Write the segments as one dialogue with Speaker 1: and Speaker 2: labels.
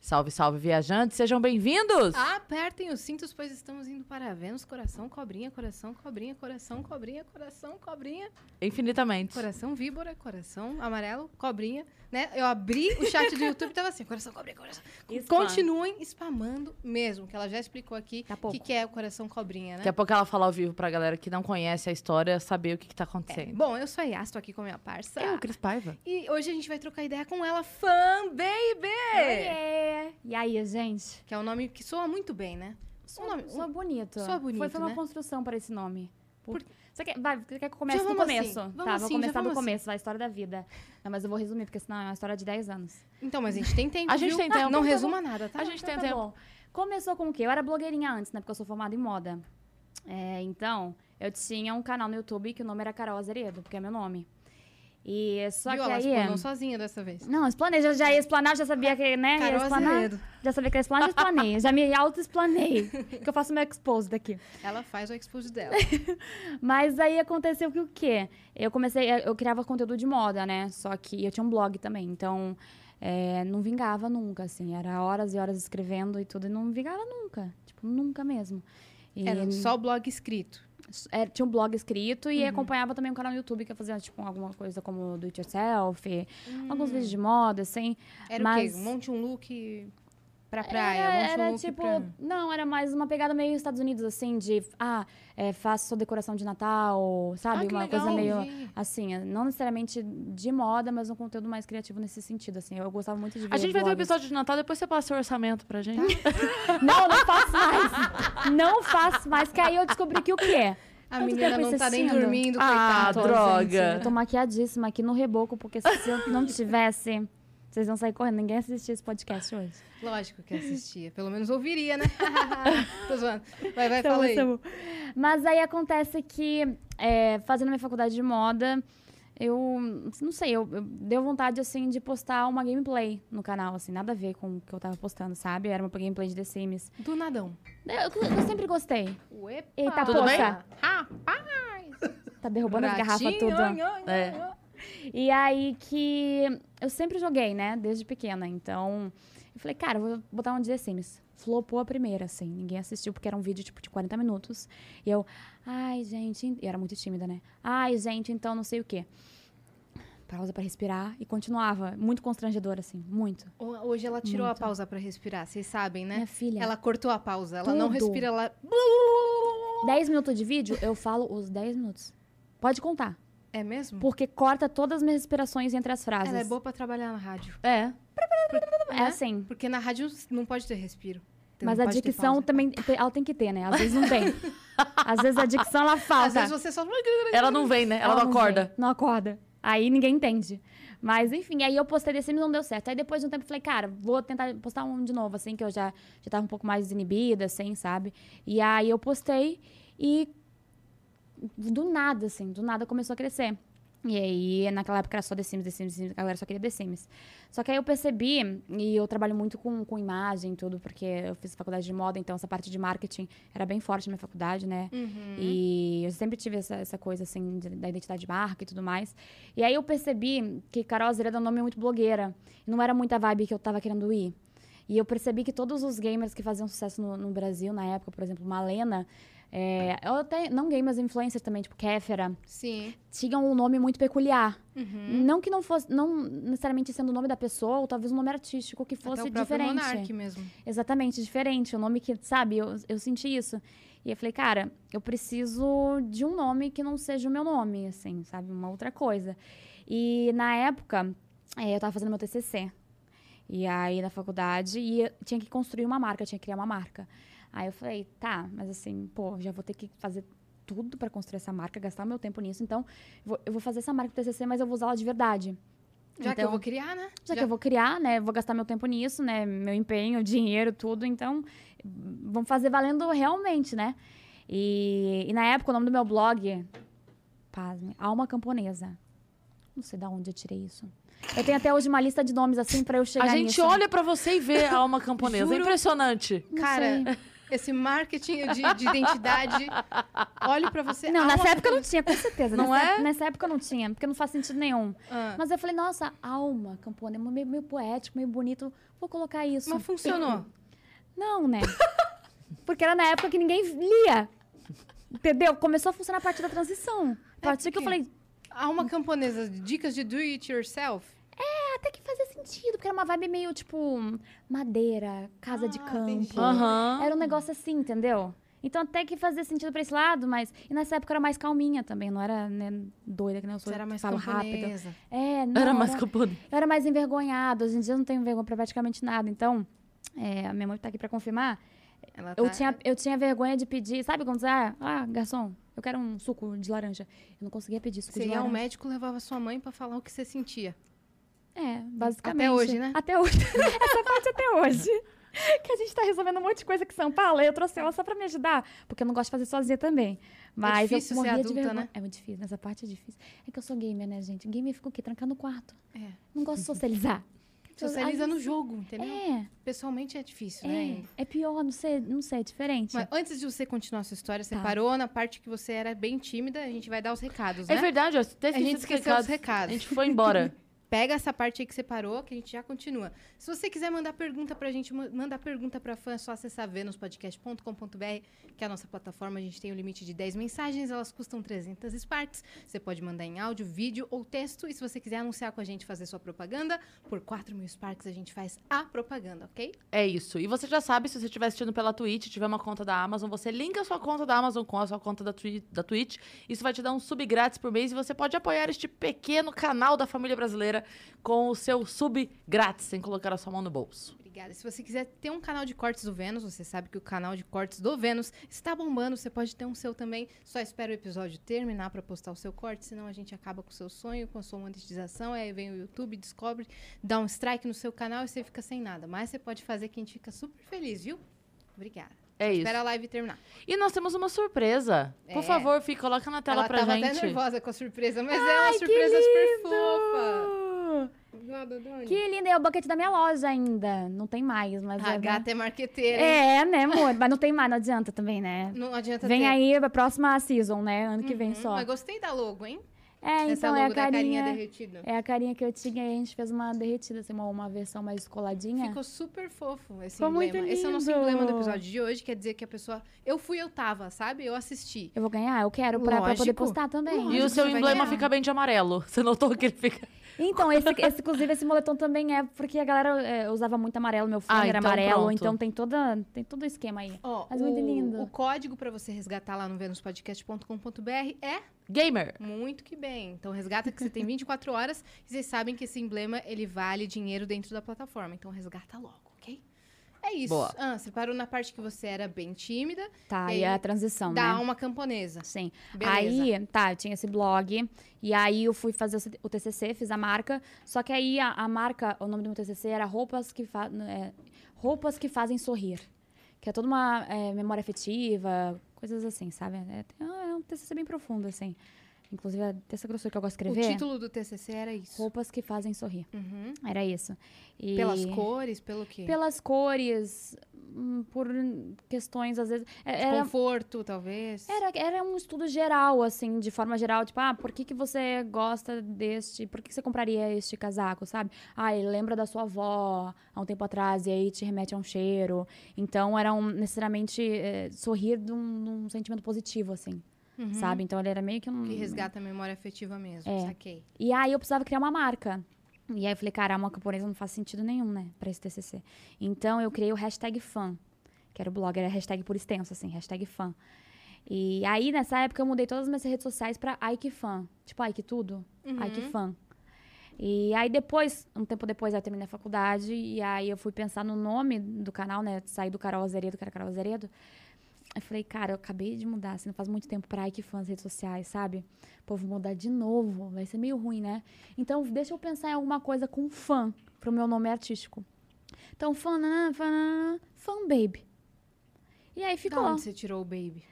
Speaker 1: Salve, salve, viajantes, sejam bem-vindos!
Speaker 2: Apertem os cintos, pois estamos indo para Vênus. Coração, cobrinha, coração, cobrinha, coração, cobrinha, coração, cobrinha.
Speaker 1: Infinitamente.
Speaker 2: Coração víbora, coração amarelo, cobrinha. Né? Eu abri o chat do YouTube e tava assim, coração, cobrinha, coração.
Speaker 1: Spam.
Speaker 2: Continuem spamando mesmo, que ela já explicou aqui
Speaker 1: Daqui a
Speaker 2: o
Speaker 1: pouco. Tá
Speaker 2: que, que é o coração cobrinha, né?
Speaker 1: Daqui a pouco ela fala ao vivo pra galera que não conhece a história saber o que, que tá acontecendo.
Speaker 2: Bom, eu sou a Yas, tô aqui com a minha parça.
Speaker 1: Eu, Cris Paiva.
Speaker 2: E hoje a gente vai trocar ideia com ela, Fan Baby!
Speaker 3: Oiê! é. E aí, gente?
Speaker 2: Que é um nome que soa muito bem, né?
Speaker 3: Sou,
Speaker 2: nome-
Speaker 3: sou bonito.
Speaker 2: sou bonito,
Speaker 3: Foi, foi uma
Speaker 2: né?
Speaker 3: construção para esse nome.
Speaker 2: Por-
Speaker 3: Você quer, vai, você quer que eu comece
Speaker 2: Já
Speaker 3: do
Speaker 2: vamos assim,
Speaker 3: começo?
Speaker 2: vamos
Speaker 3: tá,
Speaker 2: assim,
Speaker 3: vou
Speaker 2: já
Speaker 3: começar do
Speaker 2: vamos
Speaker 3: começo, vai, história da vida. Não, mas eu vou resumir, porque senão é uma história de 10 anos.
Speaker 2: Então, mas a gente tem tempo,
Speaker 1: A gente
Speaker 2: viu?
Speaker 1: tem tempo.
Speaker 2: Não
Speaker 1: Então tá
Speaker 2: resuma nada, tá?
Speaker 1: A gente tem
Speaker 3: tá
Speaker 1: tempo.
Speaker 3: bom. Começou com o quê? Eu era blogueirinha antes, né? Porque eu sou formada em moda. É, então, eu tinha um canal no YouTube que o nome era Carol Azeredo, porque é meu nome. E só
Speaker 2: Viu?
Speaker 3: que
Speaker 2: Ela
Speaker 1: é.
Speaker 3: aí...
Speaker 2: explanou sozinha dessa vez.
Speaker 3: Não, eu explanei, já, já ia explanar, já sabia que, né? ia
Speaker 2: Carol
Speaker 3: explanar.
Speaker 2: Azevedo.
Speaker 3: Já sabia que ia explanar, já explanei. já me auto-explanei. que eu faço meu expose daqui.
Speaker 2: Ela faz o expose dela.
Speaker 3: Mas aí aconteceu que o quê? Eu comecei, eh, eu criava conteúdo de moda, né? Só que eu tinha um blog também, então é, não vingava nunca, assim. Era horas e horas escrevendo e tudo, e não vingava nunca. Tipo, nunca mesmo. E
Speaker 2: Era só o blog escrito.
Speaker 3: é, tinha um blog escrito e acompanhava também um canal no YouTube que eu fazia, tipo, alguma coisa como do it yourself, alguns vídeos de moda, assim.
Speaker 2: Era
Speaker 3: Mas-
Speaker 2: o quê? Monte um look pra
Speaker 1: Ah,
Speaker 2: praia,
Speaker 3: Era,
Speaker 2: monte um
Speaker 3: era
Speaker 2: look
Speaker 3: tipo,
Speaker 2: pra...
Speaker 3: não, era mais uma pegada meio Estados Unidos, assim, de ah, é, faço sua decoração de Natal, sabe?
Speaker 1: Ah, que
Speaker 3: uma coisa
Speaker 1: legal,
Speaker 3: meio
Speaker 2: gente.
Speaker 3: assim, é, não necessariamente de moda, mas um conteúdo mais criativo nesse sentido, assim. Eu gostava muito de ver.
Speaker 1: A gente vai ter um
Speaker 3: blogs.
Speaker 1: episódio de Natal, depois você passa o orçamento pra gente.
Speaker 3: Não, não faço mais. não faço mais, que aí eu descobri que o quê?
Speaker 2: A
Speaker 3: Tanto
Speaker 2: menina
Speaker 3: tempo
Speaker 2: não tá nem
Speaker 3: insistindo.
Speaker 2: dormindo,
Speaker 1: Ah,
Speaker 2: coitada.
Speaker 1: droga.
Speaker 3: gente, eu tô maquiadíssima aqui no reboco, porque se eu não tivesse, vocês vão sair correndo. Ninguém assistiu esse podcast hoje.
Speaker 2: Lógico que assistia. Pelo menos ouviria, né? tô zoando. Vai, vai,
Speaker 3: Tá bom,
Speaker 2: fala aí.
Speaker 3: tá bom. Mas aí acontece que, é, fazendo minha faculdade de moda, eu não sei, eu, eu deu vontade assim de postar uma gameplay no canal, assim, nada a ver com o que eu tava postando, sabe? Era uma gameplay de The Sims.
Speaker 2: Do nadão.
Speaker 3: Eu, eu sempre gostei.
Speaker 2: Uepa.
Speaker 3: Eita,
Speaker 1: Tudo bem?
Speaker 3: poça. Tá derrubando as garrafas
Speaker 2: Ratinho,
Speaker 3: tudo.
Speaker 2: nho, nho,
Speaker 1: É.
Speaker 2: nho.
Speaker 3: E aí que eu sempre joguei, né? Desde pequena. Então, eu falei, cara, eu vou botar um de The Sims. Flopou a primeira, assim. Ninguém assistiu, porque era um vídeo, tipo, de 40 minutos. E eu, ai, gente... en- Eu era muito tímida, né? Ai, gente, então não sei o quê. Pausa pra respirar e continuava. Muito constrangedor, assim. Muito.
Speaker 2: Ho- Hoje ela tirou a pausa pra respirar, vocês sabem, né?
Speaker 3: Minha filha.
Speaker 2: Ela cortou a pausa, ela não
Speaker 3: Tudo.
Speaker 2: respira, ela...
Speaker 3: 10 minutos de vídeo, eu falo os 10 minutos. Pode contar.
Speaker 2: É mesmo?
Speaker 3: Porque corta todas as minhas respirações entre as frases.
Speaker 2: Ela é boa né? pra trabalhar na rádio.
Speaker 1: É.
Speaker 3: É assim.
Speaker 2: Porque na rádio não pode ter respiro. Então,
Speaker 3: Mas
Speaker 2: Não
Speaker 3: a
Speaker 2: um pode ter
Speaker 3: dicção
Speaker 2: pausa.
Speaker 3: também, te- ela tem que ter, né? Às vezes não tem. Às vezes a dicção, ela falta.
Speaker 2: Às vezes você só...
Speaker 1: Ela não vem, né? Ela, não
Speaker 3: vem,
Speaker 1: acorda.
Speaker 3: Não acorda. Aí ninguém entende. Mas enfim, aí eu postei The Sims não deu certo. Aí depois de um tempo eu falei, cara, vou tentar postar um de novo, assim, que eu já, já tava um pouco mais desinibida, assim, sabe? E aí eu postei e do nada, assim, do nada começou a crescer. E aí, naquela época era só The Sims, The Sims, The Sims, a galera só queria The Sims. Só que aí eu percebi, e eu trabalho muito com, com imagem e tudo, porque eu fiz faculdade de moda, então essa parte de marketing era bem forte na minha faculdade, né? E eu sempre tive essa, essa coisa, assim, de- da identidade de marca e tudo mais. E aí eu percebi que Carol Azevedo é um nome muito blogueira. Não era muita vibe que eu tava querendo ir. E eu percebi que todos os gamers que faziam sucesso no, no Brasil na época, por exemplo, Malena, é, eu até, não gamers, influencers também, tipo Kéfera,
Speaker 2: Sim.
Speaker 3: tinham um nome muito peculiar.
Speaker 2: Uhum.
Speaker 3: Não que não fosse, não necessariamente sendo o nome da pessoa, ou talvez um nome artístico que fosse
Speaker 2: Até o próprio
Speaker 3: diferente.
Speaker 2: Monark mesmo.
Speaker 3: Exatamente, diferente. O nome que, sabe, eu, eu senti isso. E eu falei, cara, eu preciso de um nome que não seja o meu nome, assim, sabe? Uma outra coisa. E na época, eh, eu tava fazendo meu TCC. E aí, na faculdade, e eu tinha que construir uma marca, eu tinha que criar uma marca. Aí eu falei, tá, mas assim, pô, já vou ter que fazer tudo pra construir essa marca, gastar meu tempo nisso. Então, eu vou- eu vou fazer essa marca pro TCC, mas eu vou usá-la de verdade.
Speaker 2: Já que eu
Speaker 3: Então-
Speaker 2: vou criar, né?
Speaker 3: Já, que eu vou criar, né? Vou gastar meu tempo nisso, né? Meu empenho, dinheiro, tudo. Então, vamos fazer valendo realmente, né? E, e na época, o nome do meu blog, pasme, Alma Camponesa. Não sei de onde eu tirei isso. Eu tenho até hoje uma lista de nomes, assim, pra eu chegar
Speaker 1: A gente
Speaker 3: nisso.
Speaker 1: olha pra você e vê a alma camponesa. É
Speaker 2: Juro.
Speaker 1: impressionante.
Speaker 3: Não sei.
Speaker 2: Cara, esse marketing de, de identidade. Olho pra você.
Speaker 3: Não,
Speaker 2: alma
Speaker 3: nessa época eu não tinha, com certeza.
Speaker 1: Não
Speaker 3: nessa,
Speaker 1: é?
Speaker 3: nessa época eu não tinha, porque não faz sentido nenhum.
Speaker 2: Ah.
Speaker 3: Mas eu falei, nossa, alma, Campone, meio, meio poético, meio bonito. Vou colocar isso.
Speaker 2: Mas funcionou.
Speaker 3: Não, né? Porque era na época que ninguém lia. Entendeu? Começou a funcionar a partir da transição. A partir que eu
Speaker 2: porque-
Speaker 3: falei,
Speaker 2: Alma camponesa, dicas de do it yourself.
Speaker 3: é, até que fazia sentido, porque era uma vibe meio tipo madeira, casa de
Speaker 2: Ah, entendi.
Speaker 3: campo.
Speaker 1: Aham.
Speaker 3: Era um negócio assim, entendeu? Então até que fazia sentido pra esse lado, mas. E nessa época eu era mais calminha também, não era né, doida que nem eu sou.
Speaker 2: Você era mais
Speaker 3: falo rápido.
Speaker 2: camponesa.
Speaker 3: É, não,
Speaker 1: Era mais camponesa.
Speaker 3: Eu era mais envergonhada. Hoje em dia eu não tenho vergonha pra praticamente nada. Então, é, a minha mãe tá aqui pra confirmar.
Speaker 2: Ela
Speaker 3: Eu,
Speaker 2: tá-
Speaker 3: tinha, eu tinha vergonha de pedir, sabe quando você, ah, ah, garçom, eu quero um suco de laranja. Eu não conseguia pedir suco
Speaker 2: Você
Speaker 3: de
Speaker 2: ia ao
Speaker 3: laranja.
Speaker 2: médico, levava sua mãe pra falar o que você sentia.
Speaker 3: É, basicamente.
Speaker 2: Até hoje, né?
Speaker 3: Até hoje. Essa parte até hoje. Que a gente tá resolvendo um monte de coisa aqui em São Paulo. E eu trouxe ela só pra me ajudar. Porque eu não gosto de fazer sozinha também. Mas
Speaker 2: difícil ser
Speaker 3: eu morria de
Speaker 2: adulta,
Speaker 3: vergonha.
Speaker 2: né?
Speaker 3: É muito difícil, nessa parte é difícil. É que eu sou gamer, né, gente? Gamer fica o quê? Trancar no quarto.
Speaker 2: É.
Speaker 3: Não gosto de socializar.
Speaker 2: Socializa
Speaker 3: Aí-
Speaker 2: no jogo, entendeu?
Speaker 3: É,
Speaker 2: Pessoalmente é difícil,
Speaker 3: é.
Speaker 2: né?
Speaker 3: É pior, não sei, não sei, é diferente.
Speaker 2: Mas antes de você continuar a sua história, você
Speaker 3: Tá.
Speaker 2: parou na parte que você era bem tímida, a gente vai dar os recados,
Speaker 1: É
Speaker 2: né?
Speaker 1: verdade, ó. Até esqueci
Speaker 2: gente
Speaker 1: dos
Speaker 2: esqueceu
Speaker 1: recados.
Speaker 2: os recados.
Speaker 1: A gente foi embora.
Speaker 2: Pega essa parte aí que você parou, que a gente já continua. Se você quiser mandar pergunta pra gente, ma- mandar pergunta pra fã, é só acessar venuspodcast.com.br, que é a nossa plataforma. A gente tem o limite de 10 mensagens, elas custam 300 Sparks. Você pode mandar em áudio, vídeo ou texto. E se você quiser anunciar com a gente, fazer sua propaganda, por 4 mil Sparks a gente faz a propaganda, ok?
Speaker 1: É isso. E você já sabe, se você estiver assistindo pela Twitch, tiver uma conta da Amazon, você linka a sua conta da Amazon com a sua conta da, Twi- da Twitch. Isso vai te dar um sub grátis por mês e você pode apoiar este pequeno canal da família brasileira com o seu sub grátis, sem colocar a sua mão no bolso.
Speaker 2: Obrigada. Se você quiser ter um canal de cortes do Vênus, você sabe que o canal de cortes do Vênus está bombando. Você pode ter um seu também. Só espera o episódio terminar para postar o seu corte, senão a gente acaba com o seu sonho, com a sua monetização. Aí vem o YouTube, descobre, dá um strike no seu canal e você fica sem nada. Mas você pode fazer que a gente fica super feliz, viu? Obrigada.
Speaker 1: É isso.
Speaker 2: Espera a live terminar.
Speaker 1: E nós temos uma surpresa.
Speaker 2: É.
Speaker 1: Por favor, Fih, coloca na tela
Speaker 2: Ela
Speaker 1: pra
Speaker 2: tava
Speaker 1: gente.
Speaker 2: até nervosa com a surpresa, mas é uma surpresa super fofa. Nada, Dani.
Speaker 3: Uh, Que linda, é o bucket da minha loja ainda. Não tem mais, mas.
Speaker 2: A
Speaker 3: é-
Speaker 2: gata é marqueteira. hein?
Speaker 3: É, né, amor? Mas não tem mais, não adianta também, né?
Speaker 2: Não adianta
Speaker 3: Vem
Speaker 2: ter.
Speaker 3: aí a próxima season, né? Ano que vem
Speaker 2: Hum,
Speaker 3: só.
Speaker 2: Mas gostei da logo, hein?
Speaker 3: É,
Speaker 2: Essa
Speaker 3: então é
Speaker 2: logo
Speaker 3: a
Speaker 2: da carinha
Speaker 3: carinha.
Speaker 2: derretida.
Speaker 3: É a carinha que eu tinha e a gente fez uma derretida, assim, uma, uma versão mais coladinha.
Speaker 2: Ficou super fofo esse
Speaker 3: é. Ficou muito
Speaker 2: emblema. Esse é o nosso
Speaker 3: lindo.
Speaker 2: emblema do episódio de hoje. Quer dizer que a pessoa. Eu fui, eu tava, sabe? Eu assisti.
Speaker 3: Eu vou ganhar, eu quero pra, pra poder
Speaker 2: Lógico.
Speaker 3: postar também.
Speaker 1: E o
Speaker 2: Lógico,
Speaker 1: seu
Speaker 2: você vai
Speaker 1: emblema
Speaker 2: ganhar.
Speaker 1: fica bem de amarelo. Você notou que ele fica.
Speaker 3: Então, esse, esse, inclusive, esse moletom também é porque a galera é, usava muito amarelo, meu fone
Speaker 1: Ah,
Speaker 3: era
Speaker 1: então
Speaker 3: amarelo,
Speaker 1: pronto.
Speaker 3: então tem, toda, tem todo o esquema aí.
Speaker 2: Ó,
Speaker 3: Mas
Speaker 2: o,
Speaker 3: muito lindo.
Speaker 2: o código pra você resgatar lá no venuspodcast.com.br é
Speaker 1: Gamer.
Speaker 2: muito que bem. Então resgata que você tem 24 horas e vocês sabem que esse emblema ele vale dinheiro dentro da plataforma. Então resgata logo, ok? É isso.
Speaker 1: Boa.
Speaker 2: Ah, você parou na parte que você era bem tímida,
Speaker 3: Tá,
Speaker 2: E um
Speaker 3: e, é
Speaker 2: aí,
Speaker 3: a transição,
Speaker 2: da
Speaker 3: né?
Speaker 2: alma camponesa.
Speaker 3: Sim.
Speaker 2: Beleza.
Speaker 3: Aí, tá, eu tinha esse blog. E aí eu fui fazer o C- o TCC, fiz a marca. Só que aí a, a marca, o nome do meu TCC era Roupas que, fa é, Roupas que Fazem Sorrir. Que é toda uma é, memória afetiva, coisas assim, sabe? É, é um TCC bem profundo, assim. Inclusive, é dessa grossura que eu gosto de
Speaker 2: O
Speaker 3: escrever.
Speaker 2: título do TCC era isso.
Speaker 3: Roupas que Fazem Sorrir.
Speaker 2: Uhum.
Speaker 3: Era isso. E-
Speaker 2: Pelas cores, pelo quê?
Speaker 3: Pelas cores, hum, por questões, às vezes... é- era-
Speaker 2: Conforto, talvez.
Speaker 3: era, era um estudo geral, assim, de forma geral, tipo, ah, por que, que você gosta deste, por que, que você compraria este casaco, sabe? Ah, ele lembra da sua avó há um tempo atrás e aí te remete a um cheiro. Então, era um, necessariamente eh, sorrir de um, de um sentimento positivo, assim, sabe? Então, ele era meio que um...
Speaker 2: Que resgata a memória afetiva mesmo,
Speaker 3: É.
Speaker 2: saquei.
Speaker 3: E aí eu precisava criar uma marca. E aí eu falei, cara, uma camponesa não faz sentido nenhum, né? Pra esse TCC. Então eu criei o hashtag fã. Que era o blog, era hashtag por extenso, assim, hashtag fã. E aí nessa época eu mudei todas as minhas redes sociais pra Ike Fã. Tipo, Ike Tudo, Ike Fã. E aí depois, um tempo depois eu terminei a faculdade. E aí eu fui pensar no nome do canal, né? Saí do Carol Azeredo, que era Carol Azeredo. Eu falei, cara, eu acabei de mudar, assim, não faz muito tempo pra fã nas redes sociais, sabe? Pô, vou mudar de novo, vai ser meio ruim, né? Então, deixa eu pensar em alguma coisa com fã, pro meu nome artístico. Então, fã, nanã, fã, nanã, fã baby. E aí
Speaker 2: Da
Speaker 3: ficou.
Speaker 2: onde você tirou o baby?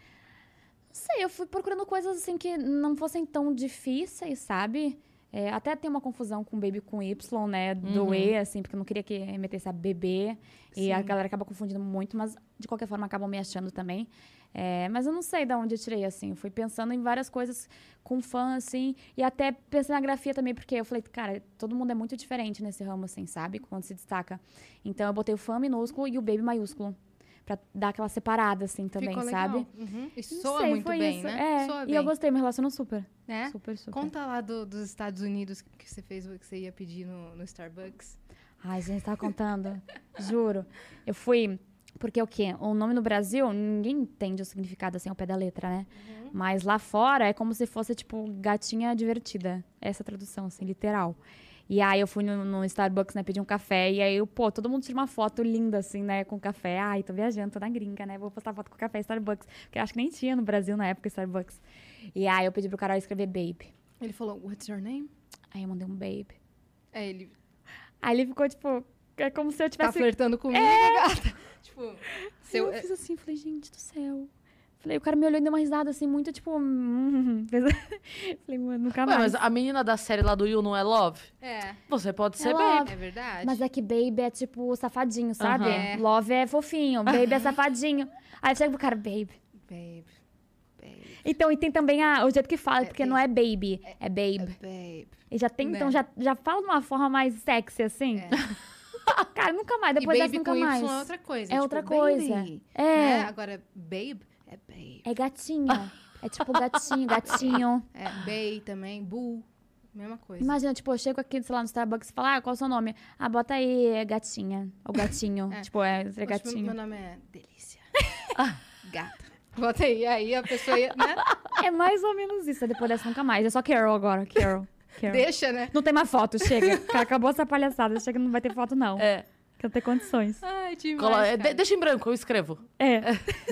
Speaker 3: Não sei, eu fui procurando coisas assim que não fossem tão difíceis, sabe? É, até tem uma confusão com baby com Y, né? Do E,
Speaker 2: Uhum.
Speaker 3: assim, porque eu não queria que remetesse a bebê. E a galera acaba confundindo muito, mas de qualquer forma acabam me achando também. É, mas eu não sei de onde eu tirei, assim. Eu Fui pensando em várias coisas com fã, assim. E até pensei na grafia também, porque eu falei, cara, todo mundo é muito diferente nesse ramo, assim, sabe? Quando se destaca. Então eu botei o fã minúsculo e o baby maiúsculo. Pra dar aquela separada, assim, também,
Speaker 2: Ficou legal.
Speaker 3: sabe?
Speaker 2: Uhum. E
Speaker 3: Não
Speaker 2: soa
Speaker 3: sei,
Speaker 2: muito
Speaker 3: foi
Speaker 2: bem,
Speaker 3: isso.
Speaker 2: né?
Speaker 3: É,
Speaker 2: Soa
Speaker 3: e
Speaker 2: bem.
Speaker 3: eu gostei, me relaciono super.
Speaker 2: né?
Speaker 3: Super, super.
Speaker 2: Conta lá do- dos Estados Unidos que você fez, o que você ia pedir no, no Starbucks.
Speaker 3: Ai, gente, tava contando. Juro. Eu fui. Porque o quê? O nome no Brasil, ninguém entende o significado assim ao pé da letra, né?
Speaker 2: Uhum.
Speaker 3: Mas lá fora é como se fosse, tipo, gatinha divertida. Essa tradução, assim, literal. E aí eu fui no, no Starbucks, né, pedi um café. E aí, eu, pô, todo mundo tira uma foto linda, assim, né, com café. Ai, tô viajando, tô na gringa, né? Vou postar foto com café Starbucks. Porque eu acho que nem tinha no Brasil na época Starbucks. E aí eu pedi pro cara escrever baby.
Speaker 2: Ele falou, what's your name?
Speaker 3: Aí eu mandei um baby.
Speaker 2: É, ele
Speaker 3: Aí ele ficou, tipo, é como se eu
Speaker 2: tá
Speaker 3: tivesse
Speaker 2: flertando comigo, gata. Tipo,
Speaker 3: eu
Speaker 2: seu...
Speaker 3: fiz assim, falei, gente do céu. Falei, o cara me olhou e deu uma risada assim, muito tipo. hum. falei, mano, nunca
Speaker 1: Ué,
Speaker 3: mais.
Speaker 1: mas a menina da série lá do You Não É Love?
Speaker 2: É,
Speaker 1: Você pode ser
Speaker 3: É
Speaker 1: bem.
Speaker 3: love.
Speaker 2: é verdade.
Speaker 3: Mas é que baby é tipo safadinho, sabe?
Speaker 1: Aham.
Speaker 2: É.
Speaker 3: Love é fofinho, baby é safadinho. Aí chega pro cara, baby.
Speaker 2: Babe, babe,
Speaker 3: Então, e tem também a- o jeito que fala,
Speaker 2: É,
Speaker 3: porque
Speaker 2: tem-
Speaker 3: não é baby, é babe.
Speaker 2: babe.
Speaker 3: E já tem,
Speaker 2: né?
Speaker 3: então já, já fala de uma forma mais sexy, assim.
Speaker 2: É.
Speaker 3: Cara, nunca mais,
Speaker 2: e
Speaker 3: depois
Speaker 2: baby
Speaker 3: dessa nunca
Speaker 2: com
Speaker 3: mais.
Speaker 2: Y é outra coisa.
Speaker 3: É
Speaker 2: tipo,
Speaker 3: outra coisa.
Speaker 2: baby,
Speaker 3: É.
Speaker 2: né? Agora, babe é babe.
Speaker 3: É gatinha. É tipo gatinho, gatinho.
Speaker 2: É, bay também, boo, mesma coisa.
Speaker 3: Imagina, tipo, eu chego aqui, sei lá, no Starbucks e falo, ah, qual é o seu nome? Ah, bota aí é gatinha. Ou gatinho.
Speaker 2: É.
Speaker 3: Tipo, é, é
Speaker 2: Mas, tipo,
Speaker 3: gatinho.
Speaker 2: Meu
Speaker 3: Ah.
Speaker 2: nome é Delícia. Gata. Bota aí, aí a pessoa ia, né?
Speaker 3: É mais ou menos isso. Depois dessa nunca mais. É só Carol agora. Carol. Carol.
Speaker 2: deixa, né?
Speaker 3: Não tem mais foto, chega. Cara, acabou essa palhaçada. Chega, não vai ter foto, não.
Speaker 1: É.
Speaker 3: Que eu tenho condições.
Speaker 2: Ai, demais,
Speaker 1: Colo- é, de-
Speaker 2: cara.
Speaker 1: deixa em branco, eu escrevo.
Speaker 3: É.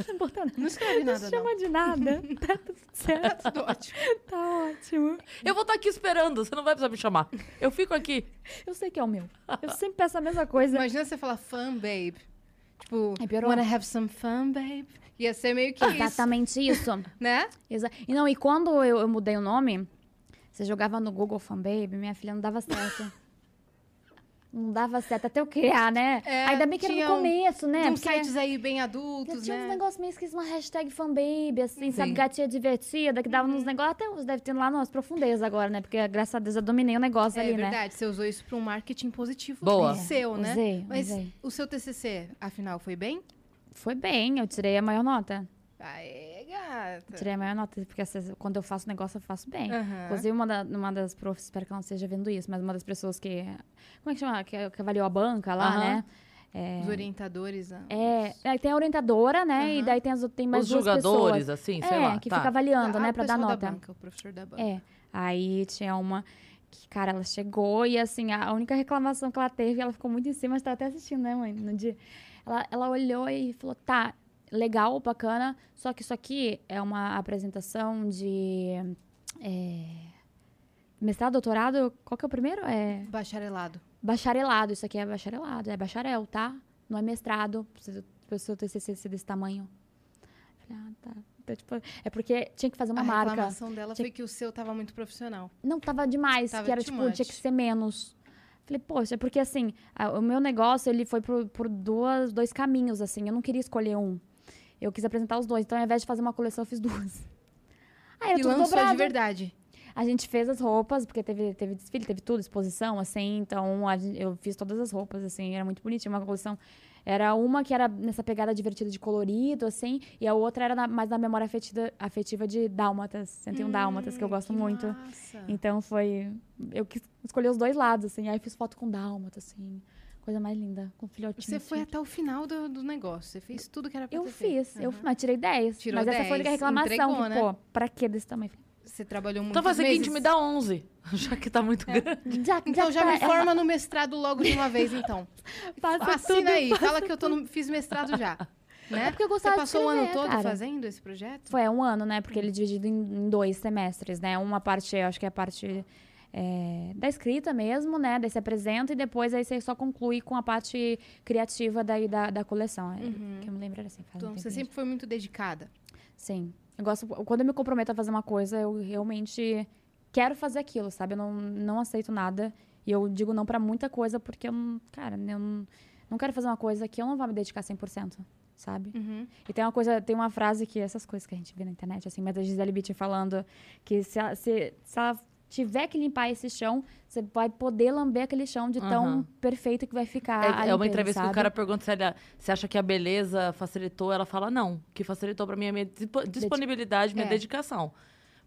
Speaker 3: não bota nada.
Speaker 2: Não escreve
Speaker 3: Não
Speaker 2: nada,
Speaker 3: se
Speaker 2: não.
Speaker 3: chama de nada. Tá tudo certo.
Speaker 2: Tudo ótimo.
Speaker 3: Tá ótimo.
Speaker 1: Eu vou estar aqui esperando, você não vai precisar me chamar. Eu fico aqui.
Speaker 3: Eu sei que é o meu. Eu sempre peço a mesma coisa.
Speaker 2: Imagina você falar fun, babe. Tipo,
Speaker 3: Aí piorou.
Speaker 2: wanna have some fun, babe? Ia ser meio que isso,
Speaker 3: Exatamente isso.
Speaker 2: né?
Speaker 3: Exa e não, e quando eu, eu mudei o nome, você jogava no Google Fanbaby, minha filha não dava certo. não dava certo até eu criar, né?
Speaker 2: É,
Speaker 3: Ainda bem que era
Speaker 2: tinha
Speaker 3: no
Speaker 2: um-
Speaker 3: começo, né?
Speaker 2: Tem uns
Speaker 3: Porque
Speaker 2: sites aí bem
Speaker 3: eu
Speaker 2: adultos,
Speaker 3: tinha uns
Speaker 2: né?
Speaker 3: negócios meio esquisitos, uma hashtag fanbaby, assim, sabe?
Speaker 2: Sim. Uhum.
Speaker 3: Gatinha divertida, que dava nos negócios. Até os deve ter lá nas profundezas agora, né? Porque graças a Deus eu dominei o negócio
Speaker 2: É
Speaker 3: ali, né?
Speaker 2: verdade, você usou isso pra um marketing positivo
Speaker 1: Boa.
Speaker 2: seu, né?
Speaker 3: Usei,
Speaker 2: Mas
Speaker 3: usei.
Speaker 2: o seu TCC, afinal, foi bem?
Speaker 3: Foi bem, eu tirei a maior nota.
Speaker 2: Aê, gata.
Speaker 3: Tirei a maior nota, porque às vezes, quando eu faço negócio, eu faço bem.
Speaker 2: Aham.
Speaker 3: Inclusive, uma, da- uma das profs, espero que ela não esteja vendo isso, mas uma das pessoas que. Como é que chama? Que, que avaliou a banca lá,
Speaker 1: Aham.
Speaker 3: né?
Speaker 2: Os orientadores. ah,
Speaker 3: É, aí tem a orientadora, né? E daí tem, as, tem mais
Speaker 1: Os
Speaker 3: duas
Speaker 1: julgadores,
Speaker 3: pessoas.
Speaker 1: assim,
Speaker 3: é,
Speaker 1: sei lá.
Speaker 3: que
Speaker 1: tá.
Speaker 3: fica avaliando,
Speaker 2: a-
Speaker 3: né?
Speaker 2: Ah, o
Speaker 3: Pra dar
Speaker 2: pessoal Da
Speaker 3: nota.
Speaker 2: banca, o professor da banca.
Speaker 3: É. Aí tinha uma que, cara, ela chegou e assim, a única reclamação que ela teve, ela ficou muito em cima, mas tá até assistindo, né, mãe? No dia. Ela, ela olhou e falou: tá, legal, bacana, só que isso aqui é uma apresentação de. é, mestrado, doutorado, qual que é o primeiro? É.
Speaker 2: Bacharelado.
Speaker 3: Bacharelado, isso aqui é bacharelado, é bacharel, tá? Não é mestrado, precisa pro seu TCC ser desse tamanho. Eu Falei, ah, tá. Então, tipo, é porque tinha que fazer uma
Speaker 2: a
Speaker 3: marca.
Speaker 2: reclamação dela foi que o seu tava muito profissional.
Speaker 3: Não, tava demais.
Speaker 2: Tava
Speaker 3: que era,
Speaker 2: too
Speaker 3: tipo,
Speaker 2: much.
Speaker 3: tinha que ser menos. Falei, poxa, porque assim, a- o meu negócio, ele foi por, por duas, dois caminhos, assim. Eu não queria escolher um. Eu quis apresentar os dois. Então, ao invés de fazer uma coleção, eu fiz duas. Aí, era
Speaker 2: e
Speaker 3: É, tudo
Speaker 2: lançou de
Speaker 3: dobrado.
Speaker 2: verdade.
Speaker 3: A gente fez as roupas, porque teve, teve desfile, teve tudo, exposição, assim. Então, a gen- eu fiz todas as roupas, assim. Era muito bonitinho, uma coleção... Era uma que era nessa pegada divertida de colorido, assim. E a outra era na- mais na memória afetiva, afetiva de dálmatas. 101 dálmatas, que eu gosto
Speaker 2: Hum, que
Speaker 3: muito.
Speaker 2: Massa.
Speaker 3: Então foi. Eu quis escolher os dois lados, assim. Aí fiz foto com dálmata, assim. Coisa mais linda, com filhotinho.
Speaker 2: Você foi
Speaker 3: assim.
Speaker 2: até o final do, do negócio. Você fez tudo que era pra
Speaker 3: Eu
Speaker 2: ter
Speaker 3: fiz,
Speaker 2: feito.
Speaker 3: eu
Speaker 2: Aham.
Speaker 3: mas tirei 10.
Speaker 2: Tirou
Speaker 3: mas essa foi
Speaker 2: 10,
Speaker 3: a reclamação.
Speaker 2: entregou,
Speaker 3: que,
Speaker 2: né?
Speaker 3: Pô, pra que desse tamanho?
Speaker 2: Você trabalhou muito.
Speaker 1: Então faz o seguinte, me dá 11, já que tá muito
Speaker 3: É.
Speaker 1: grande.
Speaker 3: Já,
Speaker 2: Então já me
Speaker 3: tá-
Speaker 2: forma no mestrado logo de uma vez, então.
Speaker 3: Passa
Speaker 2: Assina
Speaker 3: tudo.
Speaker 2: aí. Fala que eu tô no- fiz mestrado já. né?
Speaker 3: É porque eu
Speaker 2: Você
Speaker 3: gostava de
Speaker 2: passou o ano
Speaker 3: escrever,
Speaker 2: todo
Speaker 3: cara.
Speaker 2: fazendo Hum. esse projeto?
Speaker 3: Foi é um ano, né? Porque ele é dividido em, em dois semestres, né? Uma parte, eu acho que é a parte é, da escrita mesmo, né? Daí você apresenta e depois aí você só conclui com a parte criativa daí da, da coleção. É, Que eu me lembro era assim. Faz um
Speaker 2: Então, você
Speaker 3: tempinho
Speaker 2: sempre foi muito dedicada.
Speaker 3: Sim. Eu gosto. Quando eu me comprometo a fazer uma coisa, eu realmente quero fazer aquilo, sabe? Eu não, não aceito nada. E eu digo não pra muita coisa, porque eu, não- cara, eu não, não quero fazer uma coisa que eu não vou me dedicar 100%, sabe?
Speaker 2: Uhum.
Speaker 3: E tem uma coisa, tem uma frase que essas coisas que a gente vê na internet, assim, mas a Gisele Bitt falando que se ela, se, se ela tiver que limpar esse chão, você vai poder lamber aquele chão de tão
Speaker 1: Aham.
Speaker 3: perfeito que vai ficar. a
Speaker 1: É, é uma
Speaker 3: limpeza,
Speaker 1: entrevista que
Speaker 3: Ah, sabe?
Speaker 1: o cara pergunta se ela se acha que a beleza facilitou. Ela fala, não. O que facilitou pra mim é a minha dispo- disponibilidade, minha
Speaker 2: É.
Speaker 1: dedicação.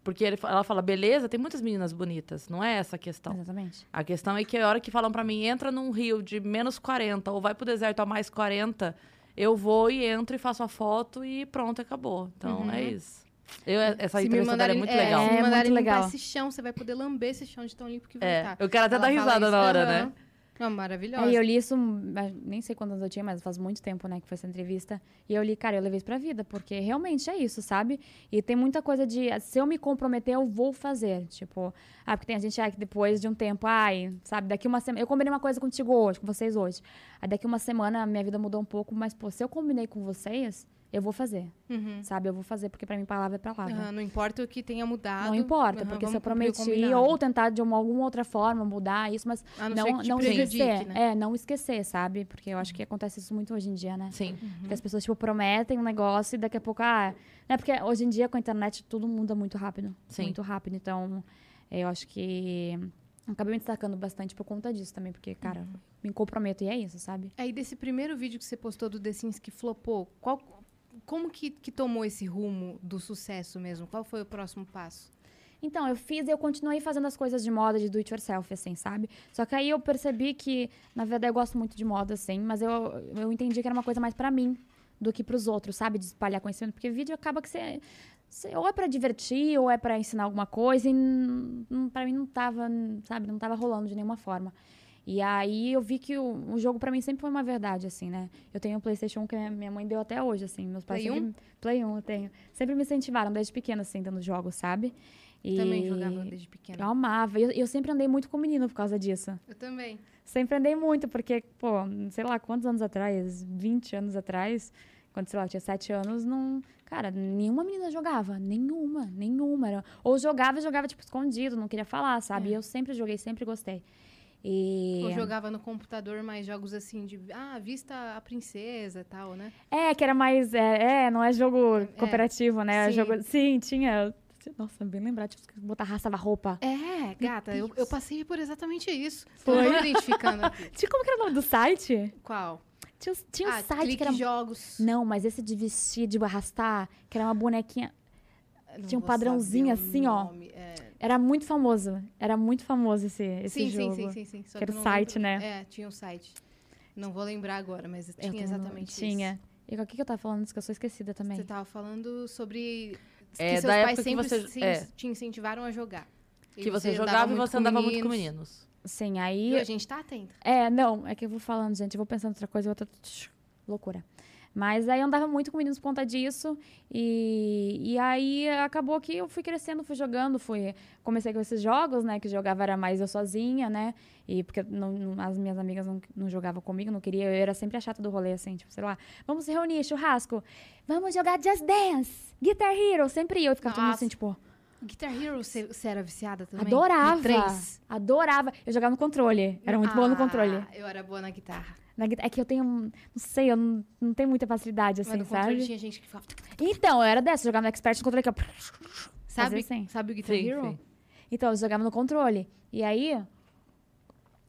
Speaker 1: Porque ele fa- ela fala, beleza, tem muitas meninas bonitas. Não é essa a questão.
Speaker 3: Exatamente.
Speaker 1: A questão é que a hora que falam pra mim, entra num rio de menos 40 ou vai pro deserto a mais 40, eu vou e entro e faço a foto e pronto, acabou. Então é isso. Eu, essa
Speaker 2: Se me
Speaker 1: entrevista dela é
Speaker 2: mandarem,
Speaker 1: muito legal.
Speaker 2: se me
Speaker 3: É,
Speaker 2: mandarem
Speaker 3: muito
Speaker 2: limpar
Speaker 3: legal.
Speaker 2: esse chão, você vai poder lamber esse chão de tão limpo que vai
Speaker 1: É,
Speaker 2: estar.
Speaker 1: eu quero até
Speaker 2: Ela
Speaker 1: dar
Speaker 2: fala
Speaker 1: risada
Speaker 2: isso,
Speaker 1: na hora,
Speaker 2: aham.
Speaker 1: né?
Speaker 2: Não, maravilhosa.
Speaker 3: É, e eu li isso, mas nem sei quantos anos eu tinha, mas faz muito tempo, né, que foi essa entrevista. E eu li, cara, eu levei isso pra vida, porque realmente é isso, sabe? E tem muita coisa de, ah, se eu me comprometer, eu vou fazer. Tipo, ah, porque tem a gente ah, que depois de um tempo, ai, sabe, daqui uma semana. Eu combinei uma coisa contigo hoje, com vocês hoje. Aí daqui uma semana minha vida mudou um pouco, mas, pô, se eu combinei com vocês, eu vou fazer,
Speaker 2: Uhum.
Speaker 3: sabe? Eu vou fazer, porque pra mim palavra é palavra.
Speaker 2: Aham, não importa o que tenha mudado.
Speaker 3: Não importa,
Speaker 2: aham,
Speaker 3: porque se
Speaker 2: vamos
Speaker 3: eu
Speaker 2: cumprir o
Speaker 3: prometi
Speaker 2: combinado.
Speaker 3: ou tentar de uma, alguma outra forma mudar isso, mas
Speaker 2: A não ser
Speaker 3: não,
Speaker 2: que te
Speaker 3: não
Speaker 2: prejudique,
Speaker 3: esquecer.
Speaker 2: né?
Speaker 3: É, não esquecer, sabe? Porque eu acho que acontece isso muito hoje em dia,
Speaker 2: é.
Speaker 3: né?
Speaker 1: Sim.
Speaker 2: Uhum.
Speaker 3: Porque as pessoas, tipo, prometem um negócio e daqui a pouco, ah... Né? Porque hoje em dia, com a internet, tudo muda muito rápido.
Speaker 1: Sim.
Speaker 3: Muito rápido, então eu acho que... Acabei me destacando bastante por conta disso também, porque, cara,
Speaker 2: Uhum.
Speaker 3: me comprometo e é isso, sabe?
Speaker 2: Aí desse primeiro vídeo que você postou do The Sims que flopou, qual, como que, que tomou esse rumo do sucesso mesmo? Qual foi o próximo passo?
Speaker 3: Então, eu fiz e eu continuei fazendo as coisas de moda, de do it yourself, assim, sabe? Só que aí eu percebi que, na verdade, eu gosto muito de moda, assim, mas eu, eu entendi que era uma coisa mais pra mim do que pros outros, sabe? De espalhar conhecimento, porque vídeo acaba que você. você- ou é pra divertir, ou é pra ensinar alguma coisa, e n- n- pra mim não tava, n- sabe? Não tava rolando de nenhuma forma. E aí eu vi que o, o jogo pra mim sempre foi uma verdade, assim, né? Eu tenho um PlayStation 1 que minha- minha mãe deu até hoje, assim. Meus pais
Speaker 2: Play
Speaker 3: sempre- Play 1 eu tenho. Sempre me incentivaram desde pequena, assim, dando jogos, sabe? E-
Speaker 2: Também jogava né? desde pequena.
Speaker 3: Eu amava. E Eu, eu sempre andei muito com menino por causa disso.
Speaker 2: Eu também.
Speaker 3: Sempre andei muito, porque, pô, sei lá quantos anos atrás, 20 anos atrás, quando, sei lá, eu tinha 7 anos, não. Cara, nenhuma menina jogava. Nenhuma, nenhuma. Era- Ou jogava e jogava, tipo, escondido, não queria falar,
Speaker 2: É.
Speaker 3: sabe? E eu sempre joguei, sempre gostei. E.
Speaker 2: Eu jogava no computador mais jogos assim de, ah, vista a princesa e tal, né?
Speaker 3: É, que era mais. É, é, não é jogo cooperativo, né? É
Speaker 2: Sim.
Speaker 3: jogo. Sim, tinha. Nossa, bem lembrar, tipo, botar raça roupa.
Speaker 2: É, gata, eu,
Speaker 3: Deus.
Speaker 2: eu passei por exatamente isso.
Speaker 3: Foi?
Speaker 2: Não tô identificando aqui.
Speaker 3: Tinha como que era o nome do site?
Speaker 2: Qual?
Speaker 3: Tinha, os- tinha um
Speaker 2: ah,
Speaker 3: site
Speaker 2: clique
Speaker 3: que era.
Speaker 2: jogos.
Speaker 3: Não, mas esse de vestir, de arrastar, que era uma bonequinha.
Speaker 2: Não
Speaker 3: tinha um
Speaker 2: vou
Speaker 3: padrãozinho
Speaker 2: saber o
Speaker 3: assim, ó.
Speaker 2: nome, é.
Speaker 3: Era muito famoso. Era muito famoso esse, esse
Speaker 2: Sim,
Speaker 3: jogo.
Speaker 2: sim, sim, sim, sim. Só
Speaker 3: Que era
Speaker 2: eu
Speaker 3: o
Speaker 2: não
Speaker 3: site,
Speaker 2: lembro-
Speaker 3: né?
Speaker 2: É, tinha um site. Não vou lembrar agora, mas
Speaker 3: Eu
Speaker 2: tinha
Speaker 3: tô no-
Speaker 2: exatamente isso.
Speaker 3: Tinha. E com o que que eu tava falando? Isso que eu sou esquecida também.
Speaker 2: Você tá- tava falando sobre que
Speaker 1: É,
Speaker 2: seus
Speaker 1: da
Speaker 2: pais
Speaker 1: época que
Speaker 2: sempre
Speaker 1: você-
Speaker 2: se-
Speaker 1: é.
Speaker 2: te incentivaram a jogar. E
Speaker 1: Que você jogava e você andava muito com
Speaker 2: meninos.
Speaker 1: meninos.
Speaker 3: Sim,
Speaker 2: E
Speaker 3: aí.
Speaker 2: a gente tá atenta.
Speaker 3: É, não, é que eu vou falando, gente. Eu vou pensando outra coisa, eu vou. Loucura. Mas aí eu andava muito com meninos por conta disso. E, e aí acabou que eu fui crescendo, fui jogando, fui. Comecei com esses jogos, né? Que jogava era mais eu sozinha, né? E porque não- não- as minhas amigas não, não jogavam comigo, não queria. Eu era sempre a chata do rolê, assim, tipo, sei lá, vamos se reunir, churrasco. Vamos jogar Just Dance, Guitar Hero, sempre eu. Eu ficava todo mundo
Speaker 2: Nossa.
Speaker 3: assim, tipo,
Speaker 2: Guitar Hero, você você era viciada também?
Speaker 3: adorava.
Speaker 2: De três?
Speaker 3: Adorava. Eu jogava no controle. Era muito boa no
Speaker 2: Ah,
Speaker 3: controle.
Speaker 2: Eu era boa na guitarra.
Speaker 3: Na guita- É que eu tenho. um- Não sei, eu não, não tenho muita facilidade,
Speaker 2: Mas
Speaker 3: assim,
Speaker 2: no controle
Speaker 3: sabe?
Speaker 2: tinha gente que ficava.
Speaker 3: Então, eu era dessa, eu jogava no Expert no controle que eu.
Speaker 2: Sabe,
Speaker 3: assim.
Speaker 2: sabe o Guitar
Speaker 1: Sim,
Speaker 2: Hero?
Speaker 1: sim.
Speaker 3: Então, eu jogava no controle. E aí.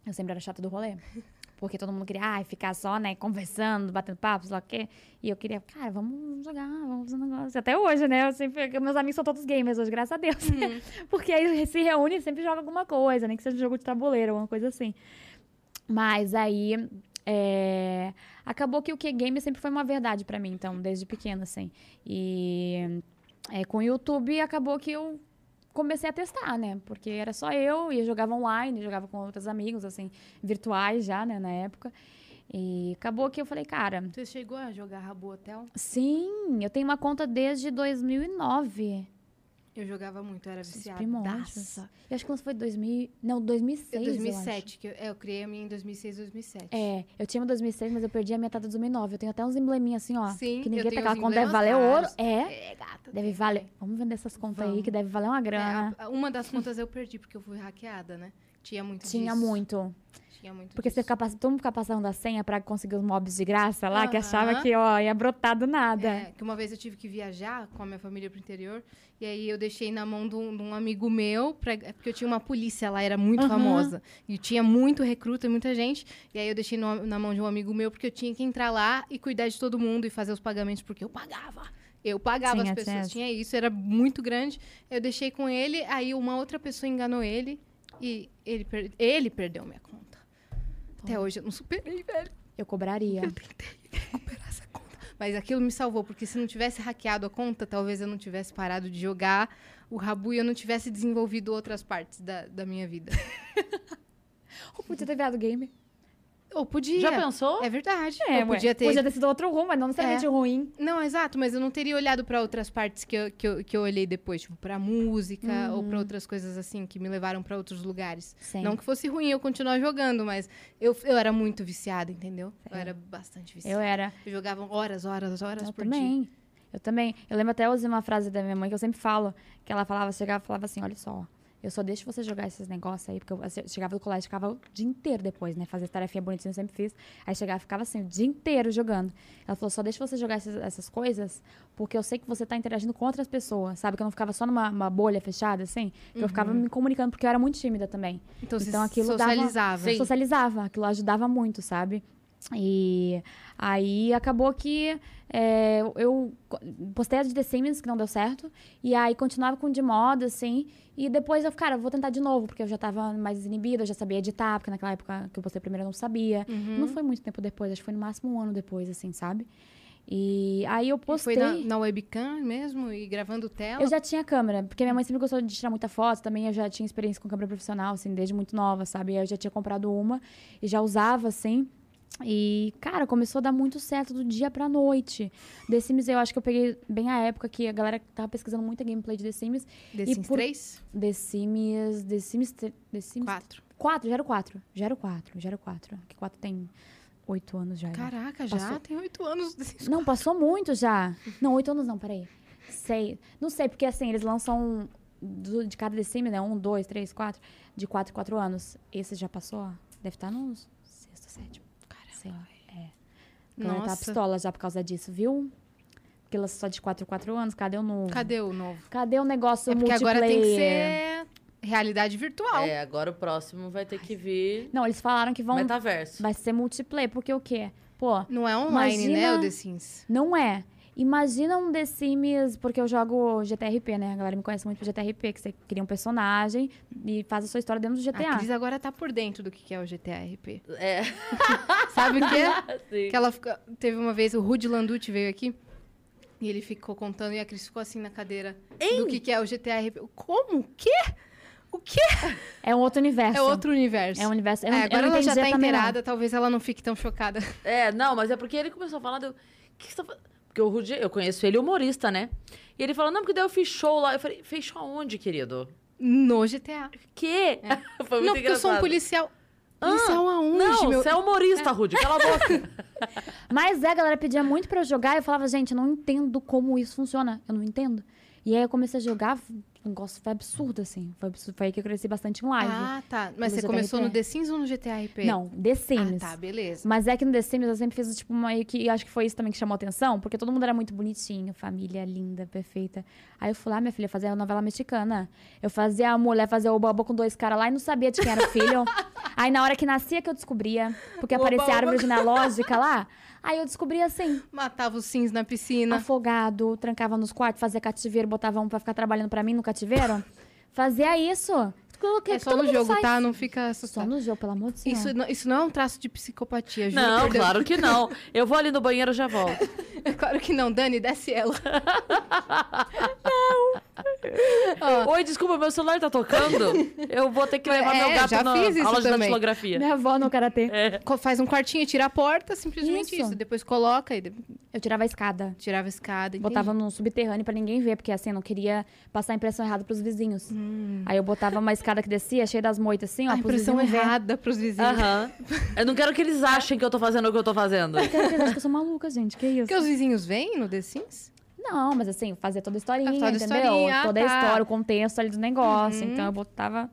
Speaker 3: Eu sempre era chata do rolê. Porque todo mundo queria ai, ficar só, né, conversando, batendo papo, sei lá o quê. E eu queria, cara, vamos jogar, vamos fazer um negócio. Até hoje, né? Eu sempre, meus amigos são todos gamers hoje, graças a Deus. Porque aí se reúne e sempre joga alguma coisa, nem que seja um jogo de tabuleiro, alguma coisa assim. Mas aí. é, acabou que o que game sempre foi uma verdade pra mim, então, desde pequena, assim. E é, com o YouTube acabou que eu comecei a testar, né? Porque era só eu e eu jogava online, jogava com outros amigos, assim, virtuais já, né, na época. E acabou que eu falei, cara,
Speaker 2: Você chegou a jogar Rabu Hotel?
Speaker 3: sim, eu tenho uma conta desde 2009.
Speaker 2: Eu jogava muito, eu era
Speaker 3: Esses
Speaker 2: viciada.
Speaker 3: primórdios. Eu acho que lançou foi 2000, não, 2006,
Speaker 2: Em
Speaker 3: eu acho.
Speaker 2: 2007, que eu, é, eu criei a minha em 2006, 2007.
Speaker 3: É, eu tinha uma 2006, mas eu perdi a metade de 2009. Eu tenho até uns embleminhas assim, ó.
Speaker 2: Sim,
Speaker 3: que
Speaker 2: eu
Speaker 3: ninguém
Speaker 2: tenho
Speaker 3: tem aquela
Speaker 2: uns
Speaker 3: conta, deve
Speaker 2: emblemas
Speaker 3: valer ouro.
Speaker 2: raros.
Speaker 3: É,
Speaker 2: É, gata.
Speaker 3: deve
Speaker 2: tem-
Speaker 3: valer. Vamos vender essas contas aí, que deve valer uma
Speaker 2: É,
Speaker 3: grana.
Speaker 2: a- uma das contas eu perdi porque eu fui hackeada, né? Tinha muito
Speaker 3: Tinha
Speaker 2: disso.
Speaker 3: muito.
Speaker 2: Tinha muito
Speaker 3: Porque você
Speaker 2: disso.
Speaker 3: fica, pass- todo mundo fica passando a senha pra conseguir os mobs de graça lá, que achava
Speaker 2: Aham.
Speaker 3: que, ó, ia brotar do nada.
Speaker 2: É, que uma vez eu tive que viajar com a minha família pro interior, e aí eu deixei na mão de um, de um amigo meu, pra- é porque eu tinha uma polícia lá, era muito
Speaker 3: Aham.
Speaker 2: famosa, e tinha muito recruta, e muita gente, e aí eu deixei no- na mão de um amigo meu, porque eu tinha que entrar lá e cuidar de todo mundo e fazer os pagamentos, porque eu pagava. Eu pagava
Speaker 3: Tinha
Speaker 2: as pessoas,
Speaker 3: acesso.
Speaker 2: tinha isso, era muito grande. Eu deixei com ele, aí uma outra pessoa enganou ele, e ele, per- ele perdeu minha conta. Até hoje eu não superei, velho
Speaker 3: Eu cobraria.
Speaker 2: recuperar essa conta. Mas aquilo me salvou, porque se não tivesse hackeado a conta, talvez eu não tivesse parado de jogar o Rabu e eu não tivesse desenvolvido outras partes da, da minha vida.
Speaker 3: Ou podia ter virado game.
Speaker 2: Ou podia.
Speaker 1: Já pensou?
Speaker 2: É verdade. eu
Speaker 3: É, ué,
Speaker 2: podia ter. É.
Speaker 3: podia ter sido outro rumo, mas não necessariamente ruim.
Speaker 2: Não, exato, mas eu não teria olhado pra outras partes que eu, que, eu, que eu olhei depois, tipo, pra música ou pra outras coisas assim que me levaram pra outros lugares.
Speaker 3: Uhum. Sim.
Speaker 2: Não que fosse ruim eu continuar jogando, mas eu, eu era muito viciada, entendeu? Eu era bastante
Speaker 3: É. Eu
Speaker 2: viciada.
Speaker 3: era.
Speaker 2: Eu, jogava horas, horas, horas
Speaker 3: Eu
Speaker 2: por dia.
Speaker 3: também. Eu também. Eu lembro até eu usei uma frase da minha mãe que eu sempre falo, que ela falava, chegava e falava assim, olha só, eu só deixo você jogar esses negócios aí, porque eu assim, eu chegava do colégio, ficava o dia inteiro depois, né? Fazer tarefinha bonitinha, eu sempre fiz. Aí chegava, ficava assim, o dia inteiro jogando. Ela falou, só deixa você jogar essas, essas coisas, porque eu sei que você tá interagindo com outras pessoas, sabe? Que eu não ficava só numa uma bolha fechada, assim, que
Speaker 2: Uhum.
Speaker 3: eu ficava me comunicando, porque eu era muito tímida também.
Speaker 2: Então, você
Speaker 3: Então, aquilo dava-
Speaker 2: socializava.
Speaker 3: Sim. socializava, aquilo ajudava muito, sabe? E aí acabou que é, eu co- postei a de The Sims, que não deu certo, e aí continuava com de moda, assim, e depois eu, cara, eu vou tentar de novo, porque eu já tava mais inibida, eu já sabia editar, porque naquela época que eu postei primeiro eu não sabia.
Speaker 2: Uhum.
Speaker 3: Não foi muito tempo depois, acho que foi no máximo um ano depois, assim, sabe? E aí eu
Speaker 2: E
Speaker 3: postei.
Speaker 2: Foi na, na webcam mesmo e gravando tela?
Speaker 3: Eu já tinha câmera, porque minha mãe sempre gostou de tirar muita foto, também eu já tinha experiência com câmera profissional, assim, desde muito nova, sabe? Eu já tinha comprado uma e já usava, assim. E, cara, começou a dar muito certo do dia pra noite. The Sims, eu acho que eu peguei bem a época que a galera tava pesquisando muita gameplay de The Sims.
Speaker 2: The
Speaker 3: e
Speaker 2: Sims
Speaker 3: por-
Speaker 2: 3?
Speaker 3: The Sims. The Sims. tre- The Sims.
Speaker 2: 4.
Speaker 3: 4, já era 4. Já era 4, já era 4. Que 4 tem 8 anos já. né?
Speaker 2: Caraca,
Speaker 3: Passou.
Speaker 2: já tem oito anos. The Sims
Speaker 3: Não, passou muito já. Não, oito anos não, peraí. Sei. Não sei, porque assim, eles lançam do- de cada decime, né? Um, dois, três, quatro. De quatro, em quatro anos. Esse já passou, ó. Deve estar nos sexto, sétimo. Caramba. Sei lá. A galera tá
Speaker 2: Nossa,
Speaker 3: pistola já por causa disso, viu? Porque lança só de quatro, em quatro anos. Cadê o novo? Cadê,
Speaker 2: cadê o novo?
Speaker 3: o negócio
Speaker 2: é porque
Speaker 3: multiplayer?
Speaker 2: agora tem que ser realidade virtual.
Speaker 1: É, agora o próximo vai ter que vir
Speaker 3: Não, eles falaram que vão...
Speaker 2: tá
Speaker 1: metaverso.
Speaker 3: Vai ser multiplayer, porque o quê? Pô,
Speaker 2: Não é online, né,
Speaker 3: Imagina-
Speaker 2: o The Sims?
Speaker 3: Não é. Imagina um The Sims, porque eu jogo GTRP, né? A galera me conhece muito por GTRP, que você cria um personagem e faz a sua história dentro do
Speaker 2: A Cris
Speaker 3: GTA.
Speaker 2: agora tá por dentro do que que é o GTA RP.
Speaker 1: É.
Speaker 2: Sabe o que é?
Speaker 1: Sim.
Speaker 2: Que ela fica- teve uma vez, o Rudy Landucci veio aqui e ele ficou contando e a Cris ficou assim na cadeira do que que é o GTA RP. Como? O quê? O quê?
Speaker 3: É um outro universo.
Speaker 2: É outro universo.
Speaker 3: É um universo. eu
Speaker 2: É,
Speaker 3: não- eu
Speaker 2: agora
Speaker 3: não
Speaker 2: ela já
Speaker 3: entendi
Speaker 2: tá
Speaker 3: também, não.
Speaker 2: inteirada, talvez ela não fique tão chocada.
Speaker 1: É, não, mas é porque ele começou a falar. do que, que você tá falando? Porque o Rudy, eu conheço ele humorista, né? E ele falou, não, porque daí eu fiz show lá. Eu falei, fez show aonde, querido?
Speaker 2: No GTA.
Speaker 1: Que? Foi muito
Speaker 2: não, porque eu sou um
Speaker 1: engraçado.
Speaker 2: policial. Policial aonde,
Speaker 1: Não,
Speaker 2: meu?
Speaker 1: você é humorista, Rudy, cala a boca.
Speaker 3: Mas é, a galera pedia muito pra eu jogar e eu falava, gente, eu não entendo como isso funciona. Eu não entendo. E aí eu comecei a jogar, o negócio foi absurdo, assim. Foi, absurdo. foi aí que eu cresci bastante em live.
Speaker 2: Ah, tá. Mas
Speaker 3: No
Speaker 2: você
Speaker 3: GTA
Speaker 2: começou
Speaker 3: RP?
Speaker 2: no The Sims ou no GTA RP?
Speaker 3: não, The Sims.
Speaker 2: Ah, tá, beleza.
Speaker 3: Mas é que no The Sims eu sempre fiz, tipo, meio que. eu Acho que foi isso também que chamou atenção, porque todo mundo era muito bonitinho, família linda, perfeita. Aí eu fui lá, minha filha, fazer a novela mexicana. Eu fazia a mulher fazer o bobo com dois caras lá e não sabia de quem era o filho. Aí na hora que nascia que eu descobria, porque
Speaker 2: Oba,
Speaker 3: aparecia a
Speaker 2: oba.
Speaker 3: árvore genealógica lá. Aí eu descobri assim,
Speaker 2: Matava os Sims na
Speaker 3: Ah,
Speaker 2: piscina.
Speaker 3: afogado, trancava nos quartos, fazia cativeiro, botava um pra ficar trabalhando pra mim no cativeiro. fazia isso.
Speaker 2: é só no jogo, tá? Não fica
Speaker 3: Só
Speaker 2: assustado.
Speaker 3: no jogo, pelo amor de Deus.
Speaker 2: Isso, não, isso não é um traço de psicopatia, juro
Speaker 1: não,
Speaker 2: por Deus.
Speaker 1: claro que não. Eu vou ali no banheiro e já volto.
Speaker 2: Claro que não, Dani, desce ela. Ó,
Speaker 1: Oi, desculpa, meu celular tá tocando. Eu vou ter que levar
Speaker 2: É,
Speaker 1: meu gato
Speaker 2: já
Speaker 1: na
Speaker 2: fiz isso
Speaker 1: aula de
Speaker 2: também.
Speaker 1: datilografia.
Speaker 3: Minha avó no karatê.
Speaker 2: co- faz um quartinho, tira a porta, simplesmente
Speaker 3: Isso.
Speaker 2: isso. Depois coloca e de-
Speaker 3: Eu tirava a escada.
Speaker 2: tirava a escada. entendi.
Speaker 3: Botava num subterrâneo pra ninguém ver, porque assim, eu não queria passar a impressão errada pros vizinhos. Aí eu botava uma escada que descia, cheia das moitas, assim, ó.
Speaker 2: a Hum.
Speaker 3: pros
Speaker 2: Ah, impressão
Speaker 3: vizinhos ver.
Speaker 2: errada pros vizinhos.
Speaker 1: Aham. Eu não quero que eles achem que eu tô fazendo o que eu tô fazendo.
Speaker 3: Cara, vocês acham que eu sou maluca, gente. Que isso?
Speaker 2: Porque os vizinhos vêm no The Sims?
Speaker 3: Não, mas assim, fazia toda a historinha,
Speaker 2: Toda a
Speaker 3: entendeu?
Speaker 2: historinha, ah,
Speaker 3: toda a
Speaker 2: tá. Uhum.
Speaker 3: história, o contexto ali do negócio. Então eu botava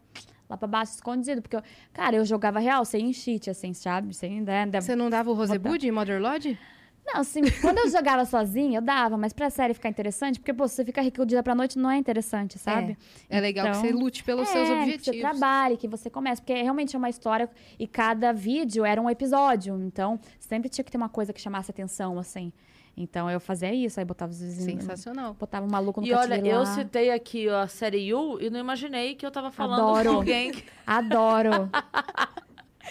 Speaker 3: lá pra baixo, escondido. Porque, eu, cara, eu jogava real sem cheat, assim, sabe? Sem ideia.
Speaker 2: Você não dava o Rosebud em Mother Lodge?
Speaker 3: Não, assim, quando eu jogava sozinha, eu dava. Mas pra série ficar interessante, porque, pô, se você fica recludida pra noite, não é interessante, sabe?
Speaker 2: É legal
Speaker 3: Então,
Speaker 2: que você lute pelos seus
Speaker 3: É,
Speaker 2: objetivos.
Speaker 3: Que você trabalhe, que você comece. Porque realmente é uma história e cada vídeo era um episódio. Então, sempre tinha que ter uma coisa que chamasse atenção, assim. Então, eu fazia isso. Aí botava os vizinhos.
Speaker 2: Sensacional.
Speaker 3: Botava o maluco no
Speaker 1: E olha,
Speaker 3: cativeiro
Speaker 1: eu
Speaker 3: lá.
Speaker 1: citei aqui a série You e não imaginei que eu tava falando
Speaker 3: Adoro.
Speaker 1: com alguém que
Speaker 3: Adoro.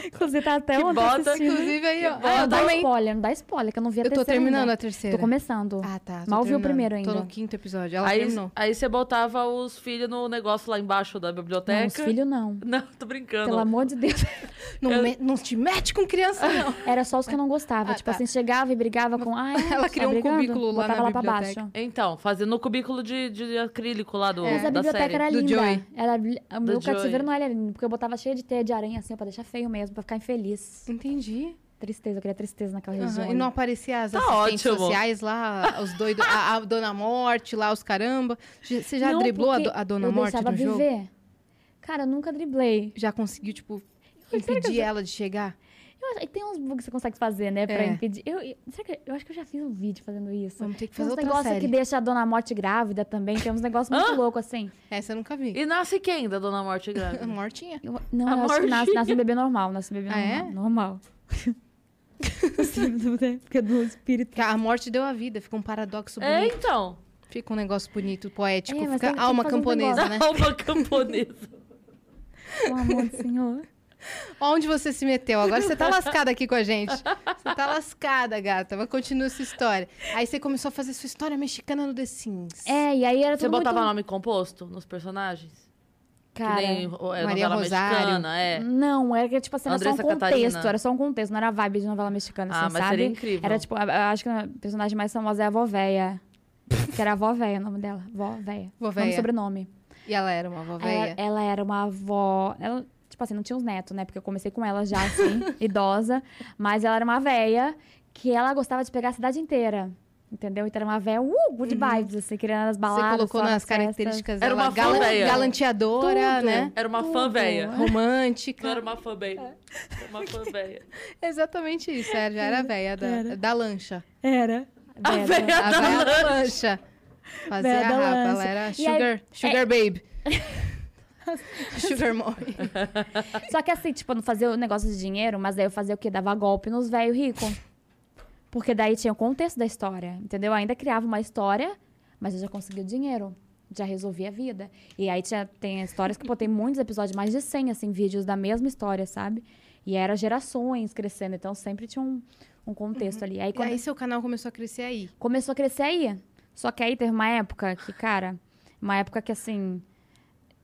Speaker 3: Inclusive, tá até
Speaker 1: Que
Speaker 3: ontem
Speaker 1: bota-
Speaker 3: assistindo.
Speaker 2: Inclusive aí, ó.
Speaker 1: Que bom.
Speaker 2: Ah,
Speaker 3: Ah,
Speaker 2: eu
Speaker 3: não dá
Speaker 2: também.
Speaker 3: spoiler, não dá spoiler, que eu não vi a
Speaker 2: Eu tô
Speaker 3: terceira
Speaker 2: terminando
Speaker 3: ainda.
Speaker 2: a terceira.
Speaker 3: Tô começando.
Speaker 2: Ah, tá. tô
Speaker 3: Mal vi o
Speaker 2: terminando.
Speaker 3: primeiro
Speaker 2: Tô
Speaker 3: ainda.
Speaker 2: no quinto episódio. Ela
Speaker 1: Aí,
Speaker 2: terminou.
Speaker 1: aí você botava os filhos no negócio lá embaixo da biblioteca.
Speaker 3: Não, os filhos não.
Speaker 1: Não, tô brincando.
Speaker 3: Pelo amor de Deus.
Speaker 2: Não, me- não te mete com criança, não.
Speaker 3: Era só os que eu não gostava.
Speaker 2: Ah,
Speaker 3: tipo
Speaker 2: tá.
Speaker 3: assim, chegava e brigava com. Ah, é,
Speaker 2: Ela
Speaker 3: tá
Speaker 2: criou um
Speaker 3: brigando?
Speaker 2: cubículo lá
Speaker 3: Botava
Speaker 2: na
Speaker 3: lá pra
Speaker 2: biblioteca.
Speaker 3: baixo.
Speaker 1: Então, fazendo o cubículo de, de acrílico lá do,
Speaker 2: É.
Speaker 3: Mas a
Speaker 1: da
Speaker 3: biblioteca
Speaker 1: série.
Speaker 3: era
Speaker 2: Do
Speaker 3: linda.
Speaker 2: Joey.
Speaker 3: Era, o meu
Speaker 1: Joey.
Speaker 3: cativeiro não era lindo, porque eu botava cheia de teia de aranha, assim, ó, pra deixar feio mesmo, pra ficar infeliz.
Speaker 2: Entendi.
Speaker 3: Tristeza, eu queria tristeza naquela
Speaker 2: Aham,
Speaker 3: região.
Speaker 2: E não aparecia as
Speaker 1: Tá
Speaker 2: assistentes
Speaker 1: ótimo.
Speaker 2: sociais lá, os doidos, a, a Dona Morte lá, os caramba. Já- Você já
Speaker 3: Não,
Speaker 2: driblou a,
Speaker 3: porque
Speaker 2: do- a Dona
Speaker 3: eu
Speaker 2: Morte
Speaker 3: deixava
Speaker 2: do jogo?
Speaker 3: viver. Cara, eu nunca driblei.
Speaker 2: Já conseguiu, tipo,
Speaker 3: Será que eu
Speaker 2: impedir ela de chegar?
Speaker 3: Eu acho, e tem uns bugs que você consegue fazer, né? Pra
Speaker 2: É.
Speaker 3: impedir. Eu, eu- será que, eu acho que eu já fiz um vídeo fazendo isso.
Speaker 2: Vamos ter que
Speaker 3: Tem
Speaker 2: fazer
Speaker 3: uns
Speaker 2: outra
Speaker 3: negócios
Speaker 2: série.
Speaker 3: que deixa a Dona Morte grávida também. Tem uns negócios muito loucos, assim.
Speaker 2: Essa eu nunca vi.
Speaker 1: E nasce quem da Dona Morte
Speaker 2: A
Speaker 1: Grávida?
Speaker 2: Mortinha.
Speaker 3: Eu- não,
Speaker 1: A
Speaker 3: eu acho que nasce,
Speaker 1: Mortinha.
Speaker 3: nasce um bebê normal. Nasce um bebê
Speaker 2: Ah,
Speaker 3: normal.
Speaker 2: é?
Speaker 3: Normal. Assim, do- né? Porque é do espírito.
Speaker 2: Porque A morte deu a vida, fica um paradoxo
Speaker 1: é,
Speaker 2: bonito.
Speaker 1: então.
Speaker 2: Fica um negócio bonito, poético.
Speaker 3: É, mas
Speaker 2: fica
Speaker 3: tem- tem
Speaker 2: alma
Speaker 3: que fazer um
Speaker 2: camponesa, né?
Speaker 1: Alma camponesa.
Speaker 3: Pelo amor do Senhor.
Speaker 2: né? Onde você se meteu? Agora você tá lascada aqui com a gente. Você tá lascada, gata. Mas continua sua história. Aí você começou a fazer sua história mexicana no The Sims.
Speaker 3: É, e aí era
Speaker 1: Você
Speaker 3: tudo
Speaker 1: botava
Speaker 3: muito...
Speaker 1: nome composto nos personagens?
Speaker 3: Cara,
Speaker 1: que nem o- é,
Speaker 2: Maria
Speaker 1: novela
Speaker 2: Rosário.
Speaker 1: mexicana, é.
Speaker 3: Não, era que, tipo assim, era só um
Speaker 1: Andressa
Speaker 3: contexto,
Speaker 1: Catarina.
Speaker 3: era só um contexto, não era a vibe de novela mexicana,
Speaker 1: Ah,
Speaker 3: assim,
Speaker 1: mas
Speaker 3: sabe?
Speaker 1: seria incrível.
Speaker 3: Era tipo, a- a- acho que a personagem mais famosa é a Vó Véia. que era a Vó Véia o nome dela. Vó Véia.
Speaker 2: Vó
Speaker 3: Nome
Speaker 2: Véia.
Speaker 3: e sobrenome.
Speaker 2: E ela era uma avó
Speaker 3: Ela,
Speaker 2: velha.
Speaker 3: ela era uma avó. Ela, tipo assim, não tinha uns netos, né? Porque eu comecei com ela já, assim, idosa. Mas ela era uma véia que ela gostava de pegar a cidade inteira. Entendeu? Então era uma véia, uh, good
Speaker 1: Uhum.
Speaker 3: vibes, assim, criando as
Speaker 2: Você
Speaker 3: baladas.
Speaker 2: colocou
Speaker 3: só
Speaker 2: nas
Speaker 3: festas.
Speaker 2: características
Speaker 1: Era
Speaker 2: dela.
Speaker 1: uma
Speaker 2: galan-
Speaker 1: fã véia.
Speaker 2: galanteadora,
Speaker 3: Tudo.
Speaker 2: né?
Speaker 1: Era uma fã
Speaker 3: Tudo.
Speaker 1: velha.
Speaker 2: Uhum.
Speaker 1: Não era
Speaker 2: Romântica.
Speaker 1: uma fã bem. Era uma fã velha.
Speaker 2: Exatamente isso. Ela já era velha da, da lancha.
Speaker 3: Era.
Speaker 1: A
Speaker 3: Véia.
Speaker 1: véia
Speaker 2: A
Speaker 1: da
Speaker 2: velha
Speaker 1: lancha.
Speaker 2: da lancha. Fazia
Speaker 3: Véia
Speaker 2: a
Speaker 3: da
Speaker 2: rapa. Ela
Speaker 3: lancha.
Speaker 2: era
Speaker 3: E aí- é-
Speaker 2: sugar, sugar babe. sugar mommy.
Speaker 3: Só que assim, tipo, eu não fazia o negócio de dinheiro, mas daí eu fazia o quê? Dava golpe nos velhos ricos. Porque daí tinha o contexto da história, entendeu? Eu ainda criava uma história, mas eu já consegui o dinheiro. Já resolvi a vida. E aí tinha, tem histórias que, pô, tem muitos episódios, mais de 100, assim, vídeos da mesma história, sabe? E era gerações crescendo, então sempre tinha um, um contexto ali. Aí
Speaker 2: E
Speaker 3: quando
Speaker 2: aí seu canal começou a crescer aí.
Speaker 3: começou a crescer aí. Só que aí teve uma época que, cara, uma época que assim.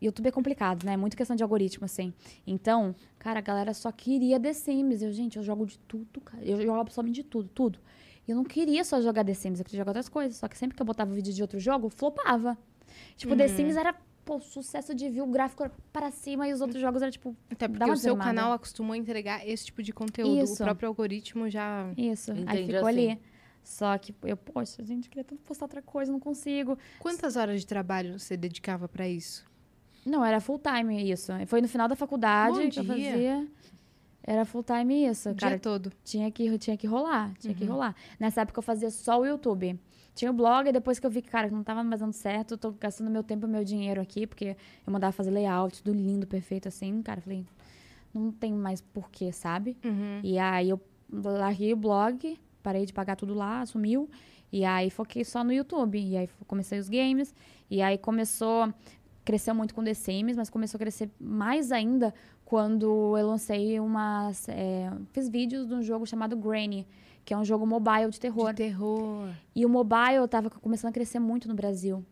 Speaker 3: YouTube é complicado, né? É muito questão de algoritmo, assim. Então, cara, a galera só queria The Sims. Eu, gente, eu jogo de tudo, cara. Eu jogo absolutamente de tudo, tudo. E eu não queria só jogar The Sims, eu queria jogar outras coisas. Só que sempre que eu botava vídeo de outro jogo, flopava. Tipo,
Speaker 1: Uhum.
Speaker 3: The Sims era, pô, sucesso de view, gráfico era para cima, e os outros jogos eram, tipo,
Speaker 2: Até
Speaker 3: Dá
Speaker 2: porque
Speaker 3: uma
Speaker 2: o seu
Speaker 3: desanimada.
Speaker 2: canal acostumou a entregar esse tipo de conteúdo.
Speaker 3: Isso.
Speaker 2: O próprio algoritmo já.
Speaker 3: isso. aí
Speaker 1: Entendi,
Speaker 3: ficou
Speaker 1: assim.
Speaker 3: ali. Só que eu, poxa, gente, eu queria tanto postar outra coisa, não consigo.
Speaker 2: Quantas horas de trabalho você dedicava pra isso?
Speaker 3: Não, era full time isso. Foi no final da faculdade
Speaker 2: Bom
Speaker 3: que eu
Speaker 2: dia.
Speaker 3: fazia. Era full time isso.
Speaker 2: O
Speaker 3: Cara,
Speaker 2: dia Uhum. todo.
Speaker 3: tinha que, tinha que rolar, tinha que rolar. Nessa época eu fazia só o YouTube. Tinha o blog, e depois que eu vi que, cara, que não tava mais dando certo, tô gastando meu tempo e meu dinheiro aqui, porque eu mandava fazer layout, tudo lindo, perfeito, assim, cara, eu falei, não tem mais porquê, sabe?
Speaker 2: Uhum.
Speaker 3: E aí eu larguei o blog, parei de pagar tudo lá, sumiu. E aí foquei só no YouTube. E aí fo- comecei os games. E aí começou. Cresceu muito com The Sims, mas começou a crescer mais ainda quando eu lancei umas. é, fiz vídeos de um jogo chamado Granny, que é um jogo mobile de terror.
Speaker 2: De terror.
Speaker 3: E o mobile tava começando a crescer muito no Brasil.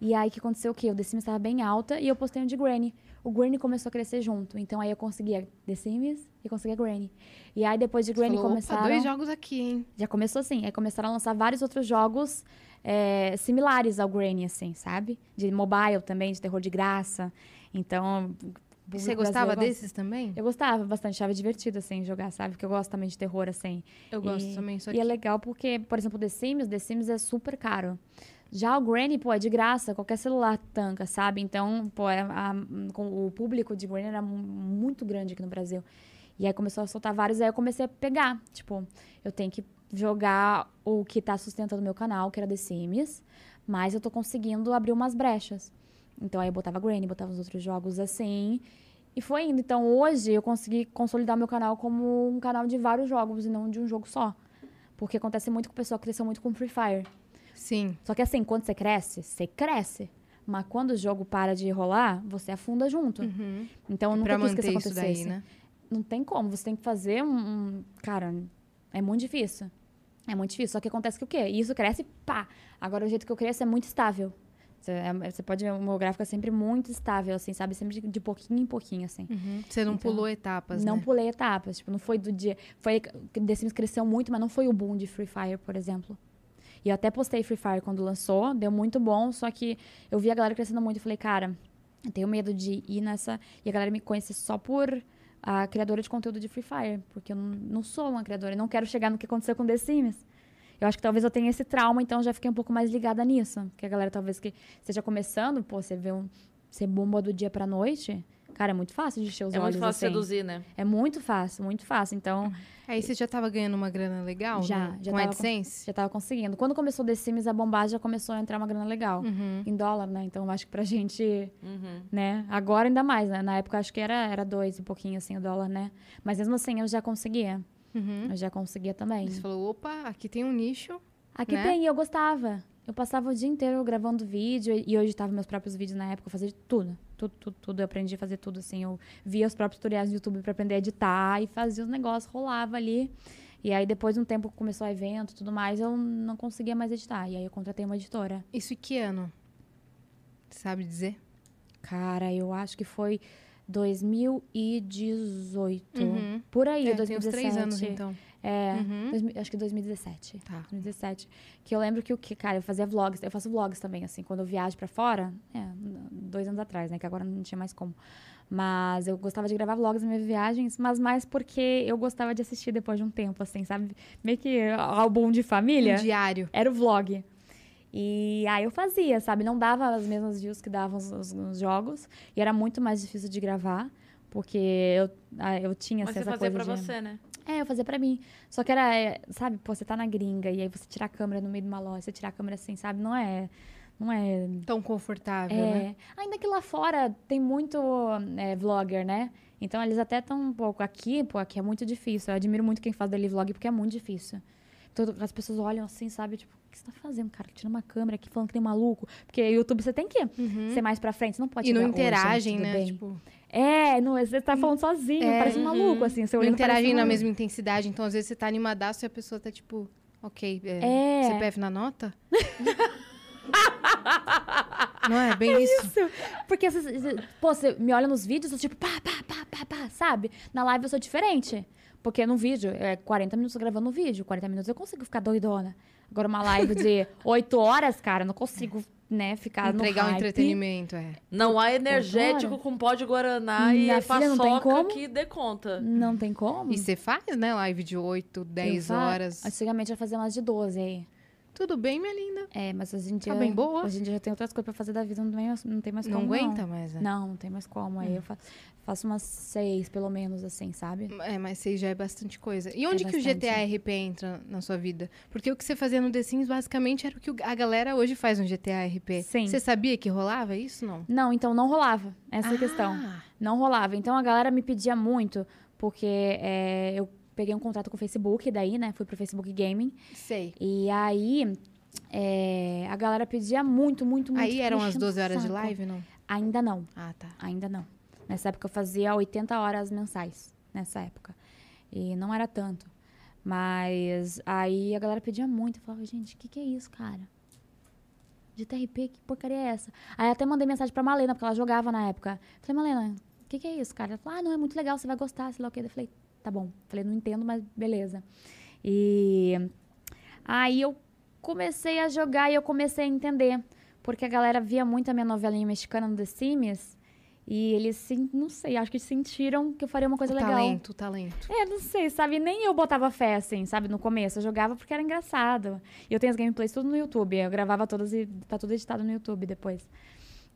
Speaker 3: E aí, o que aconteceu? O quê? O The Sims estava bem alta e eu postei um de Granny. O Granny começou a crescer junto. Então, aí eu conseguia The Sims e conseguia Granny. E aí, depois de Granny
Speaker 2: Falou, opa,
Speaker 3: começaram...
Speaker 2: dois jogos aqui, hein?
Speaker 3: Já começou assim. Aí começaram a lançar vários outros jogos é, similares ao Granny, assim, sabe? De mobile também, de terror de graça. Então. o
Speaker 2: E
Speaker 3: público
Speaker 2: você gostava
Speaker 3: brasileiro gosta.
Speaker 2: desses também?
Speaker 3: Eu gostava bastante, achava divertido, assim, jogar, sabe? Porque eu gosto também de terror, assim.
Speaker 2: Eu gosto
Speaker 3: E-
Speaker 2: também, só
Speaker 3: E
Speaker 2: que
Speaker 3: é legal porque, por exemplo, The Sims, The Sims é super caro. Já o Granny, pô, é de graça, qualquer celular tanca, sabe? Então, pô, é- a- com- o público de Granny era mu- muito grande aqui no Brasil. E aí começou a soltar vários, aí eu comecei a pegar. Tipo, eu tenho que jogar o que tá sustentando o meu canal, que era The Sims, mas eu tô conseguindo abrir umas brechas. Então aí eu botava Granny, botava os outros jogos assim. E foi indo. Então hoje eu consegui consolidar meu canal como um canal de vários jogos e não de um jogo só. Porque acontece muito que o pessoal cresceu muito com Free Fire.
Speaker 2: Sim.
Speaker 3: Só que assim, quando você cresce, você cresce. Mas quando o jogo para de rolar, você afunda junto.
Speaker 2: Uhum.
Speaker 3: Então eu nunca
Speaker 2: Pra
Speaker 3: quis que
Speaker 2: manter
Speaker 3: isso
Speaker 2: isso
Speaker 3: acontecesse.
Speaker 2: daí, né?
Speaker 3: Não tem como, você tem que fazer um, um- Cara, é muito difícil. É muito difícil. Só que acontece que o quê? Isso cresce, pá. Agora o jeito que eu cresço é muito estável. Você, é- você pode ver, o meu gráfico é sempre muito estável, assim, sabe? Sempre de, de pouquinho em pouquinho, assim.
Speaker 2: Uhum. Você não
Speaker 3: Então,
Speaker 2: pulou etapas,
Speaker 3: Não
Speaker 2: né?
Speaker 3: pulei etapas. Tipo, não foi do dia. Foi. The Sims cresceu muito, mas não foi o boom de Free Fire, por exemplo. E eu até postei Free Fire quando lançou, deu muito bom, só que eu vi a galera crescendo muito e falei, cara, eu tenho medo de ir nessa. E a galera me conhece só por a criadora de conteúdo de Free Fire, porque eu não, não sou uma criadora, eu não quero chegar no que aconteceu com The Sims. Eu acho que talvez eu tenha esse trauma, então eu já fiquei um pouco mais ligada nisso. Porque a galera talvez que esteja começando, pô, você vê um. Você bomba do dia pra noite. Cara, é muito fácil de encher os
Speaker 1: É
Speaker 3: olhos.
Speaker 1: muito fácil
Speaker 3: assim.
Speaker 1: seduzir, né?
Speaker 3: É muito fácil, muito fácil. Então,
Speaker 2: Aí você já tava ganhando uma grana legal?
Speaker 3: Já,
Speaker 2: né?
Speaker 3: já
Speaker 2: Com
Speaker 3: tava com-
Speaker 2: AdSense?
Speaker 3: já tava conseguindo. Quando começou The Sims, a bombar já começou a entrar uma grana legal.
Speaker 2: Uhum.
Speaker 3: Em dólar, né? Então, eu acho que pra gente,
Speaker 1: Uhum.
Speaker 3: né? Agora ainda mais, né? Na época, eu acho que era, era dois e pouquinho, assim, o dólar, né? Mas mesmo assim, eu já conseguia.
Speaker 2: Uhum.
Speaker 3: Eu já conseguia também.
Speaker 2: Você falou, opa, aqui tem um nicho.
Speaker 3: Aqui
Speaker 2: né?
Speaker 3: tem, eu gostava. Eu passava o dia inteiro gravando vídeo e eu editava meus próprios vídeos na época, eu fazia de tudo. Tudo, tudo, tudo. Eu aprendi a fazer tudo, assim. Eu via os próprios tutoriais no YouTube pra aprender a editar e fazia os negócios, rolava ali. E aí, depois de um tempo que começou o evento e tudo mais, eu não conseguia mais editar. E aí, eu contratei uma editora.
Speaker 2: Isso em que ano? Sabe dizer?
Speaker 3: Cara, eu acho que foi 2018.
Speaker 2: Uhum.
Speaker 3: Por aí,
Speaker 2: É, tem uns
Speaker 3: 2017.
Speaker 2: três anos, então.
Speaker 3: É,
Speaker 2: Uhum.
Speaker 3: dois mil- acho que 2017.
Speaker 2: Tá.
Speaker 3: 2017. Que eu lembro que o que, cara, eu fazia vlogs, eu faço vlogs também, assim, quando eu viajo pra fora, é, n- dois anos atrás, né? Que agora não tinha mais como. Mas eu gostava de gravar vlogs nas minhas viagens, mas mais porque eu gostava de assistir depois de um tempo, assim, sabe? Meio que álbum de família.
Speaker 2: Um diário.
Speaker 3: Era o vlog. E aí eu fazia, sabe? Não dava as mesmas views que davam os, os- os jogos. E era muito mais difícil de gravar. Porque eu, ah, eu tinha
Speaker 1: Mas
Speaker 3: assim,
Speaker 1: você
Speaker 3: essa
Speaker 1: fazia
Speaker 3: coisa
Speaker 1: pra
Speaker 3: de...
Speaker 1: você, né?
Speaker 3: É, eu fazia pra mim. Só que era, é, sabe, pô, você tá na gringa e aí você tirar a câmera no meio de uma loja, você tirar a câmera assim, sabe? Não é. Não é.
Speaker 2: Tão confortável,
Speaker 3: é.
Speaker 2: né?
Speaker 3: Ainda que lá fora tem muito é, vlogger, né? Então eles até tão um pouco. Aqui, pô, aqui é muito difícil. Eu admiro muito quem faz daily vlog porque é muito difícil. Todo, as pessoas olham assim, sabe? Tipo, o que você tá fazendo, cara? Tira uma câmera aqui falando que tem maluco. Porque YouTube você tem que
Speaker 2: Uhum.
Speaker 3: ser mais pra frente, você não pode
Speaker 2: E não
Speaker 3: chegar, "Oi,
Speaker 2: interagem,
Speaker 3: gente, tudo
Speaker 2: né?
Speaker 3: bem?"
Speaker 2: Tipo,
Speaker 3: É, não, você tá falando sozinho,
Speaker 2: É,
Speaker 3: parece um maluco,
Speaker 1: uhum.
Speaker 3: assim. Você
Speaker 2: não
Speaker 3: olhando, parece
Speaker 2: interagem
Speaker 3: um
Speaker 2: na
Speaker 3: maluco.
Speaker 2: mesma intensidade. Então, às vezes, você tá animadaço e a pessoa tá tipo, ok, é,
Speaker 3: É.
Speaker 2: CPF na nota? não é bem isso?
Speaker 3: Porque, às vezes, pô, você me olha nos vídeos, eu sou tipo, pá, pá, pá, pá, pá, sabe? Na live eu sou diferente. Porque no vídeo, é 40 minutos eu gravando um vídeo, 40 minutos eu consigo ficar doidona. Agora uma live de 8 horas, cara, eu não consigo, né, ficar
Speaker 2: Entregar
Speaker 3: no
Speaker 2: o
Speaker 3: hype.
Speaker 2: entretenimento, é.
Speaker 1: Não há energético
Speaker 3: Agora?
Speaker 1: com pó de guaraná
Speaker 3: Minha
Speaker 1: e
Speaker 3: filha, não tem
Speaker 1: paçoca
Speaker 3: como?
Speaker 1: que dê conta.
Speaker 3: Não tem como.
Speaker 2: E você faz, né? Live de 8, 10
Speaker 3: Hum. Eu fa- assim,
Speaker 2: horas.
Speaker 3: Antigamente eu fazia umas de 12 aí.
Speaker 2: Tudo bem, minha linda?
Speaker 3: É, mas hoje em
Speaker 2: Tá
Speaker 3: dia...
Speaker 2: bem boa?
Speaker 3: Hoje em dia eu já tenho outras coisas pra fazer da vida, não tem, mais- não tem mais
Speaker 2: Não
Speaker 3: como,
Speaker 2: aguenta Hum. mais, né?
Speaker 3: Não, não tem mais como. Aí eu fa- faço umas seis, pelo menos, assim, sabe?
Speaker 2: É, mas seis já é bastante coisa. E onde que o
Speaker 3: bastante.
Speaker 2: GTA RP entra na sua vida? Porque o que você fazia no The Sims basicamente era o que o- a galera hoje faz no GTA RP.
Speaker 3: Sim.
Speaker 2: Você sabia que rolava isso? Não.
Speaker 3: Não, então não rolava. Essa é a questão.
Speaker 2: Ah,
Speaker 3: Não rolava. Então a galera me pedia muito, porque é, eu peguei um contrato com o Facebook, daí, né? Fui pro Facebook Gaming.
Speaker 2: sei.
Speaker 3: E aí é, a galera pedia muito, muito, muito.
Speaker 2: Aí eram
Speaker 3: me
Speaker 2: as
Speaker 3: enchendo
Speaker 2: 12 horas
Speaker 3: o
Speaker 2: de
Speaker 3: saco.
Speaker 2: live, não?
Speaker 3: Ainda não,
Speaker 2: Ah, tá.
Speaker 3: ainda não. Nessa época eu fazia 80 horas mensais, nessa época. E não era tanto. Mas aí a galera pedia muito. Eu falava, gente, o que, que é isso, cara? de TRP, que porcaria é essa? Aí até mandei mensagem pra Malena, porque ela jogava na época. Falei, Malena, o que, que é isso, cara? Ela falou, ah, não, é muito legal, você vai gostar, sei lá o quê. Eu falei, tá bom. Falei, não entendo, mas beleza. E aí eu comecei a jogar e eu comecei a entender. Porque a galera via muito a minha novelinha mexicana no The Sims. E eles, se- não sei, acho que sentiram que eu faria uma coisa
Speaker 2: o
Speaker 3: legal.
Speaker 2: talento, o talento.
Speaker 3: É, não sei, sabe? Nem eu botava fé, assim, sabe? No começo, eu jogava porque era engraçado. E eu tenho as gameplays tudo no YouTube. Eu gravava todas e tá tudo editado no YouTube depois.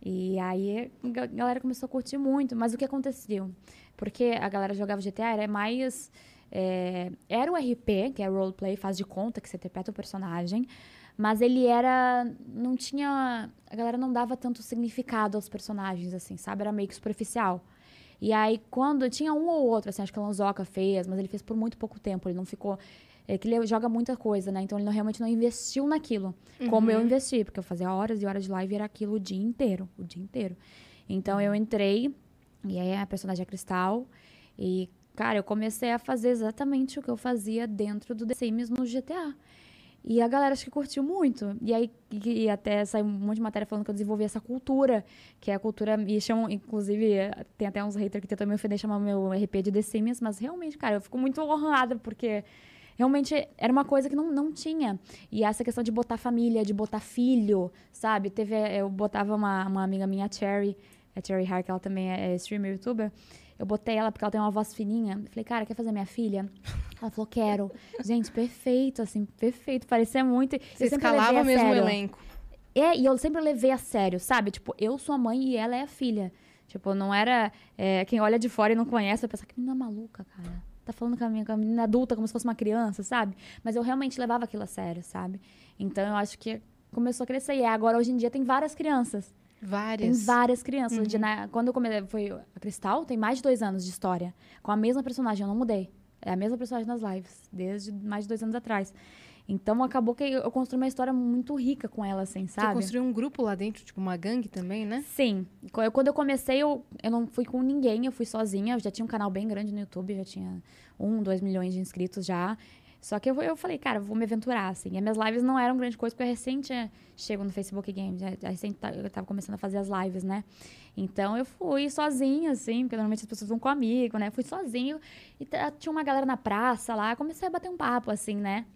Speaker 3: E aí a ga- galera começou a curtir muito. Mas o que aconteceu? Porque a galera jogava GTA, era mais... é, era o RP, que é roleplay, faz de conta, que você interpreta o personagem. Mas ele era... Não tinha... A galera não dava tanto significado aos personagens, assim, sabe? Era meio que superficial. E aí, quando tinha um ou outro, assim, acho que a Lanzoca fez, mas ele fez por muito pouco tempo, ele não ficou. É que ele joga muita coisa, né? Então ele não- realmente não investiu naquilo. Como eu investi, porque eu fazia horas e horas de live e era aquilo o dia inteiro. O dia inteiro. Então eu entrei, e aí a personagem é Cristal, e, cara, eu comecei a fazer exatamente o que eu fazia dentro do The Sims no GTA. E a galera acho que curtiu muito. E aí, e, e até saiu um monte de matéria falando que eu desenvolvi essa cultura, que é a cultura. E chamam, inclusive, eh, tem até uns haters que tentam me ofender chamar meu RP de The Sims, mas realmente, cara, eu fico muito honrada, porque realmente era uma coisa que não, não tinha. E essa questão de botar família, de botar filho, sabe? Teve, eh, eu botava uma, uma amiga minha, a Cherry, a Cherry Har, que ela também é é streamer, youtuber. Eu botei ela porque ela tem uma voz fininha. Falei, cara, quer fazer minha filha? Ela falou, quero. Gente, perfeito, assim, perfeito. Parecia muito. Eu
Speaker 2: Você
Speaker 3: sempre levei
Speaker 2: escalava
Speaker 3: a
Speaker 2: mesmo o
Speaker 3: sério.
Speaker 2: elenco.
Speaker 3: É, e eu sempre levei a sério, sabe? Tipo, eu sou a mãe e ela é a filha. Tipo, não era. é, quem olha de fora e não conhece vai pensar que menina maluca, cara. Tá falando com a, minha, com a menina adulta como se fosse uma criança, sabe? Mas eu realmente levava aquilo a sério, sabe? Então eu acho que começou a crescer. E é, agora, hoje em dia, tem várias crianças. Tem
Speaker 2: Várias.
Speaker 3: várias crianças. Hoje, na- quando eu comecei, foi a Cristal, tem mais de dois anos de história. Com a mesma personagem, eu não mudei. É a mesma personagem nas lives, desde mais de dois anos atrás. Então acabou que eu construí uma história muito rica com ela, assim,
Speaker 2: Você
Speaker 3: sabe?
Speaker 2: construiu um grupo lá dentro, tipo uma gangue também, né?
Speaker 3: Sim. Qu- eu- Quando eu comecei, eu, eu não fui com ninguém, eu fui sozinha. Eu já tinha um canal bem grande no YouTube, já tinha um, dois milhões de inscritos já. Só que eu, eu falei, cara, eu vou me aventurar, assim. E as minhas lives não eram grande coisa, porque eu recente eh, chego no Facebook Games, né? recente tá- eu tava começando a fazer as lives, né? Então eu fui sozinha, assim, porque normalmente as pessoas vão comigo, né? Fui sozinho e tá- tinha uma galera na praça lá, comecei a bater um papo, assim, né?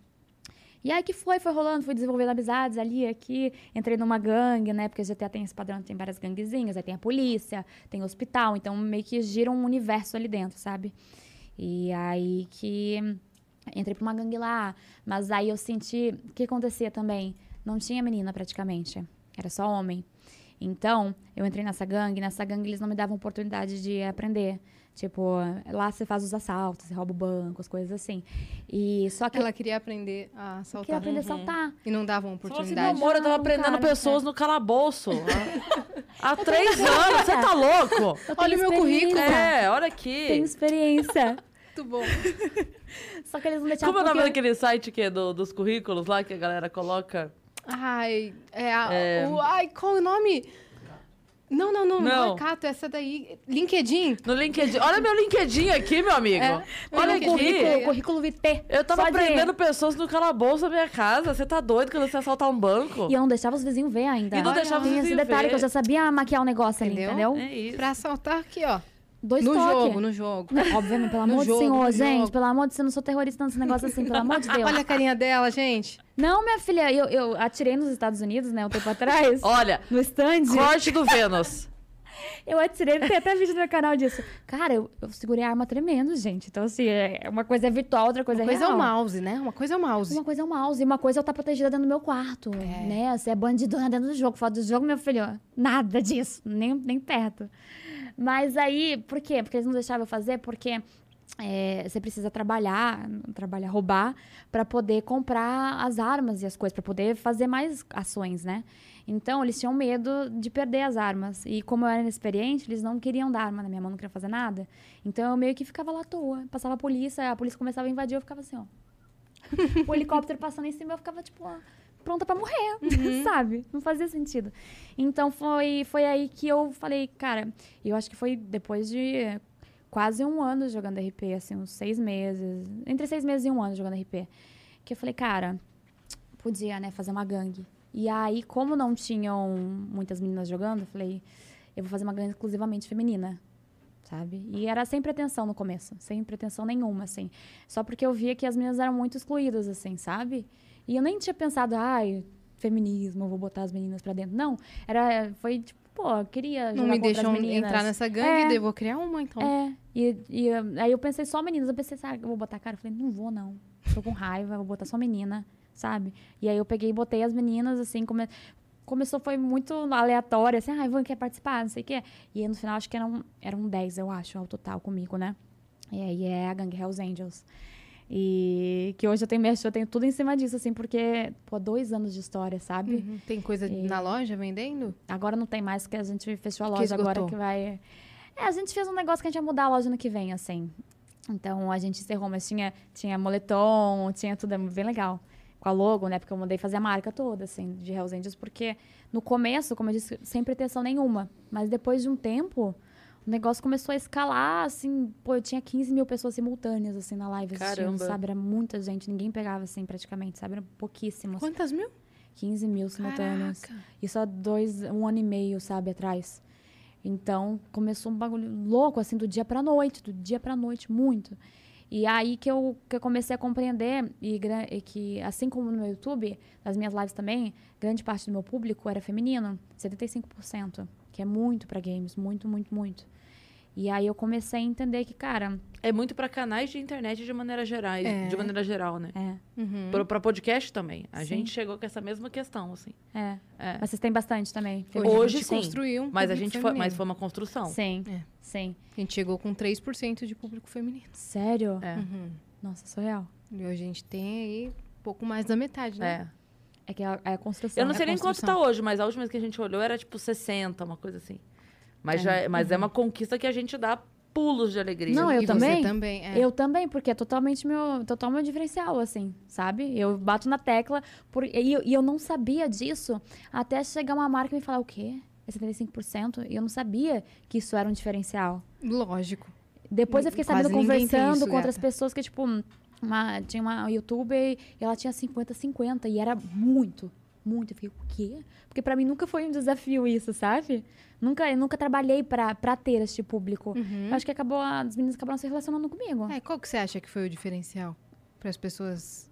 Speaker 3: E aí que foi, foi rolando, fui desenvolvendo amizades ali, aqui, entrei numa gangue, né? Porque GTA tem esse padrão, tem várias ganguezinhas, aí tem a polícia, tem o hospital, então meio que gira um universo ali dentro, sabe? E aí que entrei pra uma gangue lá, mas aí eu senti, o que acontecia também? Não tinha menina praticamente, era só homem. Então, eu entrei nessa gangue, nessa gangue eles não me davam oportunidade de aprender. Tipo, lá você faz os assaltos, você rouba o banco, as coisas assim. E só que
Speaker 2: Ela queria aprender a
Speaker 3: eu
Speaker 2: saltar.
Speaker 3: queria aprender a saltar.
Speaker 2: E não davam
Speaker 1: Falou assim, meu
Speaker 2: oportunidade.
Speaker 1: amor, eu tava
Speaker 3: Não,
Speaker 1: prendendo
Speaker 3: cara,
Speaker 1: pessoas
Speaker 3: sério.
Speaker 1: no calabouço. Há há três anos, você tá louco?
Speaker 3: Eu
Speaker 2: Olha
Speaker 3: tenho
Speaker 2: o meu currículo.
Speaker 3: experiência,
Speaker 1: É, olha
Speaker 3: Tenho
Speaker 1: aqui.
Speaker 3: experiência.
Speaker 2: Muito bom.
Speaker 3: Só que eles não deixavam.
Speaker 1: Como é o nome
Speaker 3: porque-
Speaker 1: daquele site que é do- dos currículos lá que a galera coloca?
Speaker 2: Ai, é a-
Speaker 1: É.
Speaker 2: o- ai, qual o nome? Não, não, não, não,
Speaker 1: Não.
Speaker 2: é Cato, é essa daí. LinkedIn.
Speaker 1: No LinkedIn. Olha meu LinkedIn aqui, meu amigo.
Speaker 2: É, meu
Speaker 1: Olha
Speaker 2: LinkedIn.
Speaker 1: aqui.
Speaker 3: Currículo, currículo VT.
Speaker 1: Eu tava
Speaker 3: Só de-
Speaker 1: prendendo pessoas no calabouço da minha casa. Você tá doido quando você assaltar um banco?
Speaker 3: E eu não deixava os vizinhos ver ainda.
Speaker 1: E não deixava os
Speaker 3: Tem esse
Speaker 1: vizinhos
Speaker 3: detalhe
Speaker 1: ver.
Speaker 3: que eu já sabia maquiar o negócio
Speaker 2: Entendeu?
Speaker 3: ali, entendeu?
Speaker 1: É isso.
Speaker 2: Pra saltar aqui, ó.
Speaker 3: Dois
Speaker 2: no
Speaker 3: toques.
Speaker 2: jogo, no jogo.
Speaker 3: Não, Obviamente, pelo
Speaker 2: No
Speaker 3: amor
Speaker 2: jogo,
Speaker 3: de Senhor,
Speaker 2: no
Speaker 3: gente.
Speaker 2: jogo.
Speaker 3: Pelo amor de Deus, eu não sou terrorista nesse negócio assim, pelo amor de Deus.
Speaker 2: Olha a carinha dela, gente.
Speaker 3: Não, minha filha, eu, eu atirei nos Estados Unidos, né, um tempo atrás.
Speaker 1: Olha,
Speaker 3: No stand.
Speaker 1: corte do Vênus.
Speaker 3: Eu atirei, tem até vídeo no meu canal disso. Cara, eu, eu segurei a arma tremendo, gente. Então, assim, é- uma coisa é virtual, outra coisa
Speaker 2: Uma
Speaker 3: é
Speaker 2: coisa é
Speaker 3: real.
Speaker 2: o mouse, né? Uma coisa é o mouse.
Speaker 3: Uma coisa é o mouse, e uma coisa é eu estar protegida dentro do meu quarto, né? Você é bandidona dentro do jogo, fora do jogo, meu filho, ó, nada disso, nem, nem perto. Mas aí, por quê? Porque eles não deixavam eu fazer, porque é, você precisa trabalhar, trabalhar, roubar, pra poder comprar as armas e as coisas, pra poder fazer mais ações, né? Então, eles tinham medo de perder as armas. E como eu era inexperiente, eles não queriam dar arma na minha mão, não queriam fazer nada. Então, eu meio que ficava lá à toa. Passava a polícia, a polícia começava a invadir, eu ficava assim, ó o helicóptero passando em cima, eu ficava, tipo, ó, pronta pra morrer, sabe? Não fazia sentido. Então foi, foi aí que eu falei, cara, e eu acho que foi depois de eh, quase um ano jogando RP, assim, uns seis meses. Entre seis meses e um ano jogando RP. Que eu falei, cara, podia, né, fazer uma gangue. E aí, como não tinham muitas meninas jogando, eu falei, eu vou fazer uma grande exclusivamente feminina, sabe? E era sem pretensão no começo, sem pretensão nenhuma, assim. Só porque eu via que as meninas eram muito excluídas, assim, sabe? E eu nem tinha pensado, ai, feminismo, eu vou botar as meninas pra dentro. Não, era, foi tipo, pô, eu queria
Speaker 2: Não
Speaker 3: jogar
Speaker 2: me
Speaker 3: contra as
Speaker 2: deixam
Speaker 3: meninas.
Speaker 2: entrar nessa gangue, daí eu vou criar uma, então.
Speaker 3: É, e, e um, aí eu pensei só meninas. Eu pensei, sabe, eu vou botar cara. Eu falei, não vou, não. Tô com raiva, vou botar só menina, sabe? E aí eu peguei e botei as meninas, assim, come... começou, foi muito aleatório, assim, ai, Ivan quer participar, não sei o quê. E aí no final acho que eram, eram 10, eu acho, ao total comigo, né? E aí é a Gangue Hells Angels. E que hoje eu tenho, minha- eu tenho tudo em cima disso, assim, porque, pô, dois anos de história, sabe?
Speaker 2: Uhum. Tem coisa na loja vendendo?
Speaker 3: Agora não tem mais, porque a gente fechou a loja
Speaker 2: esgotou.
Speaker 3: agora que vai. É, a gente fez um negócio que a gente ia mudar a loja no que vem, assim. Então a gente encerrou, mas tinha, tinha moletom, tinha tudo, é bem legal. Com a logo, né? Porque eu mandei fazer a marca toda, assim, de Hells Angels, porque no começo, como eu disse, sem pretensão nenhuma. Mas depois de um tempo, o negócio começou a escalar, assim, pô, eu tinha 15 mil pessoas simultâneas, assim, na live assistindo,
Speaker 1: Caramba.
Speaker 3: sabe? Era muita gente, ninguém pegava, assim, praticamente, sabe? Era pouquíssimos.
Speaker 2: Quantas mil?
Speaker 3: 15 mil simultâneos. Isso há dois, um ano e meio, sabe, atrás. Então, começou um bagulho louco, assim, do dia pra noite, do dia pra noite, muito. E aí que eu, que eu comecei a compreender, e, gra- e que, assim como no meu YouTube, nas minhas lives também, grande parte do meu público era feminino, 75%, que é muito pra games, muito, muito, muito. E aí eu comecei a entender que, cara,
Speaker 1: É muito pra canais de internet de maneira geral,
Speaker 2: É.
Speaker 1: de maneira geral, né?
Speaker 3: é,
Speaker 2: Uhum.
Speaker 1: Pro- Pra podcast também. A
Speaker 3: Sim.
Speaker 1: gente chegou com essa mesma questão, assim.
Speaker 3: é.
Speaker 1: É.
Speaker 3: Mas vocês têm bastante também.
Speaker 2: Hoje,
Speaker 1: Hoje
Speaker 2: a gente
Speaker 1: sim,
Speaker 2: construiu um
Speaker 1: Mas a
Speaker 2: público
Speaker 1: gente foi, mas
Speaker 2: feminino.
Speaker 1: foi uma construção.
Speaker 3: Sim,
Speaker 2: É.
Speaker 3: sim.
Speaker 2: A gente chegou com 3% de público feminino.
Speaker 3: Sério?
Speaker 1: É.
Speaker 2: Uhum.
Speaker 3: Nossa, surreal.
Speaker 2: E hoje a gente tem aí pouco mais da metade, né?
Speaker 1: É.
Speaker 3: É que é a, é a construção.
Speaker 1: Eu não
Speaker 3: né?
Speaker 1: sei nem quanto
Speaker 2: construção.
Speaker 1: tá hoje, mas a última vez que a gente olhou era tipo 60, uma coisa assim. Mas,
Speaker 3: É.
Speaker 1: já, é- mas é uma conquista que a gente dá pulos de alegria. né?
Speaker 3: Não, eu
Speaker 2: e
Speaker 3: também.
Speaker 2: Você também é.
Speaker 3: Eu também, porque é totalmente meu, total meu diferencial, assim, sabe? Eu bato na tecla por, e, eu, e eu não sabia disso até chegar uma marca e me falar o quê? É 75%? E eu não sabia que isso era um diferencial.
Speaker 2: Lógico.
Speaker 3: Depois eu
Speaker 2: Hum,
Speaker 3: fiquei
Speaker 2: quase
Speaker 3: sabendo,
Speaker 2: ninguém tem
Speaker 3: conversando
Speaker 2: isso,
Speaker 3: com outras
Speaker 2: gata.
Speaker 3: pessoas que, tipo, uma- tinha uma youtuber e ela tinha 50-50 e era muito, muito. Eu fiquei, o quê? Porque pra mim nunca foi um desafio isso, sabe? Nunca, eu nunca trabalhei pra, pra ter este público.
Speaker 2: Uhum.
Speaker 3: Eu acho que acabou, as meninas acabaram se relacionando comigo.
Speaker 2: É, qual que você acha que foi o diferencial para as pessoas,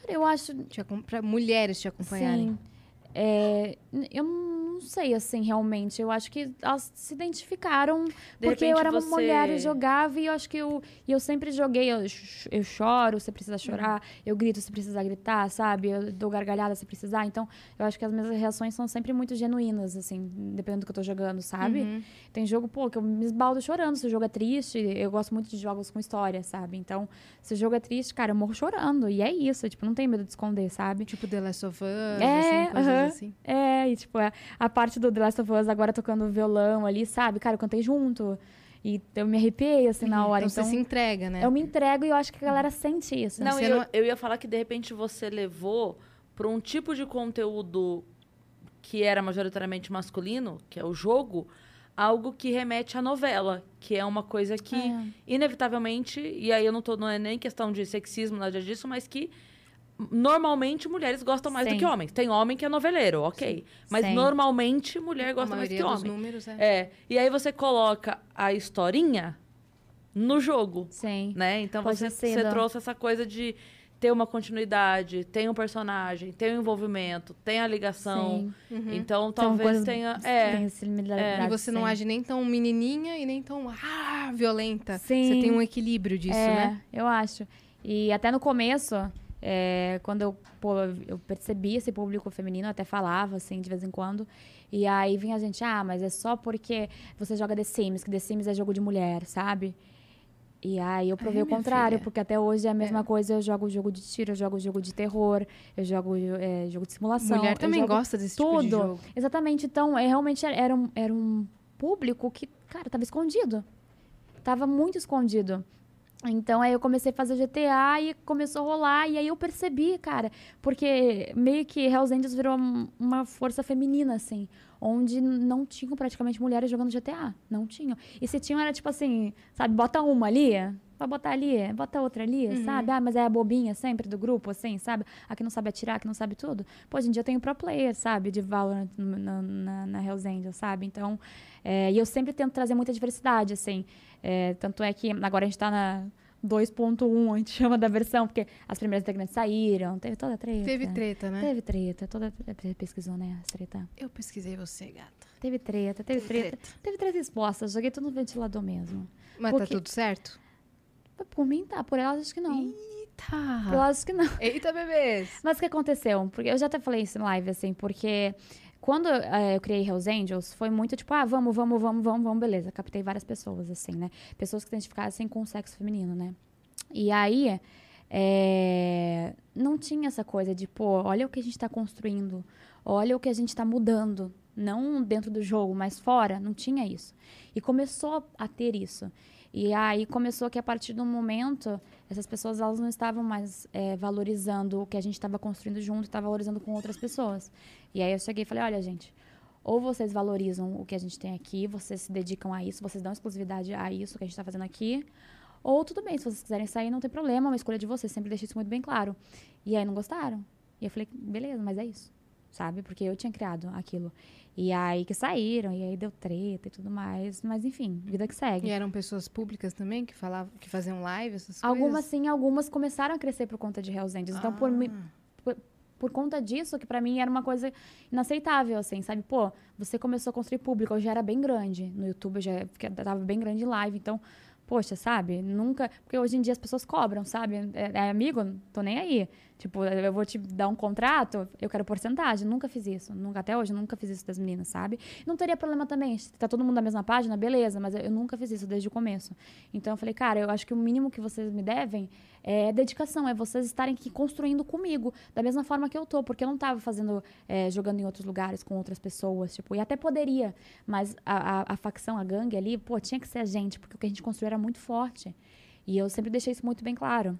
Speaker 3: Cara, eu acho.
Speaker 2: te acom- pra mulheres te acompanharem?
Speaker 3: Sim. É, n- eu não sei, assim, realmente. Eu acho que elas se identificaram. porque eu
Speaker 1: repente
Speaker 3: era uma
Speaker 1: você-
Speaker 3: mulher e jogava. E eu acho que eu, e eu sempre joguei. Eu, ch- eu choro se
Speaker 1: Uhum.
Speaker 3: precisar chorar. Eu grito se precisar gritar, sabe? Eu dou gargalhada se precisar. Então, eu acho que as minhas reações são sempre muito genuínas, assim. Dependendo do que eu tô jogando, sabe?
Speaker 2: Uhum.
Speaker 3: Tem jogo, pô, que eu me esbaldo chorando. Se o jogo é triste, eu gosto muito de jogos com história, sabe? Então, se o jogo é triste, cara, eu morro chorando. E é isso, tipo, não tenho medo de esconder, sabe?
Speaker 2: Tipo The Last of Us,
Speaker 3: É,
Speaker 2: assim, coisas
Speaker 3: aham.
Speaker 2: assim.
Speaker 3: É, e tipo, a, a parte do The Last of Us agora tocando violão ali, sabe? Cara, eu cantei junto. E eu me arrepiei, assim, na hora.
Speaker 2: então,
Speaker 3: Então,
Speaker 2: você se entrega, né?
Speaker 3: eu me entrego e eu acho que a galera sente isso. assim.
Speaker 1: Não,
Speaker 2: Você
Speaker 1: eu,
Speaker 2: não-
Speaker 1: eu ia falar que de repente você levou para um tipo de conteúdo que era majoritariamente masculino, que é o jogo, algo que remete à novela, que é uma coisa que,
Speaker 3: É.
Speaker 1: inevitavelmente, e aí eu não tô, não é nem questão de sexismo, nada disso, mas que normalmente mulheres gostam mais
Speaker 3: Sim.
Speaker 1: do que homens. Tem homem que é noveleiro, ok. Mas
Speaker 3: Sim.
Speaker 1: normalmente mulher
Speaker 2: A
Speaker 1: gosta mais do
Speaker 2: maioria
Speaker 1: que
Speaker 2: dos
Speaker 1: homem.
Speaker 2: números é.
Speaker 1: É. E aí você coloca a historinha no jogo
Speaker 3: Sim.
Speaker 1: né? Então
Speaker 3: Pode
Speaker 1: você,
Speaker 3: ser,
Speaker 1: você
Speaker 3: Dan.
Speaker 1: trouxe essa coisa de ter uma continuidade, tem um personagem, tem um envolvimento, tem a ligação.
Speaker 3: Sim.
Speaker 2: Uhum.
Speaker 1: Então
Speaker 3: São
Speaker 1: talvez
Speaker 3: coisas-
Speaker 1: tenha.
Speaker 3: Tem
Speaker 1: É,
Speaker 3: essa similaridade,
Speaker 2: E você não
Speaker 3: sim.
Speaker 2: age nem tão menininha e nem tão ah, violenta.
Speaker 3: Sim.
Speaker 2: Você tem um equilíbrio disso,
Speaker 3: é,
Speaker 2: né?
Speaker 3: eu acho. E até no começo, é, quando eu, pô, eu percebi esse público feminino, eu até falava, assim, de vez em quando. E aí vinha a gente, ah, mas é só porque você joga The Sims, que The Sims é jogo de mulher, sabe? E aí eu provei
Speaker 2: É,
Speaker 3: o
Speaker 2: minha
Speaker 3: contrário,
Speaker 2: filha.
Speaker 3: porque até hoje é a mesma coisa, eu jogo jogo de tiro, eu jogo jogo de terror, eu jogo é, jogo de simulação. eu
Speaker 2: Mulher também
Speaker 3: jogo
Speaker 2: gosta desse tipo de
Speaker 3: tudo.
Speaker 2: jogo.
Speaker 3: Exatamente. Então, é, realmente era- era um, era um público que, cara, tava escondido. Tava muito escondido. Então aí eu comecei a fazer GTA e começou a rolar. E aí eu percebi, cara, porque meio que Hells Angels virou um- uma força feminina, assim. Onde não tinham praticamente mulheres jogando GTA. Não tinham. E se tinham, era tipo assim, sabe, bota uma ali, vai botar ali, bota outra ali,
Speaker 2: Uhum.
Speaker 3: sabe? Ah, mas é a bobinha sempre do grupo, assim, sabe? A que não sabe atirar, a que não sabe tudo. Pô, hoje em dia eu tenho pro player, sabe? De Valorant no- na, na, na Hells Angels, sabe? Então, é, e eu sempre tento trazer muita diversidade, assim. É, tanto é que agora a gente tá na 2.1, a gente chama da versão, porque as primeiras integrantes saíram, teve toda a treta.
Speaker 2: Teve treta, né?
Speaker 3: Teve treta, toda pesquisou, né? As treta.
Speaker 2: Eu pesquisei você, gata.
Speaker 3: Teve treta, teve,
Speaker 2: Teve
Speaker 3: treta. Teve três respostas, joguei tudo no ventilador mesmo.
Speaker 2: Mas
Speaker 3: Porque-
Speaker 2: tá tudo certo?
Speaker 3: Por mim tá, por elas acho que não. Por
Speaker 2: Eita!
Speaker 3: elas acho que não.
Speaker 2: Eita, bebês!
Speaker 3: Mas o que aconteceu? Porque eu já até falei isso em live, assim, porque quando eh, eu criei Hells Angels, foi muito tipo, ah, vamos, vamos, vamos, vamos, vamos, beleza. Captei várias pessoas, assim, né? Pessoas que se identificassem com o sexo feminino, né? E aí, eh, não tinha essa coisa de, pô, olha o que a gente tá construindo, olha o que a gente tá mudando. Não dentro do jogo, mas fora, não tinha isso. E começou a ter isso. E aí começou que a partir do momento essas pessoas elas não estavam mais eh, valorizando o que a gente estava construindo junto, estava valorizando com outras pessoas. E aí eu cheguei e falei, olha gente, ou vocês valorizam o que a gente tem aqui, vocês se dedicam a isso, vocês dão exclusividade a isso que a gente está fazendo aqui, ou tudo bem, se vocês quiserem sair não tem problema, é uma escolha de vocês, sempre deixei isso muito bem claro. E aí não gostaram. E eu falei, beleza, mas é isso, sabe? Porque eu tinha criado aquilo. E aí que saíram, e aí deu treta e tudo mais, mas enfim, vida que segue.
Speaker 2: E é eram pessoas públicas também que falavam, que faziam live, essas
Speaker 3: Algumas
Speaker 2: coisas? Ah.
Speaker 3: sim, algumas começaram a crescer por conta de Hells Angels. Então, por, mi- por, por conta disso, que pra mim era uma coisa inaceitável, assim, sabe? Pô, você começou a construir público, eu já era bem grande no YouTube, eu já fica- tava bem grande em live, então... Poxa, sabe? Nunca. Porque hoje em dia as pessoas cobram, sabe? É, é amigo? Tô nem aí. Tipo, eu vou te dar um contrato, eu quero porcentagem. Nunca fiz isso. Nunca, até hoje, nunca fiz isso das meninas, sabe? Não teria problema também. Se tá todo mundo na mesma página, beleza, mas eu, eu nunca fiz isso desde o começo. Então eu falei, cara, eu acho que o mínimo que vocês me devem é dedicação, é vocês estarem aqui construindo comigo, da mesma forma que eu tô, porque eu não tava fazendo, eh, jogando em outros lugares com outras pessoas, tipo, e até poderia, mas a, a, a facção, a gangue ali, pô, tinha que ser a gente, porque o que a gente construiu era muito forte. E eu sempre deixei isso muito bem claro.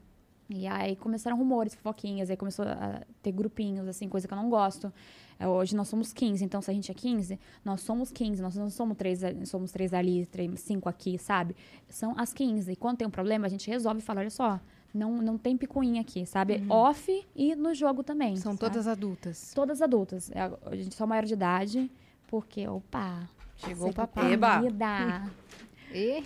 Speaker 3: E aí começaram rumores, fofoquinhas, aí começou a ter grupinhos, assim, coisa que eu não gosto. É, Hoje nós somos 15, então se a gente é 15, nós somos 15, nós não somos três, a- somos três ali, três, cinco aqui, sabe? São as 15. E quando tem um problema, a gente resolve e fala, olha só, não, não tem picuinha aqui, sabe? Off e no jogo também.
Speaker 2: Uhum. São
Speaker 3: sabe?
Speaker 2: todas adultas.
Speaker 3: Todas adultas. É, A gente só maior de idade, porque, opa...
Speaker 2: Chegou o
Speaker 3: você
Speaker 2: papai.
Speaker 1: Eba.
Speaker 3: Vida.
Speaker 2: E...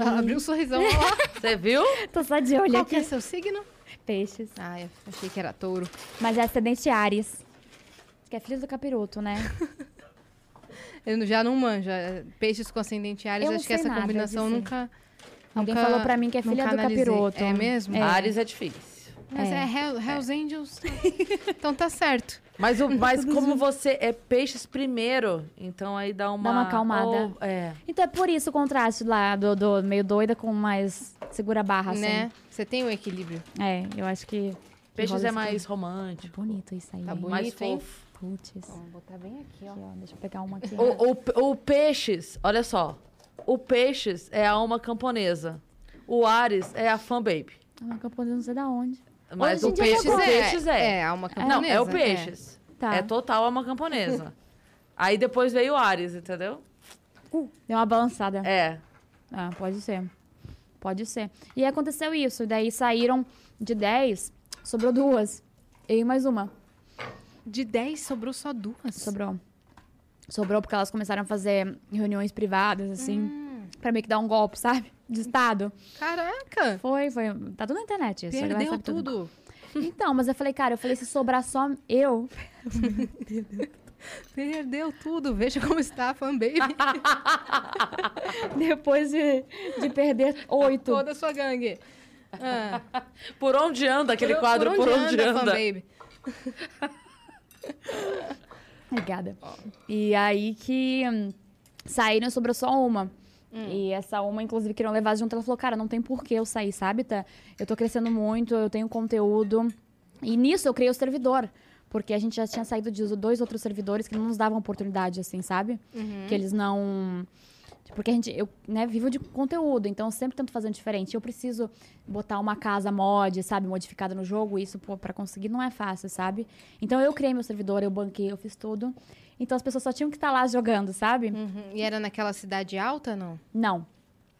Speaker 2: Abriu um sorrisão, olha lá.
Speaker 1: Você viu?
Speaker 3: Tô só de olho
Speaker 2: Qual que é
Speaker 3: aqui.
Speaker 2: seu signo?
Speaker 3: Peixes.
Speaker 2: Ah, eu achei que era touro.
Speaker 3: Mas é ascendente Ares. Que é filho do capiroto, né?
Speaker 2: Eu já não manja. Peixes com ascendente Ares,
Speaker 3: Eu não
Speaker 2: acho que
Speaker 3: sei
Speaker 2: essa
Speaker 3: nada
Speaker 2: combinação
Speaker 3: disso.
Speaker 2: nunca.
Speaker 3: Alguém
Speaker 2: nunca-
Speaker 3: falou pra mim que é filha
Speaker 2: nunca
Speaker 3: do
Speaker 2: analisei.
Speaker 3: capiroto.
Speaker 2: É mesmo?
Speaker 3: É.
Speaker 1: Ares é difícil.
Speaker 2: Mas é,
Speaker 3: É.
Speaker 2: Hell- Hells Angels. então tá certo.
Speaker 1: Mas, o, mas como você é peixes primeiro, então aí dá uma...
Speaker 3: Dá uma acalmada.
Speaker 1: Ou- é.
Speaker 3: Então é por isso o contraste lá do, do meio doida com mais segura barra, assim.
Speaker 2: Né? Você tem o equilíbrio.
Speaker 3: É, eu acho que. que
Speaker 1: Peixes
Speaker 3: rola
Speaker 1: é
Speaker 3: isso
Speaker 1: mais
Speaker 3: também.
Speaker 1: romântico,
Speaker 3: Tá bonito isso aí.
Speaker 2: Tá
Speaker 3: hein? É.
Speaker 2: bonito.
Speaker 1: mais
Speaker 2: hein?
Speaker 1: fofo.
Speaker 3: Putz. Aqui,
Speaker 2: Vou botar bem aqui,
Speaker 3: ó, Deixa eu pegar uma aqui.
Speaker 1: O, o, o peixes, olha só. O peixes é a alma camponesa. O Ares é a fan baby.
Speaker 3: Ah, mas que eu posso não sei da onde.
Speaker 1: Mas
Speaker 3: Hoje em
Speaker 1: o
Speaker 3: dia
Speaker 1: peixes,
Speaker 3: mudou.
Speaker 1: o peixes é.
Speaker 2: É, alma camponesa.
Speaker 1: Não, é o
Speaker 2: é.
Speaker 1: peixes.
Speaker 3: Tá.
Speaker 1: É total alma camponesa. Aí depois veio o Ares, entendeu?
Speaker 3: Deu uma balançada.
Speaker 1: É.
Speaker 3: Ah, pode ser. Pode ser. E aí aconteceu isso. Daí saíram de 10, sobrou duas. Eu e mais uma.
Speaker 2: É. De 10 sobrou só duas.
Speaker 3: Sobrou. Sobrou porque elas começaram a fazer reuniões privadas, assim, pra meio que dar um golpe, sabe? De Estado.
Speaker 2: Caraca!
Speaker 3: Foi, foi. Tá tudo na internet isso. a galera
Speaker 2: Perdeu
Speaker 3: sabe
Speaker 2: tudo.
Speaker 3: Então, mas eu falei, cara, eu falei, se sobrar só eu.
Speaker 2: Perdeu tudo. Veja como está a fanbaby.
Speaker 3: Depois de, de perder oito.
Speaker 2: Toda a sua gangue. Ah,
Speaker 1: Por onde anda aquele quadro? Por onde,
Speaker 2: a
Speaker 1: anda?
Speaker 2: fanbaby?
Speaker 3: Obrigada. E aí que hum, saíram, sobrou só uma. E essa uma, inclusive, queriam levar junto. Ela falou, cara, não tem porquê eu sair, sabe, tá? Eu tô crescendo muito, eu tenho conteúdo. E nisso eu criei o servidor. Porque a gente já tinha saído de dois outros servidores que não nos davam oportunidade, assim, sabe? Que eles não... Tipo, Porque a gente, eu né, vivo de conteúdo, então eu sempre tento fazer um diferente. Eu preciso botar uma casa mod, sabe, modificada no jogo, isso pô, pra conseguir não é fácil, sabe? Então eu criei meu servidor, eu banquei, eu fiz tudo. Então as pessoas só tinham que estar lá jogando, sabe?
Speaker 2: Uhum. E era naquela cidade alta, não?
Speaker 3: Não.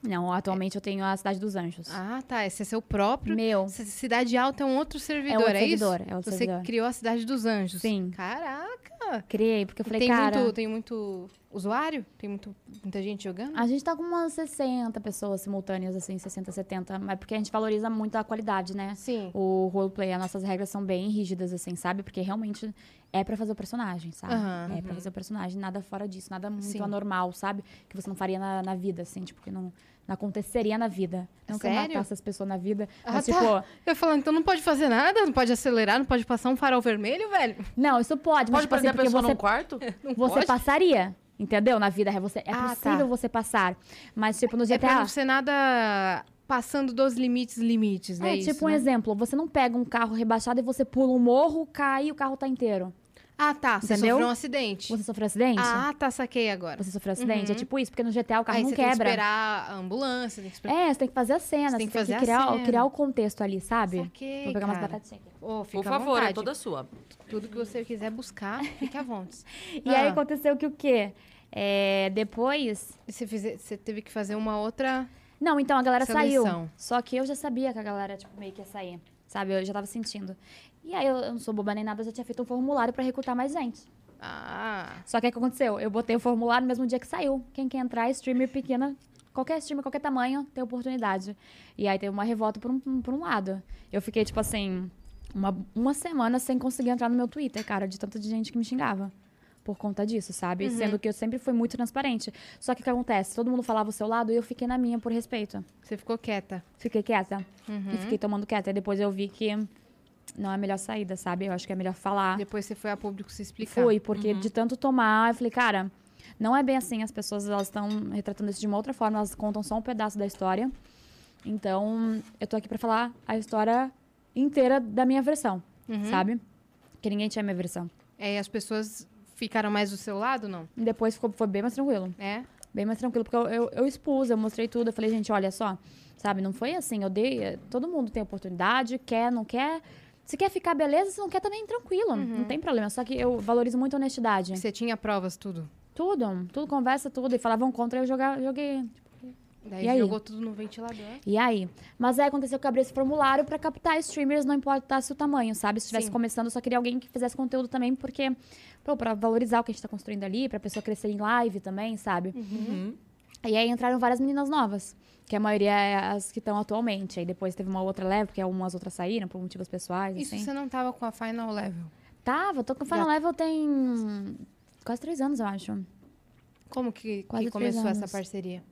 Speaker 3: Não, atualmente eu tenho a Cidade dos Anjos.
Speaker 2: Ah, tá. Esse é seu próprio.
Speaker 3: Meu.
Speaker 2: C- Cidade Alta é um outro servidor, é,
Speaker 3: outro
Speaker 2: isso?
Speaker 3: servidor, é outro
Speaker 2: Você
Speaker 3: servidor.
Speaker 2: criou a Cidade dos Anjos.
Speaker 3: Sim.
Speaker 2: Caraca!
Speaker 3: Criei, porque eu falei,
Speaker 2: tem,
Speaker 3: cara.
Speaker 2: muito, tem muito usuário? Tem muito, muita gente jogando?
Speaker 3: A gente tá com umas 60 pessoas simultâneas, assim, 60, 70. Mas porque a gente valoriza muito a qualidade, né?
Speaker 2: Sim.
Speaker 3: O roleplay, as nossas regras são bem rígidas, assim, sabe? Porque realmente é pra fazer o personagem, sabe?
Speaker 2: Aham. uhum.
Speaker 3: É pra fazer o personagem, nada fora disso, nada muito
Speaker 2: Sim.
Speaker 3: anormal, sabe? Que você não faria na, na vida, assim, tipo, que não, não aconteceria na vida. Não que eu
Speaker 2: Sério?
Speaker 3: matasse as pessoas na vida.
Speaker 2: Ah,
Speaker 3: mas,
Speaker 2: tá.
Speaker 3: tipo,
Speaker 2: Eu falando, então não pode fazer nada, não pode acelerar, não pode passar um farol vermelho, velho.
Speaker 3: não, isso pode,
Speaker 1: Pode
Speaker 3: mas tipo, assim,
Speaker 1: prender a
Speaker 3: porque
Speaker 1: pessoa
Speaker 3: você
Speaker 1: num quarto?
Speaker 2: Não
Speaker 3: você
Speaker 2: pode.
Speaker 3: passaria. Entendeu? Na vida é você, é
Speaker 2: Ah,
Speaker 3: possível
Speaker 2: tá.
Speaker 3: você passar. Mas, tipo, no GTA.
Speaker 2: É pra não ser nada passando dos limites, limites, né?
Speaker 3: É,
Speaker 2: Isso,
Speaker 3: tipo um
Speaker 2: né?
Speaker 3: exemplo, você não pega um carro rebaixado e você pula um morro, cai e o carro tá inteiro.
Speaker 2: Ah, tá. Você
Speaker 3: Entendeu?
Speaker 2: sofreu um acidente.
Speaker 3: Você sofreu acidente?
Speaker 2: Ah, tá, saquei agora.
Speaker 3: Você sofreu acidente? É tipo isso, porque no GTA o carro
Speaker 2: Uhum. Aí
Speaker 3: não
Speaker 2: você tem que
Speaker 3: quebra.
Speaker 2: esperar a ambulância, tem que esperar.
Speaker 3: É, você tem que fazer a cena,
Speaker 2: Você
Speaker 3: você
Speaker 2: tem
Speaker 3: tem
Speaker 2: que
Speaker 3: que,
Speaker 2: fazer a
Speaker 3: criar,
Speaker 2: cena.
Speaker 3: criar o contexto ali, sabe?
Speaker 2: Saquei,
Speaker 3: Vou pegar umas
Speaker 2: cara.
Speaker 3: batatinhas aqui.
Speaker 2: Ô, fica
Speaker 1: Por
Speaker 2: à
Speaker 1: favor,
Speaker 2: vontade.
Speaker 1: é toda sua.
Speaker 2: Tudo que você quiser buscar, fique à vontade.
Speaker 3: E aí
Speaker 2: Ah.
Speaker 3: aconteceu que o quê? É, depois.
Speaker 2: E Você, fize- você teve que fazer uma outra.
Speaker 3: Não, então a galera
Speaker 2: Seleção.
Speaker 3: saiu. Só que eu já sabia que a galera, tipo, meio que ia sair. Sabe? Eu já tava sentindo. E aí eu, eu não sou boba nem nada, eu já tinha feito um formulário pra recrutar mais gente.
Speaker 2: Ah,
Speaker 3: Só que aí o que aconteceu? Eu botei o formulário no mesmo dia que saiu. Quem quer entrar, streamer pequena, qualquer streamer, qualquer tamanho, tem oportunidade. E aí teve uma revolta por um, por um lado. Eu fiquei, tipo assim, uma, uma semana sem conseguir entrar no meu Twitter, cara, de tanta gente que me xingava. Por conta disso, sabe? Sendo que eu sempre fui muito transparente. Só que o que acontece? Todo mundo falava o seu lado e eu fiquei na minha por respeito.
Speaker 2: você ficou quieta.
Speaker 3: Fiquei quieta. E fiquei tomando quieta. E depois eu vi que não é a melhor saída, sabe? Eu acho que é melhor falar.
Speaker 2: Depois você foi a público se explicar.
Speaker 3: Fui, porque de tanto tomar, eu falei, cara, não é bem assim. As pessoas elas estão retratando isso de uma outra forma, elas contam só um pedaço da história. Então, eu tô aqui pra falar a história inteira da minha versão, sabe? Que ninguém tinha a minha versão.
Speaker 2: É, as pessoas ficaram mais do seu lado, não?
Speaker 3: E depois ficou, foi bem mais tranquilo.
Speaker 2: É?
Speaker 3: Bem mais tranquilo, porque eu, eu, eu expus, eu mostrei tudo, eu falei, gente, olha só, sabe, não foi assim, eu dei. Todo mundo tem oportunidade, quer, não quer. Se quer ficar beleza, se não quer também, tranquilo. Não tem problema. Só que eu valorizo muito a honestidade.
Speaker 2: Você tinha provas, tudo.
Speaker 3: Tudo, tudo conversa, tudo. E falavam contra, eu joga- joguei.
Speaker 2: Daí
Speaker 3: E aí?
Speaker 2: jogou tudo no ventilador.
Speaker 3: E aí? Mas aí aconteceu que eu abri esse formulário pra captar streamers, não importasse o tamanho, sabe? Se estivesse
Speaker 2: Sim.
Speaker 3: começando, eu só queria alguém que fizesse conteúdo também, porque, pô, pra valorizar o que a gente tá construindo ali, pra pessoa crescer em live também, sabe?
Speaker 1: Uhum.
Speaker 3: E aí entraram várias meninas novas, que a maioria é as que estão atualmente. Aí depois teve uma outra leve, porque algumas outras saíram por motivos pessoais,
Speaker 2: Isso é
Speaker 3: assim.
Speaker 2: você não tava com a final level.
Speaker 3: Tava, tô com o Final Level tem quase três anos, eu acho.
Speaker 2: Como que, que
Speaker 3: Quase três
Speaker 2: começou essa
Speaker 3: anos.
Speaker 2: parceria?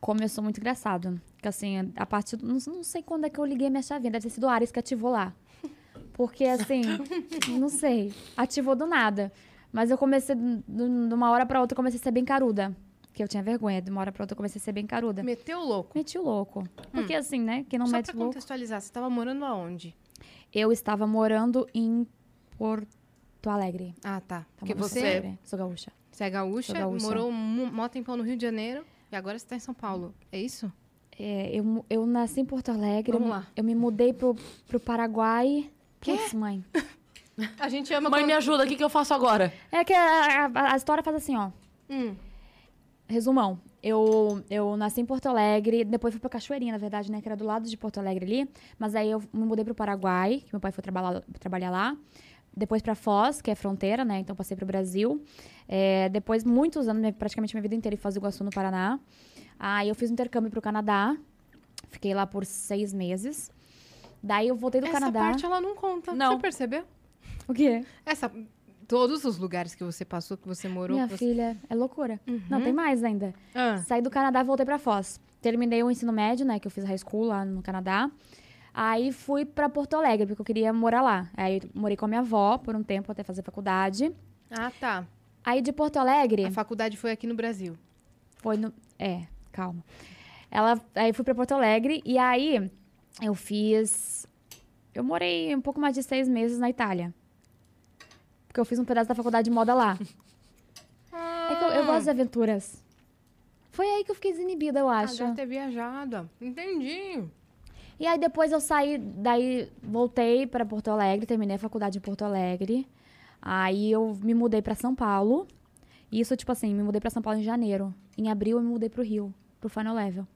Speaker 3: começou muito engraçado. Porque assim, a partir. do- Não, não sei quando é que eu liguei a minha chavinha. Deve ter sido o Ares que ativou lá. Porque assim, não sei. Ativou do nada. Mas eu comecei, de de uma hora pra outra, eu comecei a ser bem caruda. Que eu tinha vergonha. De uma hora pra outra, eu comecei a ser bem caruda.
Speaker 2: Meteu o louco.
Speaker 3: Meti o louco. Porque assim, né? Quem não
Speaker 2: Hum. Só
Speaker 3: mete
Speaker 2: pra
Speaker 3: o louco.
Speaker 2: contextualizar, você tava morando aonde?
Speaker 3: Eu estava morando em Porto Alegre.
Speaker 2: Ah, tá.
Speaker 3: Tava
Speaker 2: Porque
Speaker 3: morando em
Speaker 2: você,
Speaker 3: Porto Alegre. Sou gaúcha.
Speaker 2: você é gaúcha,
Speaker 3: Sou gaúcha.
Speaker 2: morou mu- mó tempão no Rio de Janeiro e agora você tá em São Paulo. É isso?
Speaker 3: É, eu, mu- eu nasci em Porto Alegre.
Speaker 2: Vamos
Speaker 3: eu,
Speaker 2: lá.
Speaker 3: eu me mudei pro, pro Paraguai.
Speaker 2: Quê?
Speaker 3: Putz, mãe.
Speaker 2: A gente ama
Speaker 1: Mãe,
Speaker 2: quando-
Speaker 1: me ajuda, o que, que eu faço agora?
Speaker 3: É que a, a- a história faz assim, ó.
Speaker 2: Hum.
Speaker 3: Resumão. Eu, eu nasci em Porto Alegre, depois fui pra Cachoeirinha, na verdade, né? Que era do lado de Porto Alegre ali. Mas aí eu me mudei pro Paraguai, que meu pai foi trabalhar, trabalhar lá. Depois pra Foz, que é fronteira, né? Então passei pro Brasil. É, depois, muitos anos, minha- praticamente minha vida inteira em Foz do Iguaçu, no Paraná. Aí eu fiz um intercâmbio pro Canadá. Fiquei lá por seis meses. Daí eu voltei é do
Speaker 2: Essa
Speaker 3: Canadá.
Speaker 2: parte ela não conta.
Speaker 1: Não.
Speaker 2: Você percebeu?
Speaker 3: O quê?
Speaker 2: Essa... Todos os lugares que você passou, que você morou.
Speaker 3: Minha
Speaker 2: que você-
Speaker 3: filha, é loucura.
Speaker 2: Uhum.
Speaker 3: Não, tem mais ainda.
Speaker 2: Ah.
Speaker 3: Saí do Canadá e voltei pra Foz. Terminei o ensino médio, né? Que eu fiz high school lá no Canadá. Aí fui pra Porto Alegre, porque eu queria morar lá. Aí eu morei com a minha avó por um tempo até fazer faculdade.
Speaker 2: Ah, tá.
Speaker 3: Aí de Porto
Speaker 2: A
Speaker 3: Alegre,
Speaker 2: faculdade foi aqui no Brasil.
Speaker 3: foi no. É, calma. Ela, aí fui pra Porto Alegre e aí eu fiz. Eu morei um pouco mais de seis meses na Itália. Porque eu fiz um pedaço da faculdade de moda lá. É que eu, eu gosto de aventuras. Foi aí que eu fiquei desinibida, eu acho.
Speaker 2: Ah, deve ter viajado. Entendi.
Speaker 3: E aí depois eu saí, daí voltei pra Porto Alegre, terminei a faculdade em Porto Alegre. Aí eu me mudei pra São Paulo. Isso, tipo assim, me mudei pra São Paulo em janeiro. Em abril eu me mudei pro Rio, pro Final Level.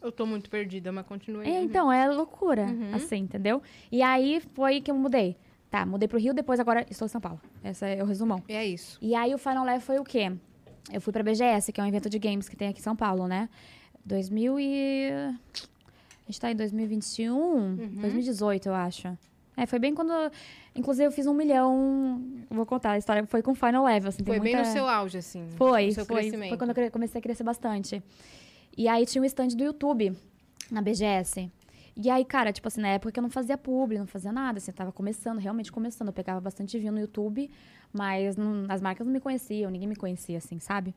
Speaker 2: Eu tô muito perdida, mas continue.
Speaker 3: É, então, é loucura, assim, entendeu? E aí foi que eu mudei. Tá, mudei pro Rio, depois agora estou em São Paulo. Esse é o resumão.
Speaker 2: É isso.
Speaker 3: E aí o Final Level foi o quê? Eu fui pra BGS, que é um evento de games que tem aqui em São Paulo, né? 2000 e... A gente tá em 2021,
Speaker 2: Uhum.
Speaker 3: 2018, eu acho. É, foi bem quando... Inclusive, eu fiz um milhão... Vou contar a história. Foi com Final Level, assim. tem
Speaker 2: Foi bem no
Speaker 3: muita-
Speaker 2: seu auge, assim.
Speaker 3: foi,
Speaker 2: no seu
Speaker 3: foi,
Speaker 2: crescimento.
Speaker 3: foi quando eu cre- comecei a crescer bastante. E aí tinha um stand do YouTube na BGS. E aí, cara, tipo assim, na época que eu não fazia publi, não fazia nada, assim, eu tava começando, realmente começando. Eu pegava bastante vinho no YouTube, mas não- as marcas não me conheciam, ninguém me conhecia, assim, sabe?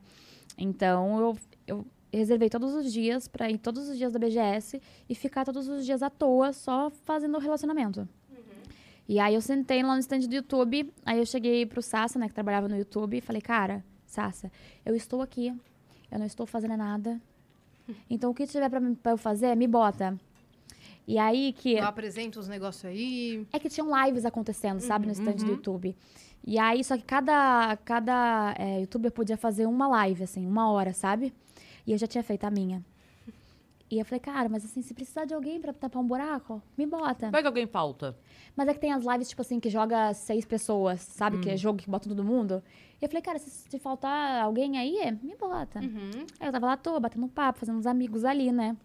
Speaker 3: Então eu, eu reservei todos os dias pra ir todos os dias da BGS e ficar todos os dias à toa só fazendo relacionamento. E aí eu sentei lá no stand do YouTube, aí eu cheguei pro Sassa, né, que trabalhava no YouTube, e falei, cara, Sassa, eu estou aqui, eu não estou fazendo nada. Então o que tiver pra, mim- pra eu fazer, me bota. E aí que.
Speaker 2: Eu apresento os negócios aí.
Speaker 3: É que tinham lives acontecendo, sabe, no stand do YouTube. E aí, só que cada, cada é, youtuber podia fazer uma live, assim, uma hora, sabe? E eu já tinha feito a minha. E eu falei, cara, mas assim, se precisar de alguém pra tapar um buraco, me bota.
Speaker 1: Vai que alguém falta.
Speaker 3: Mas é que tem as lives, tipo assim, que joga seis pessoas, sabe? Que é jogo que bota todo mundo. E eu falei, cara, se, se faltar alguém aí, é, me bota.
Speaker 2: Uhum.
Speaker 3: Aí eu tava lá à toa, batendo papo, fazendo uns amigos ali, né?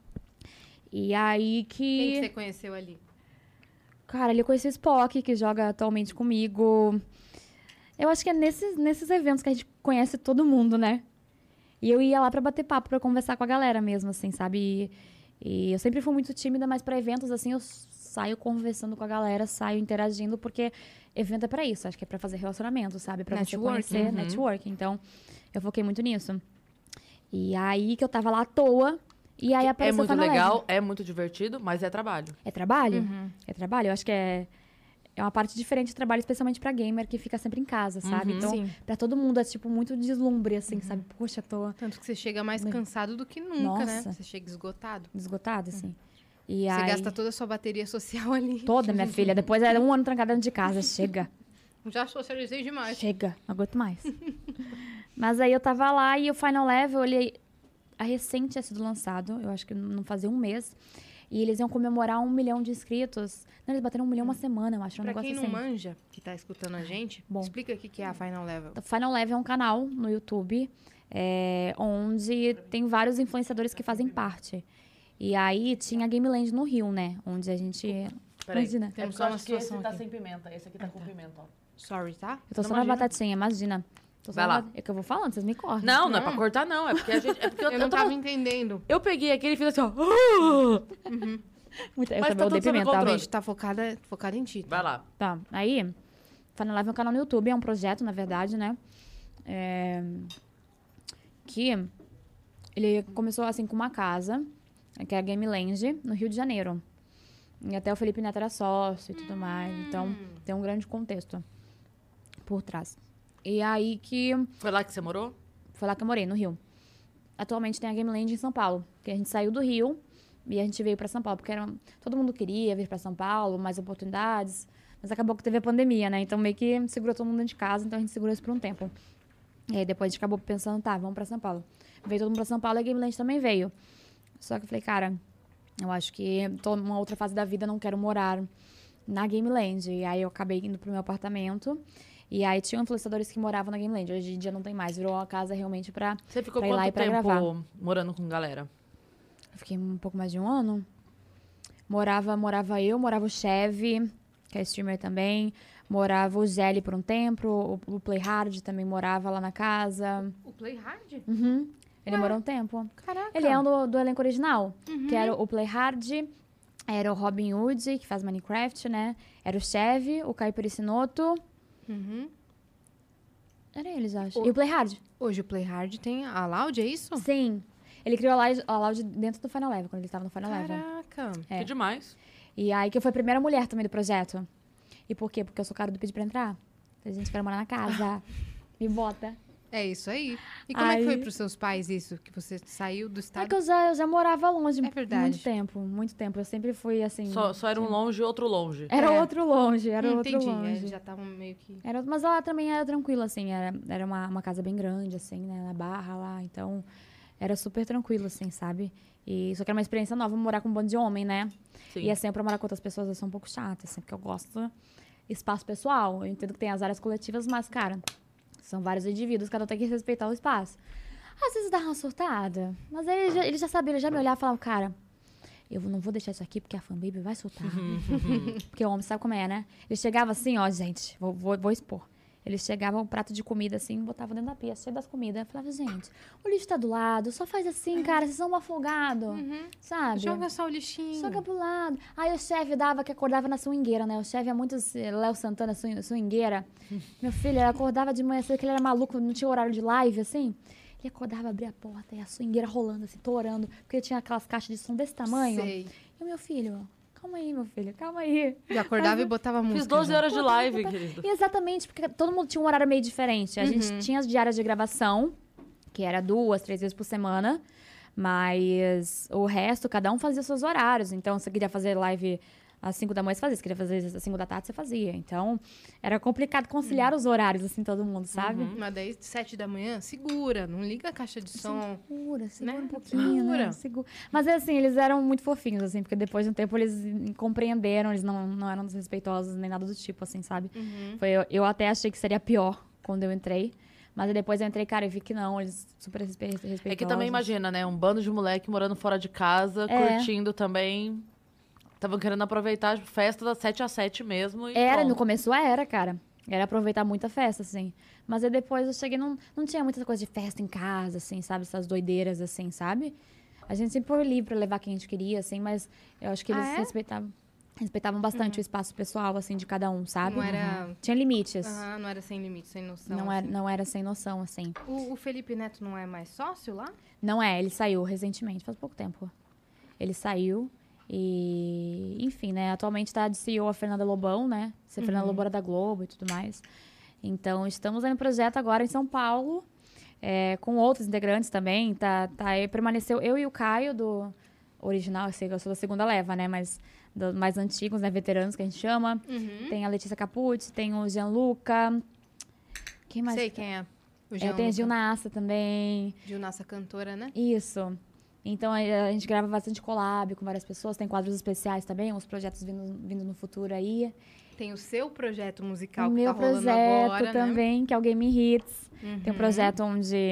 Speaker 3: E aí
Speaker 2: Quem
Speaker 3: que.
Speaker 2: que você conheceu ali?
Speaker 3: Cara, ali eu conheci o Spock, que joga atualmente comigo. Eu acho que é nesses, nesses eventos que a gente conhece todo mundo, né? E eu ia lá pra bater papo, pra conversar com a galera mesmo, assim, sabe? E, e eu sempre fui muito tímida, mas pra eventos, assim, eu saio conversando com a galera, saio interagindo, porque evento é pra isso. Acho que é pra fazer relacionamento, sabe? Pra você
Speaker 2: Networking.
Speaker 3: conhecer,
Speaker 1: uhum.
Speaker 3: network. Então, eu foquei muito nisso. E aí que eu tava lá à toa, e aí
Speaker 1: É
Speaker 3: apareceu o
Speaker 1: muito
Speaker 3: Fana Leve.
Speaker 1: legal, é muito divertido, mas é trabalho.
Speaker 3: É trabalho?
Speaker 2: Uhum.
Speaker 3: É trabalho. Eu acho que é, é uma parte diferente do trabalho, especialmente pra gamer que fica sempre em casa, sabe? Então,
Speaker 2: Uhum. Sim. Uhum.
Speaker 3: pra todo mundo é tipo muito deslumbre, assim, sabe? Poxa, tô
Speaker 2: Tanto que você chega mais cansado do que nunca, né?
Speaker 3: Nossa.
Speaker 2: Você chega esgotado.
Speaker 3: esgotada, assim. E
Speaker 2: Você
Speaker 3: aí,
Speaker 2: gasta toda a sua bateria social ali.
Speaker 3: toda, minha filha. Depois era um ano trancada dentro de casa. Chega.
Speaker 2: Já socializei demais.
Speaker 3: Chega, não aguento mais. Mas aí eu tava lá e o Final Level, ele a recente tinha sido lançado, eu acho que não fazia um mês. E eles iam comemorar um milhão de inscritos. Não, eles bateram um milhão uma semana, eu acho. Um
Speaker 2: Hum. Pra
Speaker 3: negócio
Speaker 2: quem não
Speaker 3: assim.
Speaker 2: manja, que tá escutando a gente,
Speaker 3: Bom.
Speaker 2: explica o que que é a Final Level.
Speaker 3: Final Level é um canal no YouTube é, onde tem vários influenciadores que fazem parte. E aí tinha a Game Land no Rio, né? Onde a gente. Imagina.
Speaker 1: É
Speaker 2: Temos só uma situação aqui.
Speaker 1: sem pimenta, esse aqui tá com pimenta, ó.
Speaker 2: Sorry, tá?
Speaker 3: Eu tô só
Speaker 1: Imagina.
Speaker 3: na batatinha, imagina. Tô só
Speaker 1: Vai
Speaker 3: na
Speaker 1: lá.
Speaker 3: bat- É que eu vou falando, vocês me cortam.
Speaker 1: Não, não, é pra cortar, não. É porque a gente. É porque eu,
Speaker 2: Eu,
Speaker 1: eu
Speaker 2: não
Speaker 1: tô-
Speaker 2: tava entendendo.
Speaker 1: eu peguei aqui e ele fez assim, ó. "Ah!"
Speaker 3: Muito- Eu
Speaker 1: Mas tá
Speaker 3: também odeio
Speaker 1: tudo sob
Speaker 3: pimenta, tá?
Speaker 1: controle.
Speaker 2: A gente tá focada, focada em ti.
Speaker 1: Vai lá.
Speaker 3: Tá, aí, Final Live é um canal no YouTube, é um projeto, na verdade, né? É, Que ele começou assim com uma casa, que é a Game Land, no Rio de Janeiro. E até o Felipe Neto era sócio e tudo mais. Então, tem um grande contexto por trás. E aí que
Speaker 1: Foi lá que você morou?
Speaker 3: foi lá que eu morei, no Rio. Atualmente tem a Game Land em São Paulo, que a gente saiu do Rio e a gente veio pra São Paulo, porque era, um, todo mundo queria vir pra São Paulo, mais oportunidades, mas acabou que teve a pandemia, né? Então meio que segurou todo mundo dentro de casa, então a gente segurou isso por um tempo. E aí depois a gente acabou pensando, tá, vamos pra São Paulo. Veio todo mundo pra São Paulo e a Game Land também veio. Só que eu falei, cara, eu acho que tô numa outra fase da vida, não quero morar na Game Land. E aí eu acabei indo pro meu apartamento. E aí tinham influenciadores que moravam na Game Land. Hoje em dia não tem mais, virou uma casa realmente pra.
Speaker 1: Você ficou
Speaker 3: Pra ir
Speaker 1: quanto
Speaker 3: lá e pra
Speaker 1: tempo
Speaker 3: gravar.
Speaker 1: morando com galera?
Speaker 3: Eu fiquei um pouco mais de um ano. Morava, morava eu, morava o Chevy, que é streamer também. Morava o Zeli por um tempo, o, o Playhard também morava lá na casa.
Speaker 2: O Play Hard?
Speaker 3: Uhum. Ele morou um tempo.
Speaker 2: Caraca.
Speaker 3: Ele é um do, do elenco original, que era o Playhard, era o Robin Hood, que faz Minecraft, né? Era o Chevy, o Caio Pericinoto.
Speaker 2: Uhum.
Speaker 3: Era eles, acho.
Speaker 2: O-
Speaker 3: E o Playhard.
Speaker 2: Hoje o Play Hard tem a Loud, é isso?
Speaker 3: Sim. Ele criou a Loud- a Loud dentro do Final Level, quando ele tava no Final Level.
Speaker 2: Caraca.
Speaker 3: É.
Speaker 1: Que demais.
Speaker 3: E aí que eu fui a primeira mulher também do projeto. E por quê? Porque eu sou cara do pedir pra entrar. A gente quer morar na casa. Me bota.
Speaker 2: É isso aí. E como é que
Speaker 3: Aí-
Speaker 2: foi pros seus pais isso? Que você saiu do
Speaker 3: É
Speaker 2: estado?
Speaker 3: que eu já, eu já morava longe
Speaker 2: Tá. É verdade.
Speaker 3: muito tempo, muito tempo. Eu sempre fui assim.
Speaker 1: Só, só era um longe e outro longe.
Speaker 3: Era
Speaker 2: É.
Speaker 3: outro longe, era
Speaker 2: Hum,
Speaker 3: outro
Speaker 2: Entendi. é,
Speaker 3: longe.
Speaker 2: já estavam meio que.
Speaker 3: Era, mas lá também era tranquilo, assim, era, era uma, uma casa bem grande, assim, né, na Barra lá, então era super tranquilo, assim, sabe? E só que era uma experiência nova, morar com um bando de homem, né?
Speaker 1: Sim.
Speaker 3: E assim, pra morar com outras pessoas eu sou um pouco chata, assim, porque eu gosto do espaço pessoal, eu entendo que tem as áreas coletivas, mas, cara, são vários indivíduos, cada um tem que respeitar o espaço. Às vezes dá uma surtada, mas aí ele já, ele já sabia, ele já me olhava e falava, cara, eu não vou deixar isso aqui porque a fanbaby vai soltar. Porque o homem sabe como é, né? Ele chegava assim, ó, gente, vou, vou, vou expor. Ele chegava um prato de comida assim, botava dentro da pia, cheio das comidas. Eu falava, gente, o lixo tá do lado, só faz assim, cara, vocês são um afogado. Sabe?
Speaker 2: Joga só o lixinho.
Speaker 3: Joga é pro lado. Aí o chefe dava que acordava na swingueira, né? O chefe é muito eh, Léo Santana, swing- swingueira. Meu filho, ele acordava de manhã cedo, que ele era maluco, não tinha horário de live, assim. Ele acordava, abria a porta e a swingueira rolando, assim, torando. Porque tinha aquelas caixas de som desse tamanho.
Speaker 2: Sei.
Speaker 3: E o meu filho, calma aí, meu filho, calma aí.
Speaker 2: E acordava e botava música.
Speaker 1: Fiz 12
Speaker 2: já.
Speaker 1: horas de live, querido.
Speaker 3: Exatamente, porque todo mundo tinha um horário meio diferente. A gente tinha as diárias de gravação, que era duas, três vezes por semana. Mas o resto, cada um fazia seus horários. Então, se você queria fazer live às 5 da manhã, você fazia. Se queria fazer às 5 da tarde, você fazia. Então, era complicado conciliar os horários, assim, todo mundo, sabe?
Speaker 2: Mas daí, sete da manhã, segura. Não liga a caixa de som.
Speaker 3: Segura, é segura
Speaker 2: Né?
Speaker 3: um pouquinho,
Speaker 2: Segura.
Speaker 3: né? Segura. Mas assim, eles eram muito fofinhos, assim, porque depois de um tempo eles compreenderam, eles não, não eram desrespeitosos nem nada do tipo, assim, sabe?
Speaker 1: Uhum.
Speaker 3: Foi, eu, eu até achei que seria pior quando eu entrei. Mas aí depois eu entrei, cara, e vi que não, eles super respe- respeitosos.
Speaker 1: É que também imagina, né? Um bando de moleque morando fora de casa,
Speaker 3: É.
Speaker 1: curtindo também. Estavam querendo aproveitar a festa das 7 às 7 mesmo. E
Speaker 3: Era,
Speaker 1: pronto.
Speaker 2: Então.
Speaker 3: no começo era, cara. Era aproveitar muito a festa, assim. Mas aí depois eu cheguei, não, não tinha muita coisa de festa em casa, assim, sabe? Essas doideiras, assim, sabe? A gente sempre foi livre pra levar quem a gente queria, assim, mas eu acho que eles
Speaker 2: Ah, é? Uhum.
Speaker 3: respeitavam, respeitavam bastante o espaço pessoal, assim, de cada um, sabe?
Speaker 2: Não era-
Speaker 3: Tinha limites.
Speaker 2: Aham, não era sem limite, sem noção.
Speaker 3: Não, era,
Speaker 2: assim.
Speaker 3: não era sem noção, assim.
Speaker 2: O, o Felipe Neto não é mais sócio lá?
Speaker 3: Não é, ele saiu recentemente, faz pouco tempo. Ele saiu e, enfim, né? Atualmente tá de CEO a Fernanda Lobão, né? Ser
Speaker 2: Uhum.
Speaker 3: Fernanda Lobora da Globo e tudo mais. Então, estamos aí no projeto agora em São Paulo, é, com outros integrantes também. Tá, tá aí, permaneceu eu e o Caio do original, eu sei que eu sou da segunda leva, né? Mas do- mais antigos, né? Veteranos que a gente chama.
Speaker 2: Uhum.
Speaker 3: Tem a Letícia Capucci, tem o Gianluca. Quem mais?
Speaker 2: Sei quem é. O
Speaker 3: É, tem a Gil Nassa também.
Speaker 2: Gilnassa cantora, né?
Speaker 3: Isso. Então a, a gente grava bastante collab com várias pessoas, tem quadros especiais também, uns projetos vindo, vindo no futuro aí.
Speaker 2: Tem o seu projeto musical que
Speaker 3: Meu
Speaker 2: tá rolando
Speaker 3: projeto
Speaker 2: agora, né? Uhum.
Speaker 3: também, que é o Game Hits. Tem um projeto onde.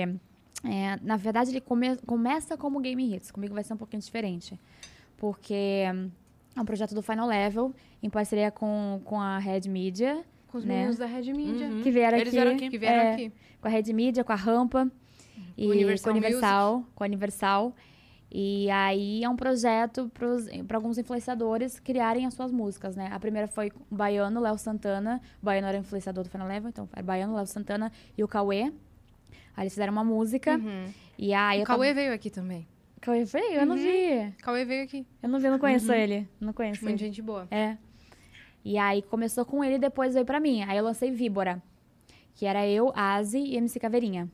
Speaker 3: é, na verdade, ele come- começa como Game Hits. Comigo vai ser um pouquinho diferente. Porque hum, é um projeto do Final Level, em parceria com, com a Red Media,
Speaker 2: Com os
Speaker 3: né?
Speaker 2: meninos da Red Media.
Speaker 1: Uhum.
Speaker 3: que vieram
Speaker 1: Eles
Speaker 3: aqui.
Speaker 1: vieram aqui.
Speaker 2: Que vieram
Speaker 3: É.
Speaker 2: aqui.
Speaker 3: com a Red Media, com a Rampa e
Speaker 2: Universal
Speaker 3: com a Universal, com a Universal. E aí é um projeto para alguns influenciadores criarem as suas músicas, né? A primeira foi com o Baiano, Léo Santana. O Baiano era influenciador do Final Level, então era Baiano, Léo Santana e o Cauê. Aí eles fizeram uma música. E
Speaker 2: Uhum.
Speaker 3: aí
Speaker 2: o
Speaker 3: eu tava-
Speaker 2: Cauê Uhum. veio aqui também.
Speaker 3: Cauê foi? Eu não vi.
Speaker 2: Cauê veio aqui.
Speaker 3: Eu não vi, eu não conheço
Speaker 2: Uhum.
Speaker 3: ele. Não conheço
Speaker 2: Muita
Speaker 3: ele.
Speaker 2: gente boa.
Speaker 3: É. E aí começou com ele e depois veio pra mim. Aí eu lancei Víbora, que era eu, Azi e MC Caveirinha.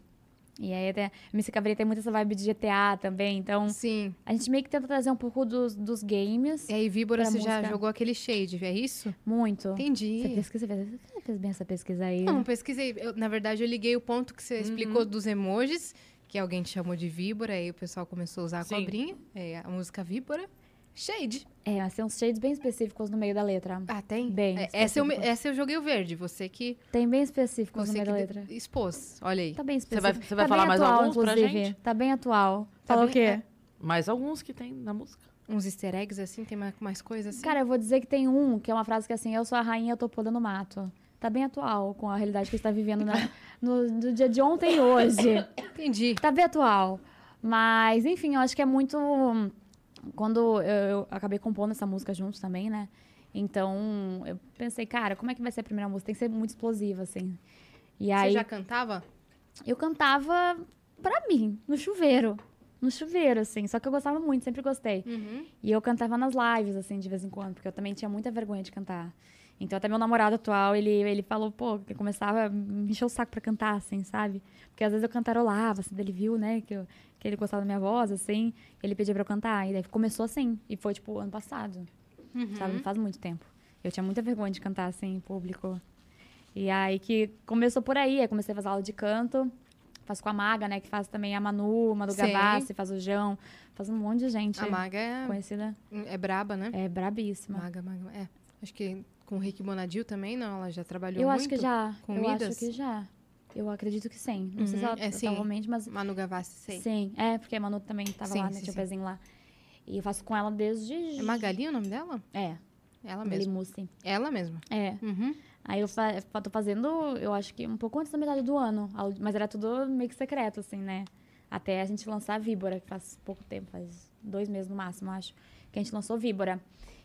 Speaker 3: E aí até, MC Caveirinha tem muito essa vibe de GTA também, então
Speaker 2: Sim.
Speaker 3: a gente meio que tenta trazer um pouco dos, dos games.
Speaker 2: E aí, Víbora,
Speaker 3: Pra
Speaker 2: você já
Speaker 3: música.
Speaker 2: jogou aquele shade, é isso?
Speaker 3: Muito.
Speaker 2: Entendi.
Speaker 3: Você pesquisa, você fez bem essa pesquisa aí.
Speaker 2: Não, pesquisei. Eu, na verdade, eu liguei o ponto que você explicou dos emojis, que alguém te chamou de víbora, aí o pessoal começou a usar a
Speaker 1: Sim.
Speaker 2: cobrinha, é, a música víbora. Shade.
Speaker 3: É, mas tem uns shades bem específicos no meio da letra.
Speaker 2: Ah, tem?
Speaker 3: Bem
Speaker 2: É, essa, eu, me-
Speaker 3: específico.
Speaker 2: essa eu joguei o verde, você que,
Speaker 3: Tem bem específicos no
Speaker 2: você
Speaker 3: meio
Speaker 2: que
Speaker 3: da letra.
Speaker 2: de- expôs. Olha aí.
Speaker 3: Tá bem
Speaker 1: Você
Speaker 3: específico.
Speaker 1: vai- você vai
Speaker 3: tá
Speaker 1: falar
Speaker 3: bem
Speaker 1: mais
Speaker 3: atual,
Speaker 1: alguns pra
Speaker 3: inclusive.
Speaker 1: gente?
Speaker 3: Tá bem atual.
Speaker 2: Tá
Speaker 3: Fala
Speaker 2: bem-
Speaker 3: o quê?
Speaker 2: é.
Speaker 1: Mais alguns que tem na música.
Speaker 2: Uns easter eggs assim, tem mais, mais coisas assim.
Speaker 3: Cara, eu vou dizer que tem um, que é uma frase que é assim, eu sou a rainha, eu tô podando mato. Tá bem atual com a realidade que está vivendo né? no, do dia de ontem e hoje.
Speaker 2: Entendi.
Speaker 3: Tá bem atual. Mas, enfim, eu acho que é muito. Quando eu, eu acabei compondo essa música juntos também, né? Então, eu pensei, cara, como é que vai ser a primeira música? Tem que ser muito explosiva, assim. E aí,
Speaker 2: Você já cantava?
Speaker 3: eu cantava pra mim, no chuveiro. No chuveiro, assim. Só que eu gostava muito,
Speaker 2: Uhum.
Speaker 3: sempre gostei. E eu cantava nas lives, assim, de vez em quando, porque eu também tinha muita vergonha de cantar. Então até meu namorado atual, ele, ele falou, pô, eu começava a me encher o saco pra cantar, assim, sabe? Porque às vezes eu cantarolava, assim, daí ele viu, né, que, eu- que ele gostava da minha voz, assim, ele pedia pra eu cantar. E daí começou assim, e foi, tipo, ano passado,
Speaker 2: Uhum.
Speaker 3: sabe? Não faz muito tempo. Eu tinha muita vergonha de cantar, assim, em público. E aí que começou por aí, aí comecei a fazer aula de canto, faço com a Maga, né, que faz também a Manu, Manu
Speaker 2: Sei.
Speaker 3: Gavassi, faz o João, faz um monte de gente
Speaker 2: A Maga é,
Speaker 3: conhecida.
Speaker 2: é braba, né?
Speaker 3: É brabíssima.
Speaker 2: Maga, Maga. É. Acho que com o Rick Bonadil também, não? Ela já trabalhou
Speaker 3: Eu
Speaker 2: muito.
Speaker 3: acho que já. Eu
Speaker 2: Comidas?
Speaker 3: acho que já. Eu acredito que sim. Não sei se
Speaker 2: Uhum,
Speaker 3: ela
Speaker 2: é, sim.
Speaker 3: totalmente, mas
Speaker 2: Manu Gavassi, sei.
Speaker 3: sim. É, porque a Manu também tava
Speaker 2: Sim,
Speaker 3: lá,
Speaker 2: sim,
Speaker 3: né? Tinha o
Speaker 2: sim.
Speaker 3: pezinho lá. E eu faço com ela desde.
Speaker 2: É Magali o nome dela?
Speaker 3: É,
Speaker 2: Ela mesma.
Speaker 3: Belimucci.
Speaker 2: Ela mesma.
Speaker 3: É.
Speaker 2: Uhum.
Speaker 3: Aí eu fa fa- tô fazendo, eu acho que um pouco antes da metade do ano. a ul- Mas era tudo meio que secreto, assim, né? Até a gente lançar a Víbora, que faz pouco tempo, faz dois meses no máximo, acho. Que a gente lançou Víbora.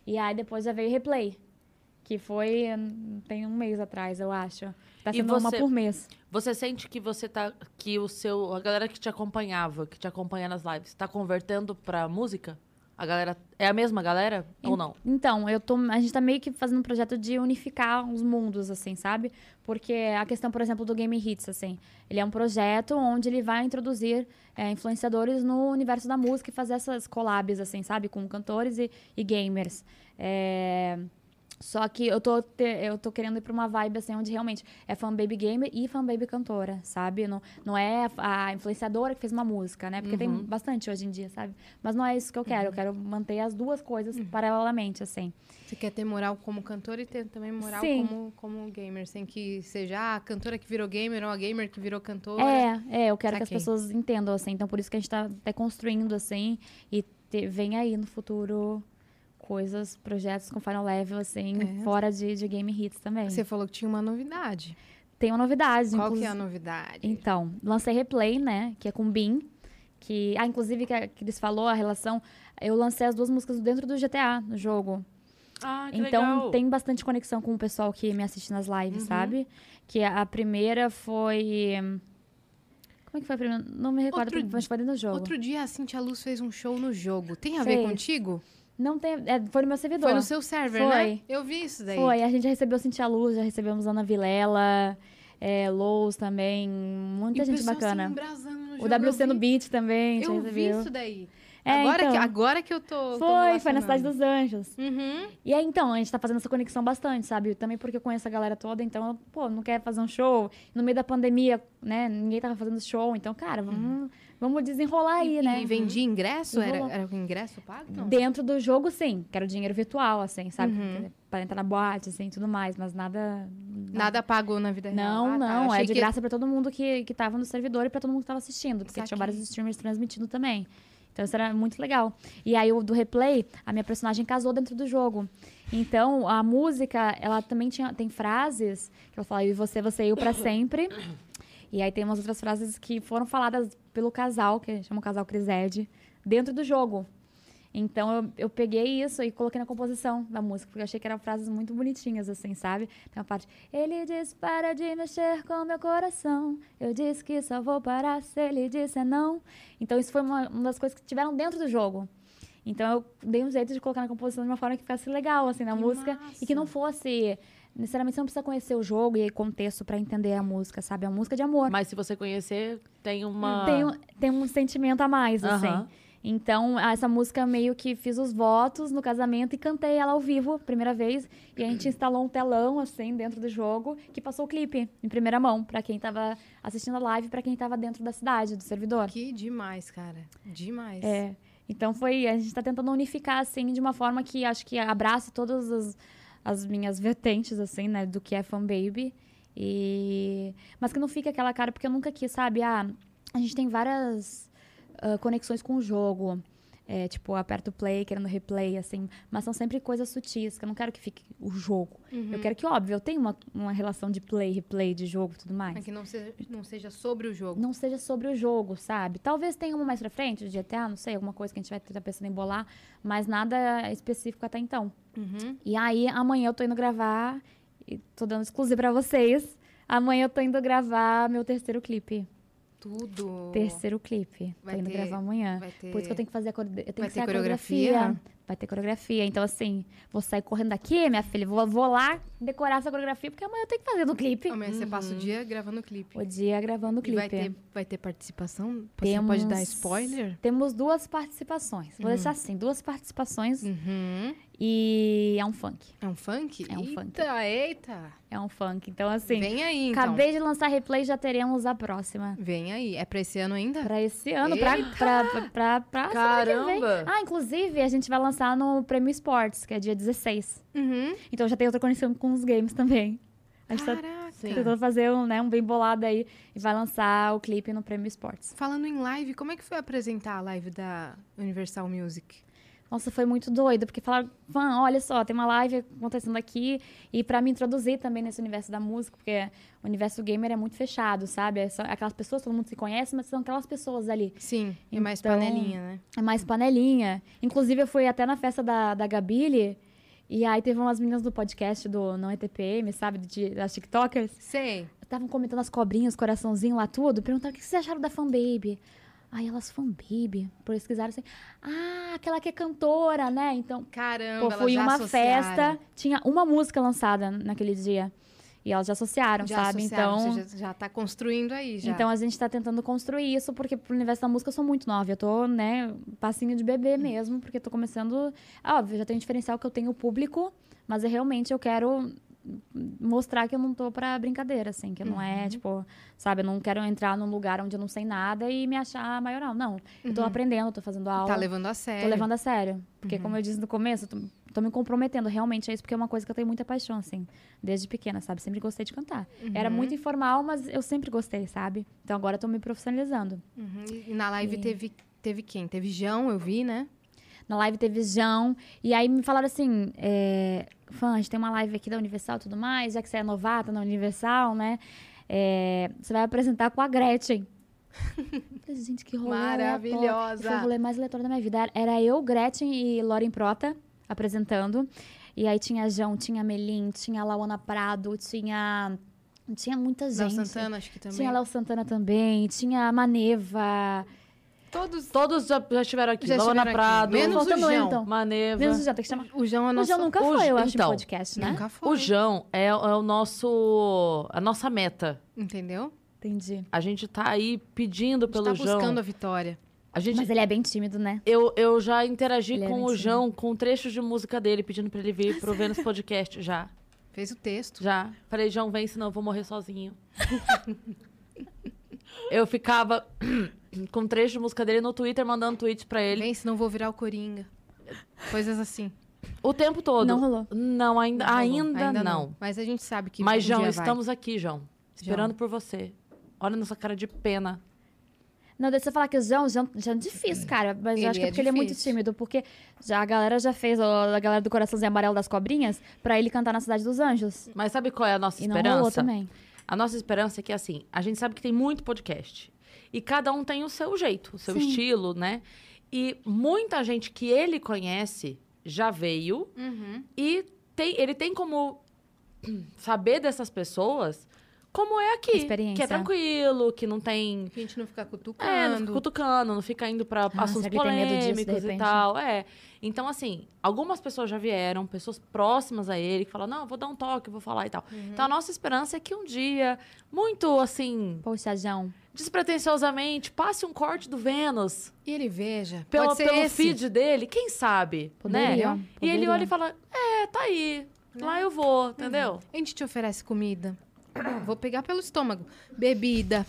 Speaker 3: E aí depois já veio Replay. Que foi, hum, tem um mês atrás, eu acho. Tá
Speaker 1: E
Speaker 3: sendo uma
Speaker 1: você-
Speaker 3: por mês.
Speaker 1: Você sente que você tá. Que o seu. A galera que te acompanhava, que te acompanha nas lives, tá convertendo pra música? A galera. É a mesma galera? Ou não?
Speaker 3: Então, eu tô, a gente tá meio que fazendo um projeto de unificar os mundos, assim, sabe? Porque a questão, por exemplo, do Game Hits, assim, ele é um projeto onde ele vai introduzir é, influenciadores no universo da música e fazer essas collabs, assim, sabe? Com cantores e, e gamers. É, Só que eu tô, te- eu tô querendo ir pra uma vibe, assim, onde realmente é fanbaby gamer e fanbaby cantora, sabe? Não, não é a influenciadora que fez uma música, né? Porque tem bastante hoje em dia, sabe? Mas não é isso que eu
Speaker 2: Uhum.
Speaker 3: quero. Eu quero manter as duas coisas paralelamente, assim.
Speaker 2: Você quer ter moral como cantora e ter também moral
Speaker 3: Sim.
Speaker 2: como, como gamer, sem que seja a cantora que virou gamer ou a gamer que virou cantora.
Speaker 3: É, é, eu quero que as
Speaker 2: Saquei.
Speaker 3: pessoas entendam, assim. Então, por isso que a gente tá até construindo, assim. E te- vem aí no futuro coisas, projetos com Final Level, assim,
Speaker 2: É.
Speaker 3: fora de, de game hits também.
Speaker 2: Você falou que tinha uma novidade.
Speaker 3: Tem uma novidade,
Speaker 2: Qual
Speaker 3: inclusive.
Speaker 2: que é a novidade?
Speaker 3: Então, lancei Replay, né? Que é com Bin. Que, ah, inclusive, que a Cris falou a relação. Eu lancei as duas músicas dentro do GTA, no jogo.
Speaker 1: Ah, que
Speaker 3: então,
Speaker 1: legal.
Speaker 3: tem bastante conexão com o pessoal que me assiste nas lives,
Speaker 2: Uhum.
Speaker 3: sabe? Que a a primeira foi. Como é que foi a primeira? Não me recordo,
Speaker 2: Outro-
Speaker 3: mas foi dentro do jogo.
Speaker 2: Outro dia a Cintia Luz fez um show no jogo. Tem a ver
Speaker 3: Fez.
Speaker 2: contigo?
Speaker 3: Não tem. é, foi no meu servidor.
Speaker 2: Foi no seu server,
Speaker 3: Foi.
Speaker 2: né? Eu vi isso daí.
Speaker 3: Foi, a gente já recebeu Cintia Luz, já recebemos Ana Vilela, é, Lous também, muita
Speaker 2: E o
Speaker 3: gente
Speaker 2: pessoal se
Speaker 3: bacana.
Speaker 2: embrasando no
Speaker 3: O
Speaker 2: jogo, eu
Speaker 3: WC no
Speaker 2: vi.
Speaker 3: Beat também, já
Speaker 2: Eu vi
Speaker 3: recebeu.
Speaker 2: isso daí.
Speaker 3: É,
Speaker 2: agora, que,
Speaker 3: então.
Speaker 2: agora que eu tô. tô
Speaker 3: Foi, foi na Cidade
Speaker 2: relacionando.
Speaker 3: dos Anjos.
Speaker 2: Uhum.
Speaker 3: E aí, então, a gente tá fazendo essa conexão bastante, sabe? Também porque eu conheço a galera toda, então, pô, não quer fazer um show. No meio da pandemia, né? Ninguém tava fazendo show. Então, cara, vamos, vamos desenrolar aí, né?
Speaker 2: Uhum. E vendia ingresso?
Speaker 3: E
Speaker 2: Era,
Speaker 3: rolou.
Speaker 2: era com ingresso pago? Não.
Speaker 3: Dentro do jogo, sim. Quero dinheiro virtual, assim, sabe?
Speaker 2: Uhum.
Speaker 3: Pra entrar na boate, assim, tudo mais. Mas nada...
Speaker 2: Nada pago na vida real.
Speaker 3: Não,
Speaker 2: Ah, tá.
Speaker 3: não.
Speaker 2: Achei
Speaker 3: é de
Speaker 2: que-
Speaker 3: graça pra todo mundo que, que tava no servidor e pra todo mundo que tava assistindo. Porque
Speaker 2: Saquei.
Speaker 3: tinha vários streamers transmitindo também. Então isso era muito legal. E aí, o do replay, a minha personagem casou dentro do jogo. Então, a música, ela também tinha, tem frases que ela fala, eu e você, você e eu pra sempre. E aí tem umas outras frases que foram faladas pelo casal, que chama o casal Crised, dentro do jogo. Então eu, eu peguei isso e coloquei na composição da música, porque eu achei que eram frases muito bonitinhas, assim, sabe? Tem uma parte. Ele disse para de mexer com meu coração. Eu disse que só vou parar se ele disser não. Então isso foi uma, uma das coisas que tiveram dentro do jogo. Então eu dei um jeito de colocar na composição de uma forma que ficasse legal, assim, na
Speaker 2: Que
Speaker 3: música. E
Speaker 2: massa.
Speaker 3: que não fosse. Necessariamente você não precisa conhecer o jogo e contexto pra entender a música, sabe? É uma música de amor
Speaker 1: Mas se você conhecer, tem uma.
Speaker 3: tem, um- tem um sentimento a mais,
Speaker 1: Aham.
Speaker 3: assim. Então, a- essa música meio que fiz os votos no casamento e cantei ela ao vivo, primeira vez. E a gente instalou um telão, assim, dentro do jogo, que passou o clipe em primeira mão, pra quem tava assistindo a live, pra quem tava dentro da cidade, do servidor.
Speaker 2: Que demais, cara. Demais.
Speaker 3: É. Então foi. A gente tá tentando unificar, assim, de uma forma que acho que abrace todas as, as minhas vertentes, assim, né? Do que é fanbaby. E... Mas que não fique aquela cara, porque eu nunca quis, sabe? Ah, a gente tem várias ah, conexões com o jogo. É, tipo, aperto play, querendo replay, assim. Mas são sempre coisas sutis, que eu não quero que fique o jogo. Eu quero que, óbvio, eu tenha uma, uma relação de play, replay, de jogo e tudo mais
Speaker 2: Mas É que não seja, não seja sobre o jogo.
Speaker 3: não seja sobre o jogo, sabe? Talvez tenha uma mais pra frente, de GTA, não sei, alguma coisa que a gente vai estar pensando em bolar, mas nada específico até então.
Speaker 2: Uhum.
Speaker 3: E aí, amanhã eu tô indo gravar, e tô dando exclusivo pra vocês. Amanhã eu tô indo gravar meu terceiro clipe.
Speaker 2: Tudo.
Speaker 3: Terceiro clipe.
Speaker 2: Vai
Speaker 3: tô indo
Speaker 2: ter-
Speaker 3: gravar amanhã.
Speaker 2: Vai ter...
Speaker 3: Por isso que eu tenho que fazer a core... eu tenho
Speaker 2: Vai
Speaker 3: que
Speaker 2: ter
Speaker 3: ser a
Speaker 2: coreografia?
Speaker 3: coreografia. Vai ter coreografia. Então, assim, vou sair correndo daqui, minha filha. Vou, vou lá decorar essa coreografia, porque amanhã eu tenho que fazer no clipe.
Speaker 2: Amanhã você passa o dia gravando o clipe.
Speaker 3: O dia Uhum. gravando o
Speaker 2: E
Speaker 3: clipe. é.
Speaker 2: vai ter, vai ter participação? Você pode dar spoiler? Hum.
Speaker 3: Temos duas participações. Vou deixar assim, duas participações
Speaker 2: Uhum.
Speaker 3: e é um funk.
Speaker 2: É um funk?
Speaker 3: É um
Speaker 2: eita,
Speaker 3: funk.
Speaker 2: Eita,
Speaker 3: É um funk. Então, assim,
Speaker 2: Vem aí, então.
Speaker 3: acabei de lançar replay, já teremos a próxima.
Speaker 2: Vem aí. É pra esse ano ainda?
Speaker 3: Pra esse ano, pra,
Speaker 2: Eita!
Speaker 3: pra, pra, pra, pra semana que vem.
Speaker 1: Caramba!
Speaker 3: Ah, inclusive, a gente vai lançar no Prêmio Esportes, que é dia 16.
Speaker 2: Uhum.
Speaker 3: Então já tem outra conexão com os games também. A gente tá
Speaker 2: Caraca.
Speaker 1: Sim.
Speaker 3: tentando fazer um, né, um bem bolado aí e vai lançar o clipe no Prêmio Esportes.
Speaker 2: Falando em live, como é que foi apresentar a live da Universal Music?
Speaker 3: Nossa, foi muito doido, porque falaram, Van, olha só, tem uma live acontecendo aqui. E pra me introduzir também nesse universo da música, porque o universo gamer é muito fechado, sabe? É só aquelas pessoas, todo mundo se conhece, mas são aquelas pessoas ali.
Speaker 2: Sim, e mais
Speaker 3: Então-
Speaker 2: panelinha, né?
Speaker 3: É mais panelinha. Inclusive, eu fui até na festa da, da Gabile. E aí teve umas meninas do podcast do Não ETPM, sabe? De, das TikTokers.
Speaker 2: Sei.
Speaker 3: Estavam comentando as cobrinhas, coraçãozinho lá, tudo. Perguntaram o que vocês acharam da fanbaby. Aí elas, fanbaby. Pesquisaram assim. Ah, aquela que é cantora, né? Então,
Speaker 2: Caramba,
Speaker 3: pô,
Speaker 2: elas
Speaker 3: fui em
Speaker 2: já
Speaker 3: uma
Speaker 2: associaram.
Speaker 3: festa. Tinha uma música lançada naquele dia. E elas já associaram,
Speaker 2: já
Speaker 3: sabe?
Speaker 2: associaram,
Speaker 3: então.
Speaker 2: você já, já tá construindo aí, já.
Speaker 3: Então a gente tá tentando construir isso, porque pro universo da música eu sou muito nova. Eu tô, né, passinho de
Speaker 2: Uhum.
Speaker 3: bebê mesmo, porque eu tô começando. Ah, Óbvio, já tem um diferencial que eu tenho o público, mas eu realmente eu quero mostrar que eu não tô pra brincadeira, assim, que não
Speaker 2: Uhum.
Speaker 3: é, tipo, sabe, eu não quero entrar num lugar onde eu não sei nada e me achar maioral. Não. Eu tô
Speaker 2: Uhum.
Speaker 3: aprendendo, tô fazendo aula.
Speaker 2: tá levando a sério.
Speaker 3: Tô levando a sério. Porque, como eu disse no começo, eu tô, tô me comprometendo realmente a isso, porque é uma coisa que eu tenho muita paixão, assim, desde pequena, sabe? Sempre gostei de cantar. Era muito informal, mas eu sempre gostei, sabe? Então agora eu tô me profissionalizando.
Speaker 2: Uhum, E na live teve, teve quem? Teve Jão, eu vi, né?
Speaker 3: Na live teve Jão, e aí me falaram assim: é, fã, a gente tem uma live aqui da Universal e tudo mais, já que você é novata na Universal, né? É, você vai apresentar com a Gretchen. Eu falei, Gente, que rolê aleatório."
Speaker 2: Maravilhosa.
Speaker 3: Foi o rolê mais aleatório da minha vida. Era eu, Gretchen e Lauren Prota apresentando. E aí tinha Jão, tinha Melim, tinha Lauana Prado, tinha. Tinha muita
Speaker 2: Léo
Speaker 3: gente.
Speaker 2: Santana, acho que também.
Speaker 3: Tinha Léo Santana também, tinha a Maneva.
Speaker 2: Todos
Speaker 1: Todos já, já estiveram aqui.
Speaker 2: Já
Speaker 1: Luana
Speaker 2: estiveram aqui.
Speaker 1: Prado,
Speaker 2: Menos o
Speaker 3: Faltando eu,
Speaker 2: Jão.
Speaker 3: então.
Speaker 1: Maneva.
Speaker 3: Menos o Jão, tem que chamar.
Speaker 2: O Jão é
Speaker 3: O
Speaker 2: nosso...
Speaker 3: Jão nunca
Speaker 1: o
Speaker 3: foi, eu
Speaker 1: Jão-
Speaker 3: acho,
Speaker 1: então,
Speaker 3: em podcast, né?
Speaker 2: Nunca foi.
Speaker 1: O Jão é, é o nosso. a nossa meta.
Speaker 2: Entendeu?
Speaker 3: Entendi.
Speaker 1: A gente tá aí pedindo
Speaker 2: A gente tá
Speaker 1: pelo Jão.
Speaker 2: buscando a vitória.
Speaker 1: A gente.
Speaker 3: Mas ele é bem tímido, né?
Speaker 1: Eu, eu já interagi
Speaker 3: Ele é
Speaker 1: com o
Speaker 3: mentiroso.
Speaker 1: Jão, com trechos de música dele, pedindo pra ele vir pro Vênus Podcast. Já,
Speaker 2: Fez o texto.
Speaker 1: já. Falei, Jão, vem, senão eu vou morrer sozinho. eu ficava com trecho de música dele no Twitter, mandando tweets pra ele.
Speaker 2: Vem, senão vou virar o Coringa. Coisas assim.
Speaker 1: O tempo todo.
Speaker 3: Não rolou.
Speaker 1: Não, ainda,
Speaker 2: Não,
Speaker 1: ainda, não.
Speaker 2: Mas a gente sabe que
Speaker 1: Mas,
Speaker 2: um
Speaker 1: João,
Speaker 2: dia vai.
Speaker 1: estamos aqui, João. Esperando por você. Olha nossa cara de pena.
Speaker 3: Não, deixa eu falar que o João, João, João é difícil, cara. Mas
Speaker 2: Ele
Speaker 3: eu acho que
Speaker 2: é
Speaker 3: é porque ele é muito
Speaker 2: difícil.
Speaker 3: tímido. Porque já, a galera já fez, ó, a galera do Coraçãozinho Amarelo das Cobrinhas, pra ele cantar na Cidade dos Anjos.
Speaker 1: Mas sabe qual é a nossa
Speaker 3: E não rolou
Speaker 1: esperança?
Speaker 3: também.
Speaker 1: A nossa esperança é que, assim, a gente sabe que tem muito podcast. E cada um tem o seu jeito, o seu
Speaker 3: Sim.
Speaker 1: estilo, né? E muita gente que ele conhece já veio
Speaker 2: Uhum.
Speaker 1: e tem, ele tem como saber dessas pessoas como é aqui. Que é
Speaker 3: Experiência.
Speaker 1: tranquilo, que não tem
Speaker 2: A gente não fica cutucando.
Speaker 1: É, não fica cutucando, não fica indo pra
Speaker 3: Ah,
Speaker 1: assuntos
Speaker 3: será que ele tem medo disso, de
Speaker 1: polêmicos e
Speaker 3: repente?
Speaker 1: tal. É. Então, assim, algumas pessoas já vieram, pessoas próximas a ele, que falam, não, eu vou dar um toque, eu vou falar e tal.
Speaker 3: Uhum.
Speaker 1: Então, a nossa esperança é que um dia, muito assim,
Speaker 3: Poxa, João.
Speaker 1: despretensiosamente, passe um corte do Vênus
Speaker 2: E ele veja.
Speaker 1: pelo,
Speaker 2: Pode ser
Speaker 1: pelo
Speaker 2: esse.
Speaker 1: feed dele, quem sabe,
Speaker 3: Poderiam,
Speaker 1: né? E ele
Speaker 3: poderiam. Né?
Speaker 1: olha e fala, é, tá aí, lá eu vou,
Speaker 3: Uhum.
Speaker 1: entendeu?
Speaker 2: A gente te oferece comida. Vou pegar pelo estômago. Bebida.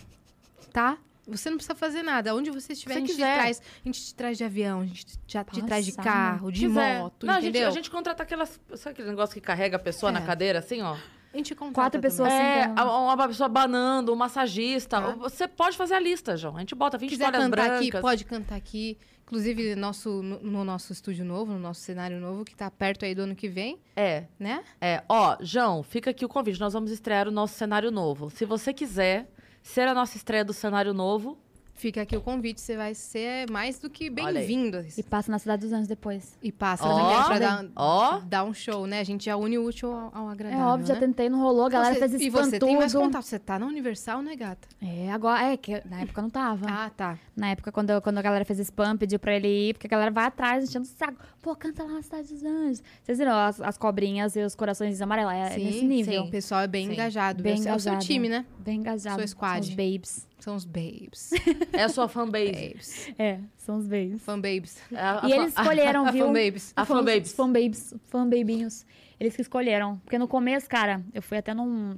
Speaker 2: Tá? Você não precisa fazer nada. Onde você estiver,
Speaker 1: Se
Speaker 2: a gente
Speaker 1: quiser. né?
Speaker 2: te traz. A gente te traz de avião, a gente te, te traz de
Speaker 3: Passar.
Speaker 2: carro, de
Speaker 1: Quiser.
Speaker 2: moto,
Speaker 1: não, a gente,
Speaker 2: entendeu?
Speaker 1: a gente contrata aquelas. Sabe aquele negócio que carrega a pessoa
Speaker 2: É.
Speaker 1: na cadeira, assim, ó?
Speaker 2: A gente contrata
Speaker 3: Quatro
Speaker 2: também.
Speaker 3: pessoas.
Speaker 1: É,
Speaker 3: sentando.
Speaker 1: a- uma, pessoa banando, um massagista.
Speaker 3: É.
Speaker 2: Tá.
Speaker 1: Você pode fazer a lista, João. A gente bota 20
Speaker 2: quiser
Speaker 1: histórias
Speaker 2: cantar
Speaker 1: brancas.
Speaker 2: aqui, pode cantar aqui. Inclusive, nosso, no, no nosso estúdio novo, no nosso cenário novo, que tá perto aí do ano que vem,
Speaker 1: É,
Speaker 2: né?
Speaker 1: é. Ó, João, fica aqui o convite. Nós vamos estrear o nosso cenário novo. Se você quiser ser a nossa estreia do cenário novo,
Speaker 2: Fica aqui o convite, você vai ser mais do que
Speaker 1: Olha aí.
Speaker 2: bem-vindo.
Speaker 3: E passa na cidade dos anos depois.
Speaker 2: E passa
Speaker 1: Ó,
Speaker 2: também é pra dar,
Speaker 1: ó.
Speaker 2: dar um show, né? A gente já une o útil ao, ao
Speaker 3: É
Speaker 2: agradável,
Speaker 3: óbvio, já
Speaker 2: né?
Speaker 3: tentei, não rolou, a galera
Speaker 2: Você-
Speaker 3: fez esse
Speaker 2: E você tem mais contato. Você tá na Universal, né, gata?
Speaker 3: É, agora, é que na época eu não tava.
Speaker 2: Ah, tá.
Speaker 3: Na época, quando, eu- quando a galera fez spam, pediu pra ele ir, porque a galera vai atrás, enchendo o saco. Pô, canta lá na Cidade dos Anjos. Vocês viram as, as cobrinhas e os corações amarelos? É nesse nível.
Speaker 2: O pessoal é bem
Speaker 1: Sim.
Speaker 2: engajado.
Speaker 3: Bem
Speaker 2: é o seu
Speaker 3: engajado.
Speaker 2: time, né?
Speaker 3: Bem engajado.
Speaker 2: Sua squad.
Speaker 3: São os babes.
Speaker 2: São os babes.
Speaker 1: É a sua fanbase.
Speaker 2: babes.
Speaker 3: É, são os babes.
Speaker 2: Fan babes.
Speaker 1: É a- a
Speaker 3: E
Speaker 1: fa-
Speaker 3: eles escolheram,
Speaker 2: A
Speaker 3: viu?
Speaker 2: fan Ah, babes.
Speaker 1: A
Speaker 3: Fãs-
Speaker 1: fanbabes.
Speaker 3: Fanbabes. Fanbabinhos. Eles que escolheram. Porque no começo, cara, eu fui até num...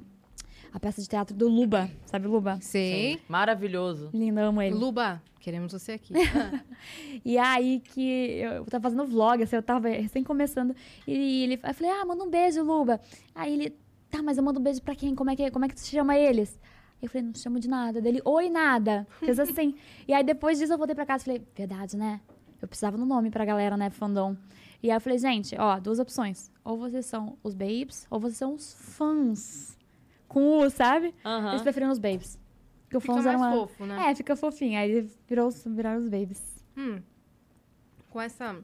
Speaker 3: A peça de teatro do Luba. Sabe o Luba?
Speaker 2: Sei.
Speaker 1: Maravilhoso.
Speaker 3: Linda, amo ele.
Speaker 2: Luba, queremos você aqui.
Speaker 3: E aí que eu eu tava fazendo vlog, assim, eu tava recém começando. E ele, eu falei, ah, manda um beijo, Luba. Aí ele, tá, mas eu mando um beijo pra quem? Como é que, como é que tu chama eles? Eu falei, não chamo de nada. Dele, oi, nada. Fez assim. e aí depois disso eu voltei pra casa e falei, verdade, né? Eu precisava do nome pra galera, né, fandom. E aí eu falei, gente, ó, duas opções. Ou vocês são os babes, ou vocês são os fãs. Com U, sabe?
Speaker 1: Aham.
Speaker 3: Eles preferiram os babes. Porque o
Speaker 2: Fica
Speaker 3: fãs
Speaker 2: mais
Speaker 3: era uma...
Speaker 2: fofo, né?
Speaker 3: É, fica fofinho. Aí ele virou, os- viraram os babes.
Speaker 2: Hum,
Speaker 3: É.
Speaker 2: com essa.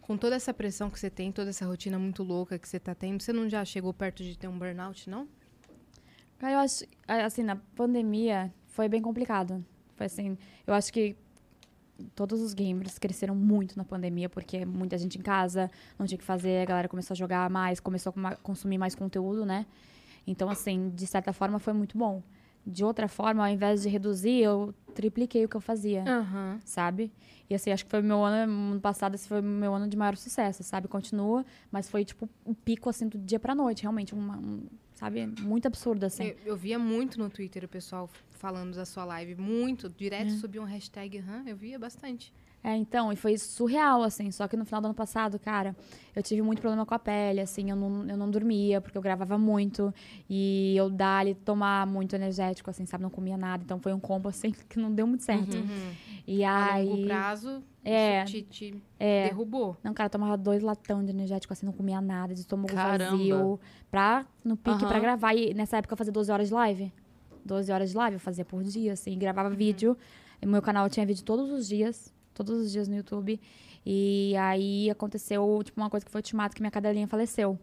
Speaker 2: Com toda essa pressão que você tem, toda essa rotina muito louca que você tá tendo, você não já chegou perto de ter um burnout, não?
Speaker 3: Cara, eu acho, a- assim, na pandemia foi bem complicado. Foi assim, eu acho que todos os gamers cresceram muito na pandemia, porque muita gente em casa, não tinha o que fazer, a galera começou a jogar mais, começou a coma- consumir mais conteúdo, né? Então, assim, de certa forma foi muito bom. De outra forma, ao invés de reduzir, eu tripliquei o que eu fazia
Speaker 1: É.
Speaker 2: Aham.
Speaker 3: sabe? E assim, acho que foi o meu ano, ano passado, esse foi o meu ano de maior sucesso, sabe? Continua, mas foi tipo um pico assim do dia pra noite, realmente, uma, um, sabe? Muito absurdo assim.
Speaker 2: Eu, eu via muito no Twitter o pessoal falando da sua live, muito. Direto subiu um hashtag, aham, eu via bastante.
Speaker 3: É, então, e foi surreal assim, só que no final do ano passado, cara, eu tive muito problema com a pele, assim, eu não, eu não dormia porque eu gravava muito e eu dali tomar muito energético assim, sabe? Não comia nada, então foi um combo assim que não deu muito certo. E
Speaker 2: Uhum. A
Speaker 3: Uhum. aí
Speaker 2: longo prazo,
Speaker 3: É.
Speaker 2: isso te, te derrubou.
Speaker 3: Não, cara, eu tomava dois latão de energético, assim, não comia nada, de estômago
Speaker 1: Caramba.
Speaker 3: vazio. Pra, no pique, pra
Speaker 1: Aham.
Speaker 3: gravar. E nessa época eu fazia 12 horas de live. 12 horas de live eu fazia por dia, assim. Gravava vídeo. E meu canal tinha vídeo todos os dias. Todos os dias no YouTube. E aí aconteceu, tipo, uma coisa que foi ultimato, que minha cadelinha faleceu.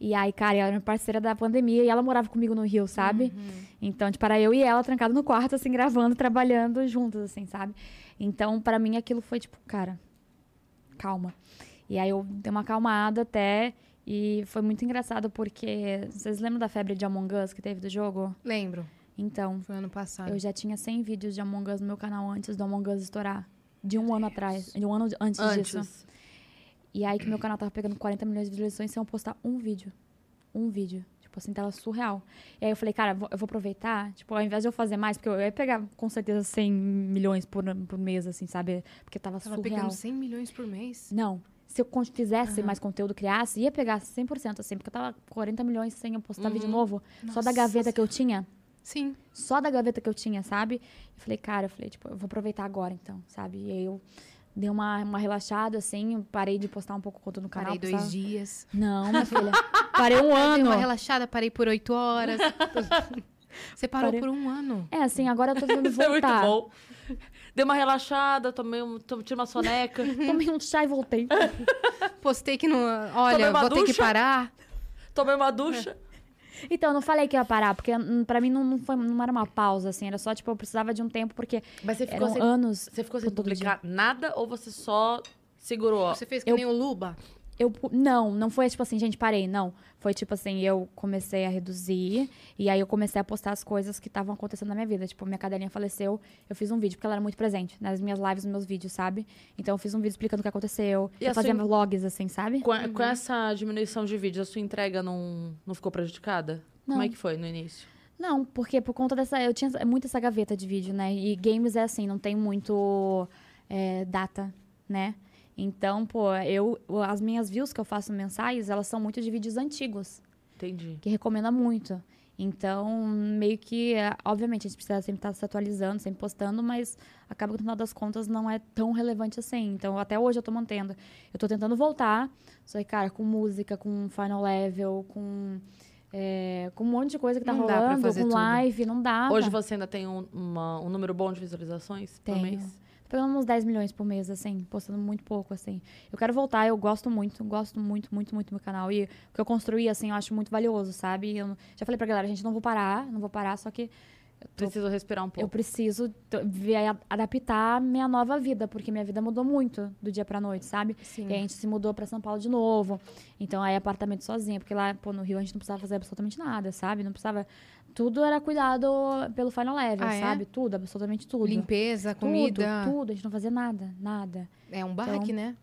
Speaker 3: E aí, cara, ela era minha parceira da pandemia e ela morava comigo no Rio, sabe? Então, tipo, era eu e ela trancado no quarto, assim, gravando, trabalhando juntas, assim, sabe? Então, pra mim, aquilo foi tipo, cara, calma. E aí eu dei uma acalmada até. E foi muito engraçado porque. Vocês lembram da febre de Among Us que teve do jogo?
Speaker 2: Lembro,
Speaker 3: Então,
Speaker 2: foi ano passado.
Speaker 3: eu já tinha 100 vídeos de Among Us no meu canal antes do Among Us estourar. De um ano atrás. De um ano antes, disso.
Speaker 1: Antes.
Speaker 3: E aí que meu canal tava pegando 40 milhões de visualizações sem eu postar um vídeo. Um vídeo. Tipo assim, tava surreal. E aí eu falei, cara, vou- eu vou aproveitar. Tipo, ao invés de eu fazer mais, porque eu ia pegar com certeza 100 milhões por, por mês, assim, sabe? Porque tava,
Speaker 2: Tava
Speaker 3: surreal.
Speaker 2: pegando 100 milhões por mês.
Speaker 3: Não. Se eu con- fizesse mais conteúdo, criasse, ia pegar 100%, assim, porque eu tava 40 milhões sem eu postar vídeo
Speaker 1: Uhum.
Speaker 3: novo, só da
Speaker 2: Nossa
Speaker 3: gaveta que eu tinha.
Speaker 2: Sim.
Speaker 3: Só da gaveta que eu tinha, sabe? Eu falei, cara, eu falei, tipo, eu vou aproveitar agora, então, sabe? E aí eu dei uma, uma relaxada, assim, eu parei de postar um pouco de conteúdo no canal.
Speaker 2: Parei dois
Speaker 3: precisava-
Speaker 2: dias.
Speaker 3: Não, minha filha. Parei um
Speaker 2: Eu dei
Speaker 3: ano.
Speaker 2: uma relaxada, parei por oito horas. você parou
Speaker 3: Parei.
Speaker 2: por um ano.
Speaker 3: É, assim, agora eu tô tentando
Speaker 1: Isso é muito
Speaker 3: voltar.
Speaker 1: bom. Dei uma relaxada, tomei um, to- tirei uma soneca.
Speaker 3: Tomei um chá e voltei.
Speaker 2: Postei que não. Olha,
Speaker 1: Tomei uma
Speaker 2: vou ter que
Speaker 1: ducha.
Speaker 2: parar.
Speaker 1: Tomei uma ducha.
Speaker 3: Então, eu não falei que ia parar, porque hum, pra mim não, não, foi, não era uma pausa, assim. Era só, tipo, eu precisava de um tempo, porque
Speaker 1: Mas você ficou
Speaker 3: eram
Speaker 1: sem-
Speaker 3: anos.
Speaker 1: um Você ficou sem
Speaker 3: todo dia.
Speaker 1: publicar nada ou você só segurou?
Speaker 2: Você fez que nem o Luba?
Speaker 3: Eu, pu- não, não foi tipo assim, gente, parei, não. Foi tipo assim, eu comecei a reduzir e aí eu comecei a postar as coisas que estavam acontecendo na minha vida. Tipo, minha cadelinha faleceu, eu fiz um vídeo, porque ela era muito presente nas minhas lives, nos meus vídeos, sabe? Então eu fiz um vídeo explicando o que aconteceu.
Speaker 1: E a
Speaker 3: eu
Speaker 1: sua
Speaker 3: fazia
Speaker 1: in-
Speaker 3: vlogs, assim, sabe?
Speaker 1: Com, com essa diminuição de vídeos, a sua entrega não, não ficou prejudicada? Como
Speaker 3: Não.
Speaker 1: é que foi no início?
Speaker 3: Não, porque por conta dessa. Eu tinha muito essa gaveta de vídeo, né? E games é assim, não tem muito é, data, né? Então, pô, eu. As minhas views que eu faço mensais, elas são muito de vídeos antigos.
Speaker 1: Entendi.
Speaker 3: que recomenda muito. Então, meio que, é, obviamente, a gente precisa sempre estar se atualizando, sempre postando, mas acaba que no final das contas não é tão relevante assim. Então, até hoje eu tô mantendo. Eu tô tentando voltar, só que, cara, com música, com final level, com é, com um monte de coisa que tá
Speaker 2: Não dá pra
Speaker 3: rolando,
Speaker 2: fazer
Speaker 3: com
Speaker 2: tudo.
Speaker 3: live, não dá.
Speaker 1: Hoje
Speaker 3: cara.
Speaker 1: você ainda tem um, uma- um número bom de visualizações
Speaker 3: tá. Tenho.
Speaker 1: por mês?
Speaker 3: Tô pegando uns 10 milhões por mês, assim, postando muito pouco, assim. Eu quero voltar, eu gosto muito, gosto muito, muito, muito do meu canal. E o que eu construí, assim, eu acho muito valioso, sabe? Eu não- já falei pra galera, gente, não vou parar, não vou parar, só que
Speaker 1: Preciso respirar um
Speaker 3: eu
Speaker 1: pouco.
Speaker 3: preciso t- ver, a- adaptar minha nova vida, porque minha vida mudou muito do dia pra noite, sabe?
Speaker 2: Sim.
Speaker 3: E a gente se mudou pra São Paulo de novo. Então, aí apartamento sozinha, porque lá, pô, no Rio a gente não precisava fazer absolutamente nada, sabe? Não precisava. Tudo era cuidado pelo Final Level,
Speaker 2: Ah, é?
Speaker 3: sabe? Tudo, absolutamente tudo.
Speaker 2: Limpeza,
Speaker 3: Tudo,
Speaker 2: comida.
Speaker 3: Tudo, Então, a gente não fazia nada, nada.
Speaker 2: É um barraque, né?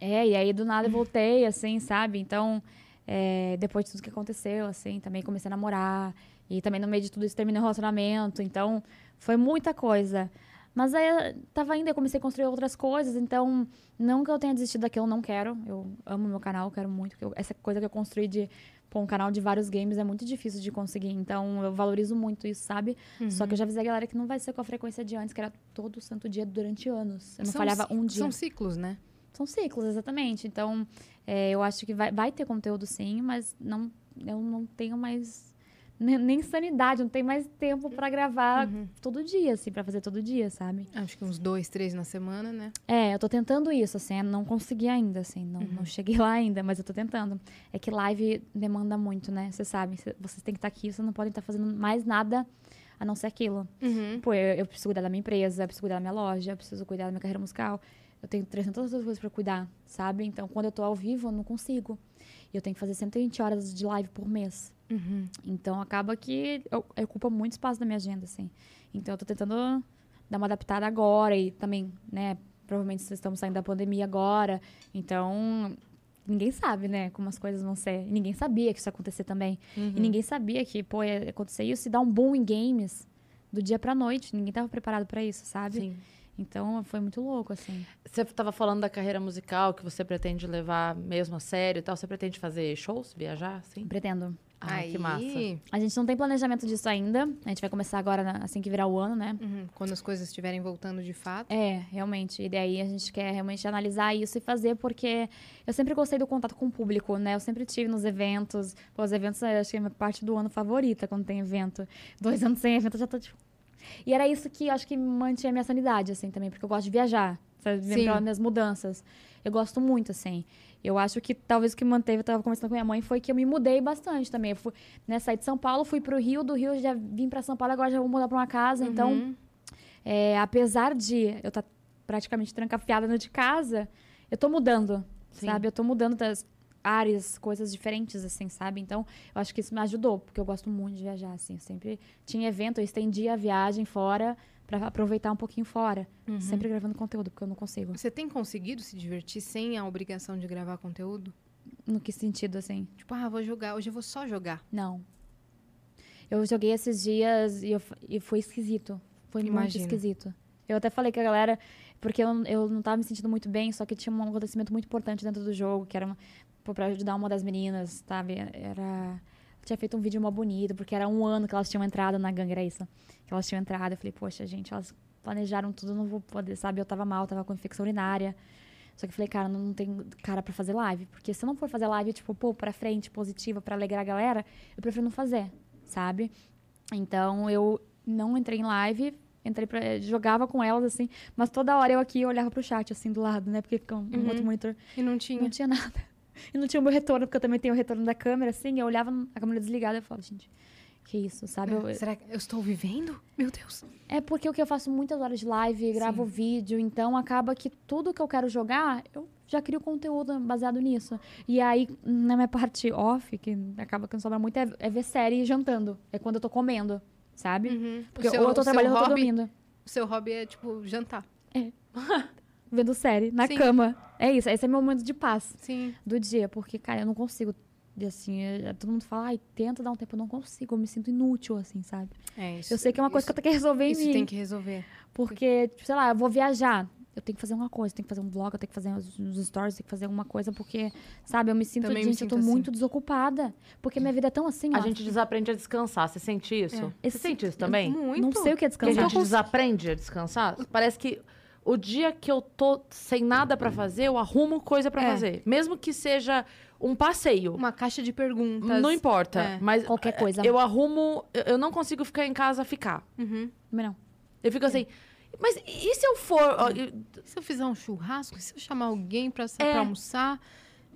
Speaker 3: É, e aí do nada eu voltei, assim, sabe? Então, é, depois de tudo que aconteceu, assim, também comecei a namorar. E também no meio de tudo isso terminei o relacionamento. Então, foi muita coisa. Mas aí tava indo, eu comecei a construir outras coisas. Então, não que eu tenha desistido daquilo, não quero. Eu amo meu canal, quero muito. que eu- essa coisa que eu construí de. Pô, um canal de vários games é muito difícil de conseguir. Então, eu valorizo muito isso, sabe?
Speaker 2: Uhum.
Speaker 3: Só que eu já avisei a galera que não vai ser com a frequência de antes, que era todo santo dia durante anos. Eu não
Speaker 2: São
Speaker 3: falhava
Speaker 2: ci-
Speaker 3: um dia.
Speaker 2: São ciclos, né?
Speaker 3: São ciclos, exatamente. Então, é, eu acho que vai, vai ter conteúdo sim, mas não, eu não tenho mais ne- nem sanidade, não tenho mais tempo pra gravar todo dia, assim, pra fazer todo dia, sabe?
Speaker 2: Acho que uns dois, três na semana, né?
Speaker 3: É, eu tô tentando isso, assim, eu não consegui ainda, assim, não, não cheguei lá ainda, mas eu tô tentando. É que live demanda muito, né? Vocês sabem, cê- vocês têm que estar aqui, vocês não podem estar fazendo mais nada a não ser aquilo. Pô, eu, eu preciso cuidar da minha empresa, eu preciso cuidar da minha loja, eu preciso cuidar da minha carreira musical. Eu tenho 300 outras coisas pra cuidar, sabe? Então, quando eu tô ao vivo, eu não consigo. E eu tenho que fazer 120 horas de live por mês. Então, acaba que eu- ocupa muito espaço da minha agenda, assim. Então, eu tô tentando dar uma adaptada agora e também, né? Provavelmente vocês estão saindo da pandemia agora. Então, ninguém sabe, né? Como as coisas vão ser. E ninguém sabia que isso ia acontecer também. E ninguém sabia que, pô, ia acontecer isso e dar um boom em games do dia pra noite. Ninguém tava preparado pra isso, sabe?
Speaker 1: Sim.
Speaker 3: Então foi muito louco, assim.
Speaker 1: Você tava falando da carreira musical que você pretende levar mesmo a sério e tal. Você pretende fazer shows, viajar, assim?
Speaker 3: Pretendo.
Speaker 1: Ah,
Speaker 2: Aí,
Speaker 1: que massa.
Speaker 3: A gente não tem planejamento disso ainda. A gente vai começar agora, na- assim que virar o ano, né?
Speaker 2: uhum, Quando as coisas estiverem voltando de fato.
Speaker 3: É, realmente. E daí a gente quer realmente analisar isso e fazer, porque eu sempre gostei do contato com o público, né? Eu sempre tive nos eventos. Pô, os eventos, eu acho que é a minha parte do ano favorita quando tem evento. Dois anos sem evento, eu já tô tipo. E era isso que eu acho que mantinha a minha sanidade, assim, também, porque eu gosto de viajar, sabe?
Speaker 2: Sim.
Speaker 3: Vendo pelas minhas mudanças. Eu gosto muito, assim. Eu acho que talvez o que manteve, eu tava conversando com minha mãe, foi que eu me mudei bastante também. Eu fui, né, saí de São Paulo, fui pro Rio, do Rio eu já vim pra São Paulo, agora já vou mudar pra uma casa, então. É, apesar de eu estar praticamente trancafiada no de casa, eu tô mudando,
Speaker 1: Sim.
Speaker 3: sabe? Eu tô mudando das áreas, coisas diferentes, assim, sabe? Então, eu acho que isso me ajudou, porque eu gosto muito de viajar, assim. Eu sempre tinha evento, eu estendia a viagem fora pra aproveitar um pouquinho fora. Sempre gravando conteúdo, porque eu não consigo.
Speaker 2: Você tem conseguido se divertir sem a obrigação de gravar conteúdo?
Speaker 3: No que sentido, assim?
Speaker 2: Tipo, ah, vou jogar, hoje eu vou só jogar.
Speaker 3: Não. Eu joguei esses dias e, eu f- e foi esquisito. Foi muito
Speaker 2: Imagino.
Speaker 3: esquisito. Eu até falei que a galera. Porque eu, eu não tava me sentindo muito bem, só que tinha um acontecimento muito importante dentro do jogo, que era uma, pô, pra ajudar uma das meninas, sabe? Era. Eu tinha feito um vídeo mó bonito, porque era um ano que elas tinham entrado na gangue, era isso. Que elas tinham entrado. Eu falei, poxa, gente, elas planejaram tudo, eu não vou poder, sabe? Eu tava mal, tava com infecção urinária. Só que eu falei, cara, não tem cara pra fazer live. Porque se eu não for fazer live, tipo, pô, pra frente, positiva, pra alegrar a galera, eu prefiro não fazer, sabe? Então eu não entrei em live, entrei pra, jogava com elas, assim, mas toda hora eu aqui olhava pro chat, assim, do lado, né? Porque fica um, um outro monitor.
Speaker 2: E não tinha.
Speaker 3: Não tinha nada. E não tinha o meu retorno, porque eu também tenho o retorno da câmera, assim. Eu olhava a câmera desligada e eu falava, gente, que isso, sabe? Eu-
Speaker 2: Ah, Será que eu estou vivendo? Meu Deus.
Speaker 3: é porque o que eu faço muitas horas de live, gravo vídeo, então acaba que tudo que eu quero jogar, eu já crio conteúdo baseado nisso. E aí, na minha parte off, que acaba que não sobra muito, é, é ver série jantando. É quando eu tô comendo, sabe? Uhum. Porque
Speaker 2: O seu-
Speaker 3: ou eu tô
Speaker 2: o seu
Speaker 3: trabalhando ou eu tô
Speaker 2: hobby-
Speaker 3: dormindo.
Speaker 2: O seu hobby é, tipo, jantar.
Speaker 3: Vendo série, na
Speaker 2: Sim.
Speaker 3: cama. É isso, esse é meu momento de paz
Speaker 2: Sim.
Speaker 3: do dia. Porque, cara, eu não consigo, assim, é- todo mundo fala, ai, tenta dar um tempo, eu não consigo, eu me sinto inútil, assim, sabe?
Speaker 2: É isso.
Speaker 3: Eu sei que é uma coisa que eu tenho que resolver em
Speaker 2: isso
Speaker 3: mim.
Speaker 2: tem que resolver.
Speaker 3: Porque, tipo, sei lá, eu vou viajar. Eu tenho que fazer uma coisa, eu tenho que fazer um vlog, eu tenho que fazer uns uns stories, eu tenho que fazer alguma coisa, porque, sabe, eu me sinto,
Speaker 2: Também me
Speaker 3: gente, eu
Speaker 2: sinto
Speaker 3: tô
Speaker 2: assim.
Speaker 3: muito desocupada. Porque minha vida é tão assim,
Speaker 1: A
Speaker 3: ó.
Speaker 1: gente desaprende a descansar. Você sente isso?
Speaker 3: Esse-
Speaker 1: Você sente isso também?
Speaker 2: Muito.
Speaker 3: Não sei o que é
Speaker 1: Que a
Speaker 3: descansar.
Speaker 1: gente desaprende a descansar? Parece que o dia que eu tô sem nada pra fazer, eu arrumo coisa pra
Speaker 2: É.
Speaker 1: fazer. Mesmo que seja um passeio.
Speaker 2: Uma caixa de perguntas.
Speaker 1: Não importa.
Speaker 2: É.
Speaker 1: Mas
Speaker 3: Qualquer coisa.
Speaker 1: eu arrumo. eu- Eu não consigo ficar em casa ficar.
Speaker 2: Uhum.
Speaker 3: Também não.
Speaker 1: Eu
Speaker 2: É.
Speaker 1: fico assim. Mas e se eu for. ó, eu-
Speaker 2: E Se eu fizer um churrasco, e se eu chamar alguém pra,
Speaker 1: É.
Speaker 2: pra almoçar,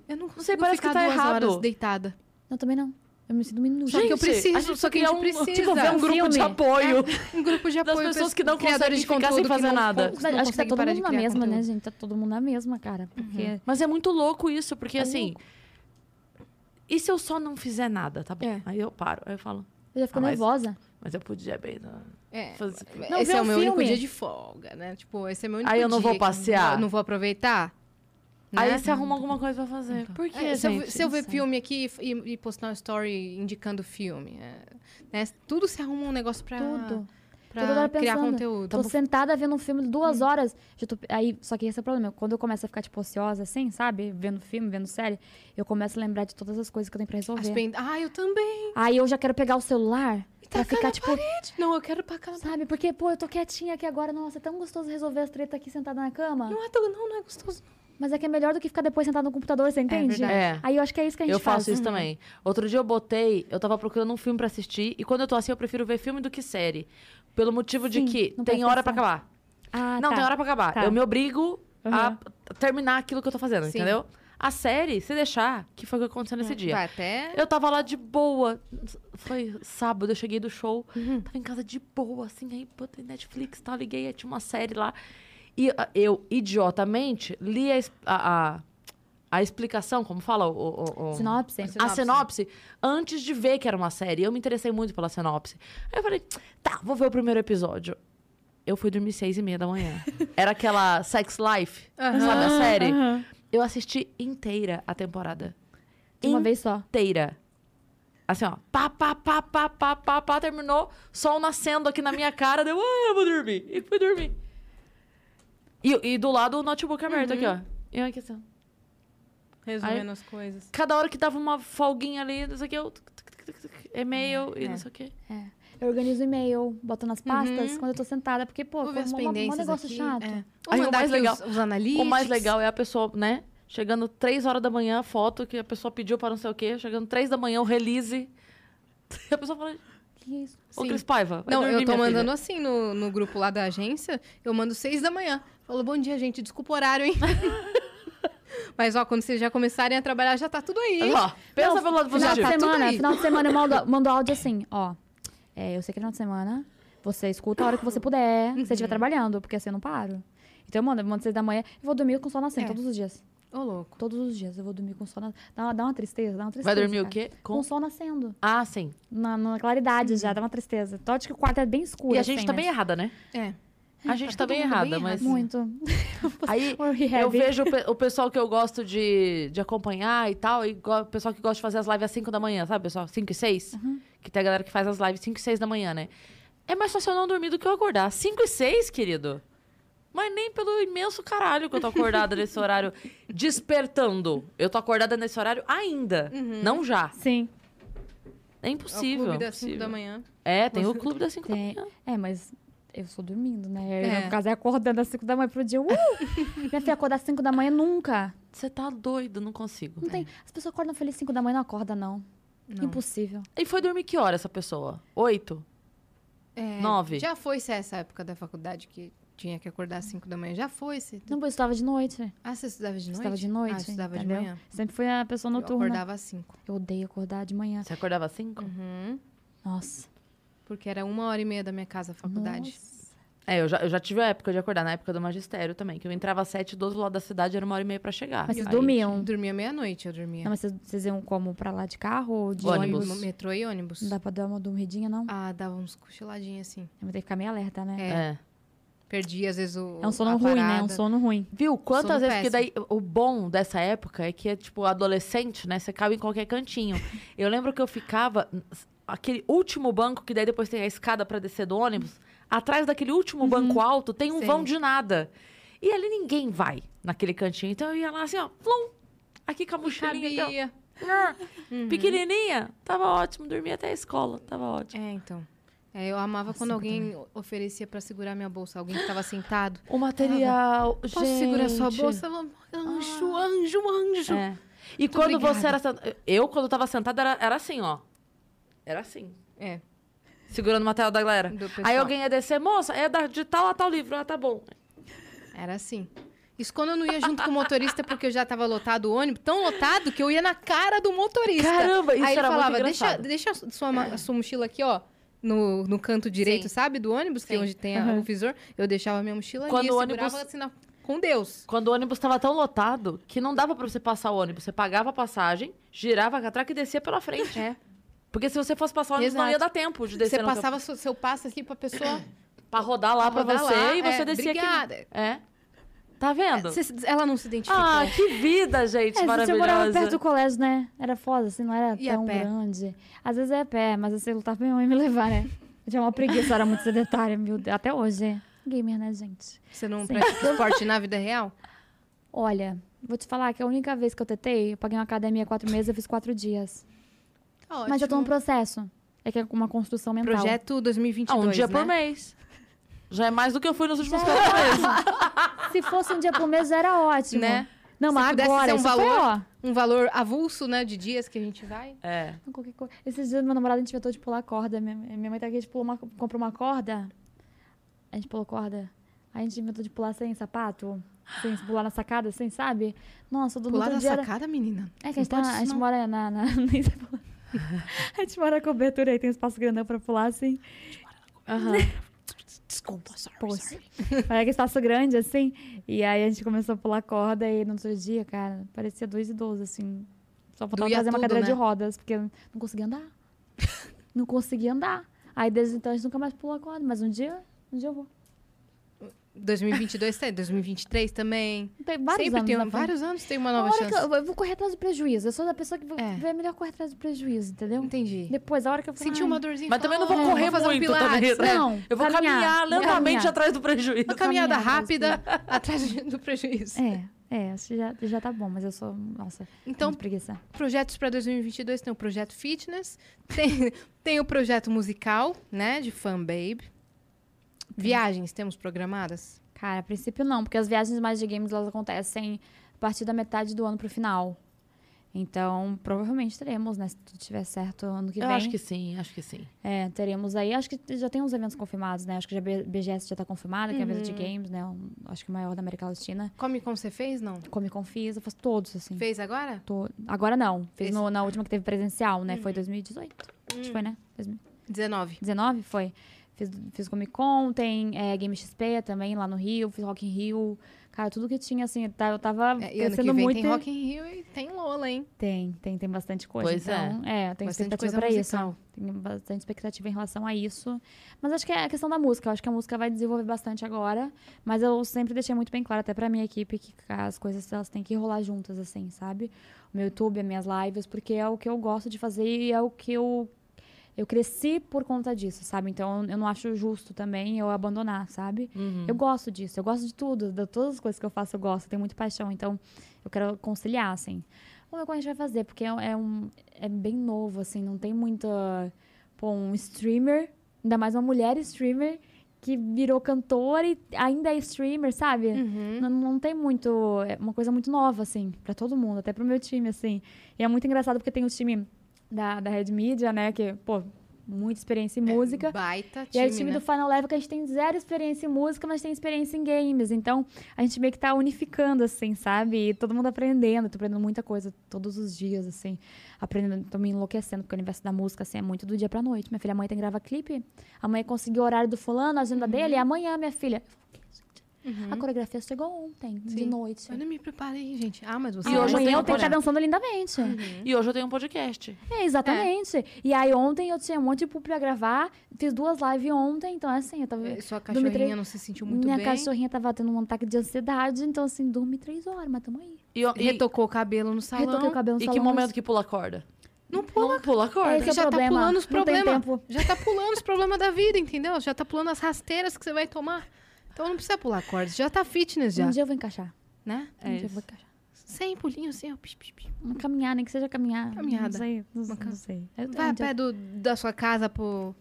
Speaker 2: eu não consigo
Speaker 1: sei, parece que
Speaker 2: ficar
Speaker 1: tá
Speaker 2: duas
Speaker 1: errado.
Speaker 2: horas deitada.
Speaker 3: Não, também não. Eu me sinto muito
Speaker 2: Só que eu
Speaker 1: Gente,
Speaker 2: preciso,
Speaker 1: a gente
Speaker 2: só que a
Speaker 1: cria
Speaker 2: gente
Speaker 1: um-
Speaker 2: precisa.
Speaker 1: Tipo, ver um grupo de
Speaker 3: Filme.
Speaker 1: apoio.
Speaker 2: Um grupo de
Speaker 1: Das
Speaker 2: apoio.
Speaker 1: pessoas
Speaker 2: pra
Speaker 1: que não
Speaker 2: criadores
Speaker 1: conseguem
Speaker 2: de
Speaker 1: ficar sem
Speaker 2: conteúdo que
Speaker 1: fazer
Speaker 2: não-
Speaker 1: nada.
Speaker 2: não
Speaker 3: Acho que tá
Speaker 2: conseguem
Speaker 3: todo
Speaker 2: parar de
Speaker 3: mundo na
Speaker 2: criar
Speaker 3: mesma, né,
Speaker 2: conteúdo.
Speaker 3: gente? Tá todo mundo na mesma, cara. Porque.
Speaker 1: Mas é muito louco isso, porque
Speaker 3: É
Speaker 1: assim.
Speaker 3: louco.
Speaker 1: E se eu só não fizer nada, tá bom?
Speaker 2: É.
Speaker 1: Aí eu paro, aí eu falo,
Speaker 3: Eu já fico
Speaker 1: Ah, mas-
Speaker 3: nervosa.
Speaker 1: mas eu podia bem. não,
Speaker 2: É.
Speaker 1: fazer-
Speaker 3: Não,
Speaker 2: esse
Speaker 3: ver
Speaker 2: é o
Speaker 3: um
Speaker 2: meu único
Speaker 3: filme.
Speaker 2: dia de folga, né? Tipo, esse é meu único
Speaker 1: Aí eu não
Speaker 2: dia
Speaker 1: vou
Speaker 2: que eu
Speaker 1: passear.
Speaker 2: Não vou aproveitar. né?
Speaker 1: Aí você arruma alguma coisa pra fazer. Por quê?
Speaker 2: É, se, eu,
Speaker 1: gente?
Speaker 2: se eu ver filme aqui e, e postar um story indicando filme, é, né? tudo se arruma um negócio pra,
Speaker 3: Tudo.
Speaker 2: pra
Speaker 3: Toda hora
Speaker 2: criar
Speaker 3: pensando.
Speaker 2: conteúdo.
Speaker 3: Tô sentada vendo um filme
Speaker 1: Hum.
Speaker 3: duas horas. já tô- Aí, só que esse é o problema. Quando eu começo a ficar, tipo, ociosa assim, sabe? Vendo filme, vendo série, eu começo a lembrar de todas as coisas que eu tenho pra
Speaker 2: As
Speaker 3: resolver.
Speaker 2: pen- Ah, eu também.
Speaker 3: Aí eu já quero pegar o celular pra
Speaker 2: tacar
Speaker 3: ficar,
Speaker 2: na
Speaker 3: tipo,
Speaker 2: Gente, Não, eu quero pra casa.
Speaker 3: sabe? Porque, pô, eu tô quietinha aqui agora. Nossa, é tão gostoso resolver as tretas aqui sentada na cama.
Speaker 2: Não é tão, não, não é gostoso.
Speaker 3: Mas é que é melhor do que ficar depois sentado no computador, você entende?
Speaker 2: verdade.
Speaker 1: É.
Speaker 3: Aí eu acho que é isso que a gente
Speaker 1: Eu
Speaker 3: faz.
Speaker 1: faço isso também. Outro dia eu botei, eu tava procurando um filme pra assistir, e quando eu tô assim, eu prefiro ver filme do que série. Pelo motivo
Speaker 3: Sim,
Speaker 1: de que
Speaker 3: não
Speaker 1: tem
Speaker 3: presta
Speaker 1: hora pra
Speaker 3: atenção.
Speaker 1: acabar.
Speaker 3: Ah,
Speaker 1: não,
Speaker 3: tá.
Speaker 1: tem hora pra acabar.
Speaker 3: Tá.
Speaker 1: Eu me obrigo a
Speaker 3: Uhum.
Speaker 1: terminar aquilo que eu tô fazendo,
Speaker 2: Sim.
Speaker 1: entendeu? A série, se deixar, que foi o que aconteceu
Speaker 3: É,
Speaker 1: nesse dia.
Speaker 2: Vai até.
Speaker 1: Eu tava lá de boa. Foi sábado, eu cheguei do show.
Speaker 3: Uhum.
Speaker 1: Tava em casa de boa, assim. Aí botei Netflix, tá, liguei, aí tinha uma série lá. E ah, eu, idiotamente, li a, es- a, a, a explicação, como fala o... o, o- o-
Speaker 3: Sinopse?
Speaker 1: A sinopse, antes de ver que era uma série. Eu me interessei muito pela sinopse. Aí eu falei, tá, vou ver o primeiro episódio. Eu fui dormir seis e meia da manhã. Era aquela Sex Life,
Speaker 2: Aham,
Speaker 1: sabe a série?
Speaker 3: aham.
Speaker 1: Eu assisti inteira a temporada
Speaker 3: De uma vez só.
Speaker 1: inteira. Assim, ó, pá, pá, pá, pá, pá, pá, pá, terminou, sol nascendo aqui na minha cara, deu, ah, eu vou dormir. E fui dormir. E, e do lado o notebook aberto aqui, ó.
Speaker 2: Uhum.
Speaker 1: E eu aqui assim. ó.
Speaker 2: Resumindo as coisas.
Speaker 1: Cada hora que dava uma folguinha ali, não sei o que, eu. tuc, tuc, tuc, tuc, tuc, E-mail
Speaker 2: É,
Speaker 1: e não sei o que.
Speaker 3: Eu organizo e-mail, boto
Speaker 1: Uhum.
Speaker 3: nas pastas quando eu tô sentada, porque, pô,
Speaker 2: Vou ver as
Speaker 3: como uma- um
Speaker 2: pendências
Speaker 3: negócio
Speaker 2: aqui.
Speaker 3: chato.
Speaker 2: É. Vou
Speaker 1: Aí o
Speaker 2: mandar
Speaker 1: mais
Speaker 2: aqui
Speaker 1: legal-
Speaker 2: os, os analíticos.
Speaker 1: O mais legal é a pessoa, né? Chegando três horas da manhã, a foto que a pessoa pediu para não sei o quê. Chegando três da manhã, o release. E a pessoa fala,
Speaker 3: Que isso?
Speaker 1: ô
Speaker 2: Sim.
Speaker 1: Cris Paiva, vai
Speaker 2: Não,
Speaker 1: dormir,
Speaker 2: eu tô
Speaker 1: minha filha."
Speaker 2: mandando assim no, no grupo lá da agência. Eu mando seis da manhã. Falou, bom dia, gente. Desculpa o horário, hein? Mas, ó, quando vocês já começarem a trabalhar, já tá tudo aí. hein?
Speaker 1: Ó, pensa pelo lado
Speaker 3: Final
Speaker 1: positivo.
Speaker 3: de
Speaker 1: é
Speaker 2: tá tudo
Speaker 3: semana,
Speaker 2: aí.
Speaker 3: final de semana eu mando, mando áudio assim, ó. É, eu sei que é final de semana, você escuta a hora que você puder, se você
Speaker 1: Uhum.
Speaker 3: estiver trabalhando, porque assim eu não paro. Então eu mando, eu mando seis da manhã, eu vou dormir com o sol nascendo
Speaker 2: É.
Speaker 3: todos os dias.
Speaker 2: Ô, louco.
Speaker 3: Todos os dias eu vou dormir com o sol nascendo. Dá, uma- dá uma tristeza, dá uma tristeza.
Speaker 1: Vai dormir o
Speaker 3: cara.
Speaker 1: quê?
Speaker 3: Com o sol nascendo.
Speaker 1: Ah, sim.
Speaker 3: Na, na claridade já, dá uma tristeza. Então acho que o quarto é bem escuro.
Speaker 1: E a gente
Speaker 3: assim,
Speaker 1: tá bem
Speaker 3: mas-
Speaker 1: errada, né?
Speaker 2: É.
Speaker 1: A gente tá,
Speaker 2: todo
Speaker 1: bem
Speaker 2: mundo
Speaker 1: errada,
Speaker 2: bem
Speaker 1: mas.
Speaker 2: errado.
Speaker 3: Muito.
Speaker 1: Aí
Speaker 3: Or we
Speaker 1: eu
Speaker 3: have it.
Speaker 1: vejo o pe- o pessoal que eu gosto de, de acompanhar e tal, e go- o pessoal que gosta de fazer as lives às 5 da manhã, sabe, pessoal? 5 e 6?
Speaker 2: Uhum.
Speaker 1: Que tem a galera que faz as lives 5 e 6 da manhã, né? É mais fácil eu não dormir do que eu acordar. 5 e 6, querido. Mas nem pelo imenso caralho que eu tô acordada nesse horário. Despertando. Eu tô acordada nesse horário ainda. Não já.
Speaker 3: Sim.
Speaker 1: É impossível.
Speaker 2: Uhum. É o clube
Speaker 1: é
Speaker 2: das 5
Speaker 1: impossível.
Speaker 2: da manhã.
Speaker 1: É, tem o clube das 5 da
Speaker 3: Tem-
Speaker 1: manhã.
Speaker 3: É, mas eu sou dormindo, né? Eu,
Speaker 2: É.
Speaker 3: No caso, é acordando às 5 da manhã pro dia. Uh! Minha filha acordar às 5 da manhã nunca.
Speaker 1: Você tá doido, não consigo.
Speaker 3: Não tem.
Speaker 2: É.
Speaker 3: As pessoas acordam feliz 5 da manhã não acorda, não. Impossível.
Speaker 1: E foi dormir que hora essa pessoa? Oito?
Speaker 2: É,
Speaker 1: Nove.
Speaker 2: Já foi se essa época da faculdade que tinha que acordar às 5 da manhã? Já foi se.
Speaker 3: Não, eu estudava de noite. Eu
Speaker 2: Ah, você estudava de noite?
Speaker 3: Estudava de
Speaker 2: Ah, eu
Speaker 3: noite.
Speaker 2: estudava
Speaker 3: entendeu?
Speaker 2: de manhã.
Speaker 3: Sempre fui a pessoa noturna.
Speaker 2: Eu
Speaker 3: Eu,
Speaker 2: acordava às 5.
Speaker 3: odeio acordar de manhã.
Speaker 1: Você acordava às cinco?
Speaker 3: Nossa.
Speaker 2: Porque era uma hora e meia da minha casa a faculdade.
Speaker 3: Nossa.
Speaker 1: É, eu já, eu já tive a época de acordar, na época do magistério também, que eu entrava às sete do outro lado da cidade, era uma hora e meia pra
Speaker 2: Ah,
Speaker 1: chegar.
Speaker 3: Mas vocês
Speaker 1: Aí-
Speaker 3: dormiam.
Speaker 2: Dormia meia-noite, eu dormia.
Speaker 3: Não, mas vocês, vocês iam como? Pra lá de carro ou de
Speaker 1: Ônibus.
Speaker 3: ônibus?
Speaker 2: No metrô e ônibus.
Speaker 3: Não dá pra dar uma dormidinha, não?
Speaker 2: Ah, dava uns cochiladinhos assim.
Speaker 3: Eu vou ter que ficar meio alerta, né?
Speaker 2: É.
Speaker 1: É.
Speaker 2: Perdi, às vezes, o.
Speaker 3: É um sono
Speaker 2: a
Speaker 3: ruim, né? É
Speaker 2: parada.
Speaker 3: um sono ruim.
Speaker 1: Viu? Quantas
Speaker 2: Sono
Speaker 1: vezes que daí. O bom dessa época é que é tipo adolescente, né? Você cabe em qualquer cantinho. eu lembro que eu ficava. Aquele último banco, que daí depois tem a escada pra descer do ônibus, atrás daquele último
Speaker 3: Uhum.
Speaker 1: banco alto tem um
Speaker 2: Sei.
Speaker 1: vão de nada. E ali ninguém vai naquele cantinho. Então eu ia lá assim, ó, plum, aqui com a mochilinha. aqui, ó.
Speaker 2: Cabia.
Speaker 1: Ah,
Speaker 2: Uhum.
Speaker 1: Pequenininha, tava ótimo, dormia até a escola, tava ótimo.
Speaker 2: É, então. É, eu amava quando alguém oferecia pra segurar minha bolsa, alguém que tava sentado.
Speaker 1: O material.
Speaker 2: Posso segurar sua bolsa? Ela,
Speaker 3: Ah.
Speaker 2: Anjo, anjo, anjo.
Speaker 3: É.
Speaker 1: E quando
Speaker 2: obrigada.
Speaker 1: você era sentada. Eu, quando tava sentada, era, era assim, ó. Era assim.
Speaker 2: É.
Speaker 1: Segurando o material da galera.
Speaker 2: Do
Speaker 1: Aí
Speaker 2: pessoal.
Speaker 1: alguém ia descer, moça, é da- de tal a tal livro, ah, tá bom.
Speaker 2: Era assim. Isso quando eu não ia junto com o motorista, porque eu já tava lotado o ônibus, tão lotado que eu ia na cara do motorista.
Speaker 1: Caramba, isso
Speaker 2: Aí ele
Speaker 1: era muito
Speaker 2: falava, deixa,
Speaker 1: engraçado."
Speaker 2: deixa a sua, ma- a sua mochila aqui, ó, no, no canto direito, Sim. sabe, do ônibus, que é Sim. onde tem a- o visor. Eu deixava minha mochila
Speaker 1: Quando
Speaker 2: ali,
Speaker 1: o
Speaker 2: eu
Speaker 1: ônibus-
Speaker 2: segurava assim na- com Deus.
Speaker 1: Quando o ônibus tava tão lotado que não dava pra você passar o ônibus. Você pagava a passagem, girava a catraca e descia pela frente.
Speaker 2: É.
Speaker 1: Porque se você fosse passar o ônibus, não ia
Speaker 2: Exato.
Speaker 1: dar tempo de descer
Speaker 2: Você
Speaker 1: no campo.
Speaker 2: passava seu, seu passo aqui pra pessoa
Speaker 1: Pra rodar lá pra
Speaker 2: rodar
Speaker 1: você
Speaker 2: lá,
Speaker 1: e você
Speaker 2: é,
Speaker 1: descia
Speaker 2: obrigada. É,
Speaker 1: aqui. É. Tá vendo?
Speaker 2: Você- ela não se identificou.
Speaker 1: Ah, que vida, gente,
Speaker 3: É, se eu morava
Speaker 1: maravilhosa.
Speaker 3: perto do colégio, né? Era foda, assim, não era
Speaker 2: E a
Speaker 3: tão
Speaker 2: pé?
Speaker 3: grande. Às vezes é a pé, mas assim, lutar pra minha mãe me levar, né? Eu tinha uma preguiça, eu era muito sedentária, meu Deus. Até hoje. Gamer, né, gente?
Speaker 2: Você não
Speaker 3: Sim.
Speaker 2: pratica esporte na vida real?
Speaker 3: Olha, vou te falar que a única vez que eu tentei, eu paguei uma academia quatro meses, eu fiz quatro dias.
Speaker 2: Tá
Speaker 3: Mas eu tô num
Speaker 2: ótimo.
Speaker 3: processo. É que é uma construção mental.
Speaker 2: Projeto 2022,
Speaker 1: Ah, um dia
Speaker 2: né?
Speaker 1: por mês. Já é mais do que eu fui nos últimos quatro meses.
Speaker 3: Se fosse um dia por mês, já era ótimo.
Speaker 2: Né?
Speaker 3: Não,
Speaker 2: Se
Speaker 3: mas
Speaker 2: pudesse
Speaker 3: agora,
Speaker 2: ser um
Speaker 3: isso foi,
Speaker 2: valor.
Speaker 3: ó.
Speaker 2: Um valor avulso, né, de dias que a gente vai.
Speaker 1: É.
Speaker 3: Não, qualquer coisa. Esses dias meu namorado a gente inventou de pular corda. Minha, minha mãe tá aqui, a gente pulou uma, comprou uma corda. A gente pulou corda. Aí A gente inventou de pular sem sapato. Sem pular na sacada, assim, sabe? Nossa, do
Speaker 2: Pular
Speaker 3: outro
Speaker 2: da
Speaker 3: dia. era-
Speaker 2: sacada, menina.
Speaker 3: É que a
Speaker 2: Não
Speaker 3: gente, tá-
Speaker 2: pode
Speaker 3: a
Speaker 2: isso,
Speaker 3: gente
Speaker 2: não.
Speaker 3: mora na. na- nem sei pular. a gente mora na cobertura aí, tem um espaço grandão pra pular, assim.
Speaker 1: Aham.
Speaker 2: Desculpa, sorry,
Speaker 3: Poxa. Olha que é espaço grande, assim. E aí a gente começou a pular corda e no outro dia, cara, parecia 2 e 12, assim. Só faltava
Speaker 2: Doía
Speaker 3: trazer uma
Speaker 2: tudo,
Speaker 3: cadeira de
Speaker 2: né?
Speaker 3: rodas, porque eu não conseguia andar. não conseguia andar. Aí desde então a gente nunca mais pulou a corda, mas um dia, um dia eu vou.
Speaker 2: 2022 tem, 2023 também.
Speaker 3: Tem vários
Speaker 2: Sempre
Speaker 3: anos
Speaker 2: tem
Speaker 3: na
Speaker 2: um-
Speaker 3: frente.
Speaker 2: vários anos tem uma
Speaker 3: Uma
Speaker 2: nova
Speaker 3: hora
Speaker 2: chance.
Speaker 3: que eu, eu vou correr atrás do prejuízo. Eu sou da pessoa que vou-
Speaker 2: É.
Speaker 3: vê melhor correr atrás do prejuízo, entendeu?
Speaker 2: Entendi.
Speaker 3: Depois, a hora que eu falar,
Speaker 2: Senti
Speaker 3: ai,
Speaker 2: uma dorzinha.
Speaker 1: Mas também não vou
Speaker 2: "Ah,
Speaker 1: correr
Speaker 2: fazer um
Speaker 1: muito, tá
Speaker 2: pilates,
Speaker 1: ligado?
Speaker 2: né?
Speaker 3: Não,
Speaker 1: Eu vou caminhar,
Speaker 3: caminhar, vou
Speaker 1: lentamente
Speaker 3: caminhar.
Speaker 1: atrás do prejuízo.
Speaker 2: Uma caminhada
Speaker 3: caminhar,
Speaker 2: rápida atrás de- do prejuízo.
Speaker 3: É, é, acho que já, já tá bom, mas eu sou. Nossa,
Speaker 2: Então,
Speaker 3: muito preguiça.
Speaker 2: projetos para 2022 tem o projeto fitness, tem, tem o projeto musical, né, de Fan Babe. Viagens temos programadas?
Speaker 3: Cara, a princípio não, porque as viagens mais de games elas acontecem a partir da metade do ano pro final. Então, provavelmente teremos, né? Se tudo estiver certo ano que
Speaker 1: Eu
Speaker 3: vem.
Speaker 1: acho que sim, acho que sim.
Speaker 3: É, teremos aí. Acho que já tem uns eventos confirmados, né? Acho que já B- BGS já tá confirmada, que é a
Speaker 2: Uhum.
Speaker 3: mesa de games, né? um- acho que o maior da América Latina.
Speaker 2: Come como você fez, não?
Speaker 3: Comic Con fiz, eu faço todos, assim.
Speaker 2: Fez agora?
Speaker 3: Tô- Agora não. Fiz
Speaker 2: Fez. Uhum.
Speaker 3: no- na última que teve presencial, né? Foi 2018. Acho que foi, né? 2000.
Speaker 2: 19.
Speaker 3: 19 foi. Fiz, fiz Comic Con, tem é, Game XP também lá no Rio, fiz Rock in Rio. Cara, tudo que tinha, assim, eu tava- eu tava
Speaker 2: É, e ano que
Speaker 3: crescendo
Speaker 2: vem
Speaker 3: muito.
Speaker 2: tem Rock in Rio e tem Lola, hein?
Speaker 3: Tem, tem, tem bastante coisa.
Speaker 1: Pois é.
Speaker 3: então, é. eu tenho
Speaker 2: Bastante
Speaker 3: expectativa
Speaker 2: coisa
Speaker 3: pra
Speaker 2: musical.
Speaker 3: isso. Tenho bastante expectativa em relação a isso. Mas acho que é a questão da música. Eu acho que a música vai desenvolver bastante agora. Mas eu sempre deixei muito bem claro, até pra minha equipe, que as coisas elas têm que rolar juntas, assim, sabe? O meu YouTube, as minhas lives, porque é o que eu gosto de fazer e é o que eu. Eu cresci por conta disso, sabe? Então eu não acho justo também eu abandonar, sabe? Eu gosto disso, eu gosto de tudo, de todas as coisas que eu faço, eu gosto, eu tenho muita paixão, então eu quero conciliar, assim. Vamos ver como a gente vai fazer, porque é, um- é um, é bem novo, assim, não tem muita. Pô, um streamer, ainda mais uma mulher streamer, que virou cantora e ainda é streamer, sabe? Não, não tem muito. É uma coisa muito nova, assim, pra todo mundo, até pro meu time, assim. E é muito engraçado porque tem o time da, da Red Media, né, que, pô, muita experiência em música.
Speaker 2: Baita
Speaker 3: E
Speaker 2: time,
Speaker 3: aí o time
Speaker 2: né?
Speaker 3: do Final Level que a gente tem zero experiência em música, mas tem experiência em games. Então, a gente meio que tá unificando, assim, sabe? E todo mundo aprendendo. Tô aprendendo muita coisa todos os dias, assim. Aprendendo, tô me enlouquecendo, porque o universo da música, assim, é muito do dia pra noite. Minha filha, amanhã tem que gravar clipe. Amanhã conseguiu o horário do fulano, a agenda dele. É
Speaker 2: Uhum.
Speaker 3: amanhã, minha filha. Eu falo, "O quê, gente? A coreografia chegou ontem, de
Speaker 2: Sim.
Speaker 3: noite.
Speaker 2: Eu não me preparei, gente. Ah, mas você...
Speaker 1: E hoje eu
Speaker 3: amanhã
Speaker 1: tenho
Speaker 3: eu tenho que
Speaker 1: porém.
Speaker 3: estar dançando lindamente.
Speaker 2: Uhum.
Speaker 1: E hoje eu tenho um podcast.
Speaker 3: É, exatamente. E aí ontem eu tinha um monte de público pra gravar. Fiz duas lives ontem, então é assim, eu tava...
Speaker 2: É, Sua
Speaker 3: dormi
Speaker 2: cachorrinha
Speaker 3: três-
Speaker 2: não se sentiu muito
Speaker 3: Minha
Speaker 2: bem.
Speaker 3: cachorrinha tava tendo um ataque de ansiedade, então assim, dormi três horas, mas tamo aí.
Speaker 1: E, eu- e-
Speaker 2: Retocou o cabelo no salão.
Speaker 3: Retoquei o cabelo no
Speaker 1: e
Speaker 3: salão.
Speaker 1: que momento que pula a corda?
Speaker 2: Não pula.
Speaker 1: Não pula a corda.
Speaker 3: Esse é o
Speaker 2: já tá
Speaker 3: problema.
Speaker 2: pulando os
Speaker 3: Não tem
Speaker 2: problemas.
Speaker 3: tempo.
Speaker 2: Já tá pulando os problemas da vida, entendeu? Já tá pulando as rasteiras que você vai tomar. Então não precisa pular cordas. Já tá fitness já,
Speaker 3: Um dia eu vou encaixar.
Speaker 2: né?
Speaker 1: É
Speaker 3: um dia eu vou encaixar.
Speaker 2: Sem pulinho, sem... ó, psh, psh, psh.
Speaker 3: Uma caminhada, nem que seja caminhar.
Speaker 2: Caminhada.
Speaker 3: Não sei. Não,
Speaker 2: Uma ca-
Speaker 3: não sei. Eu-
Speaker 2: Vai
Speaker 3: um
Speaker 2: a
Speaker 3: dia-
Speaker 2: pé do, da sua casa pro...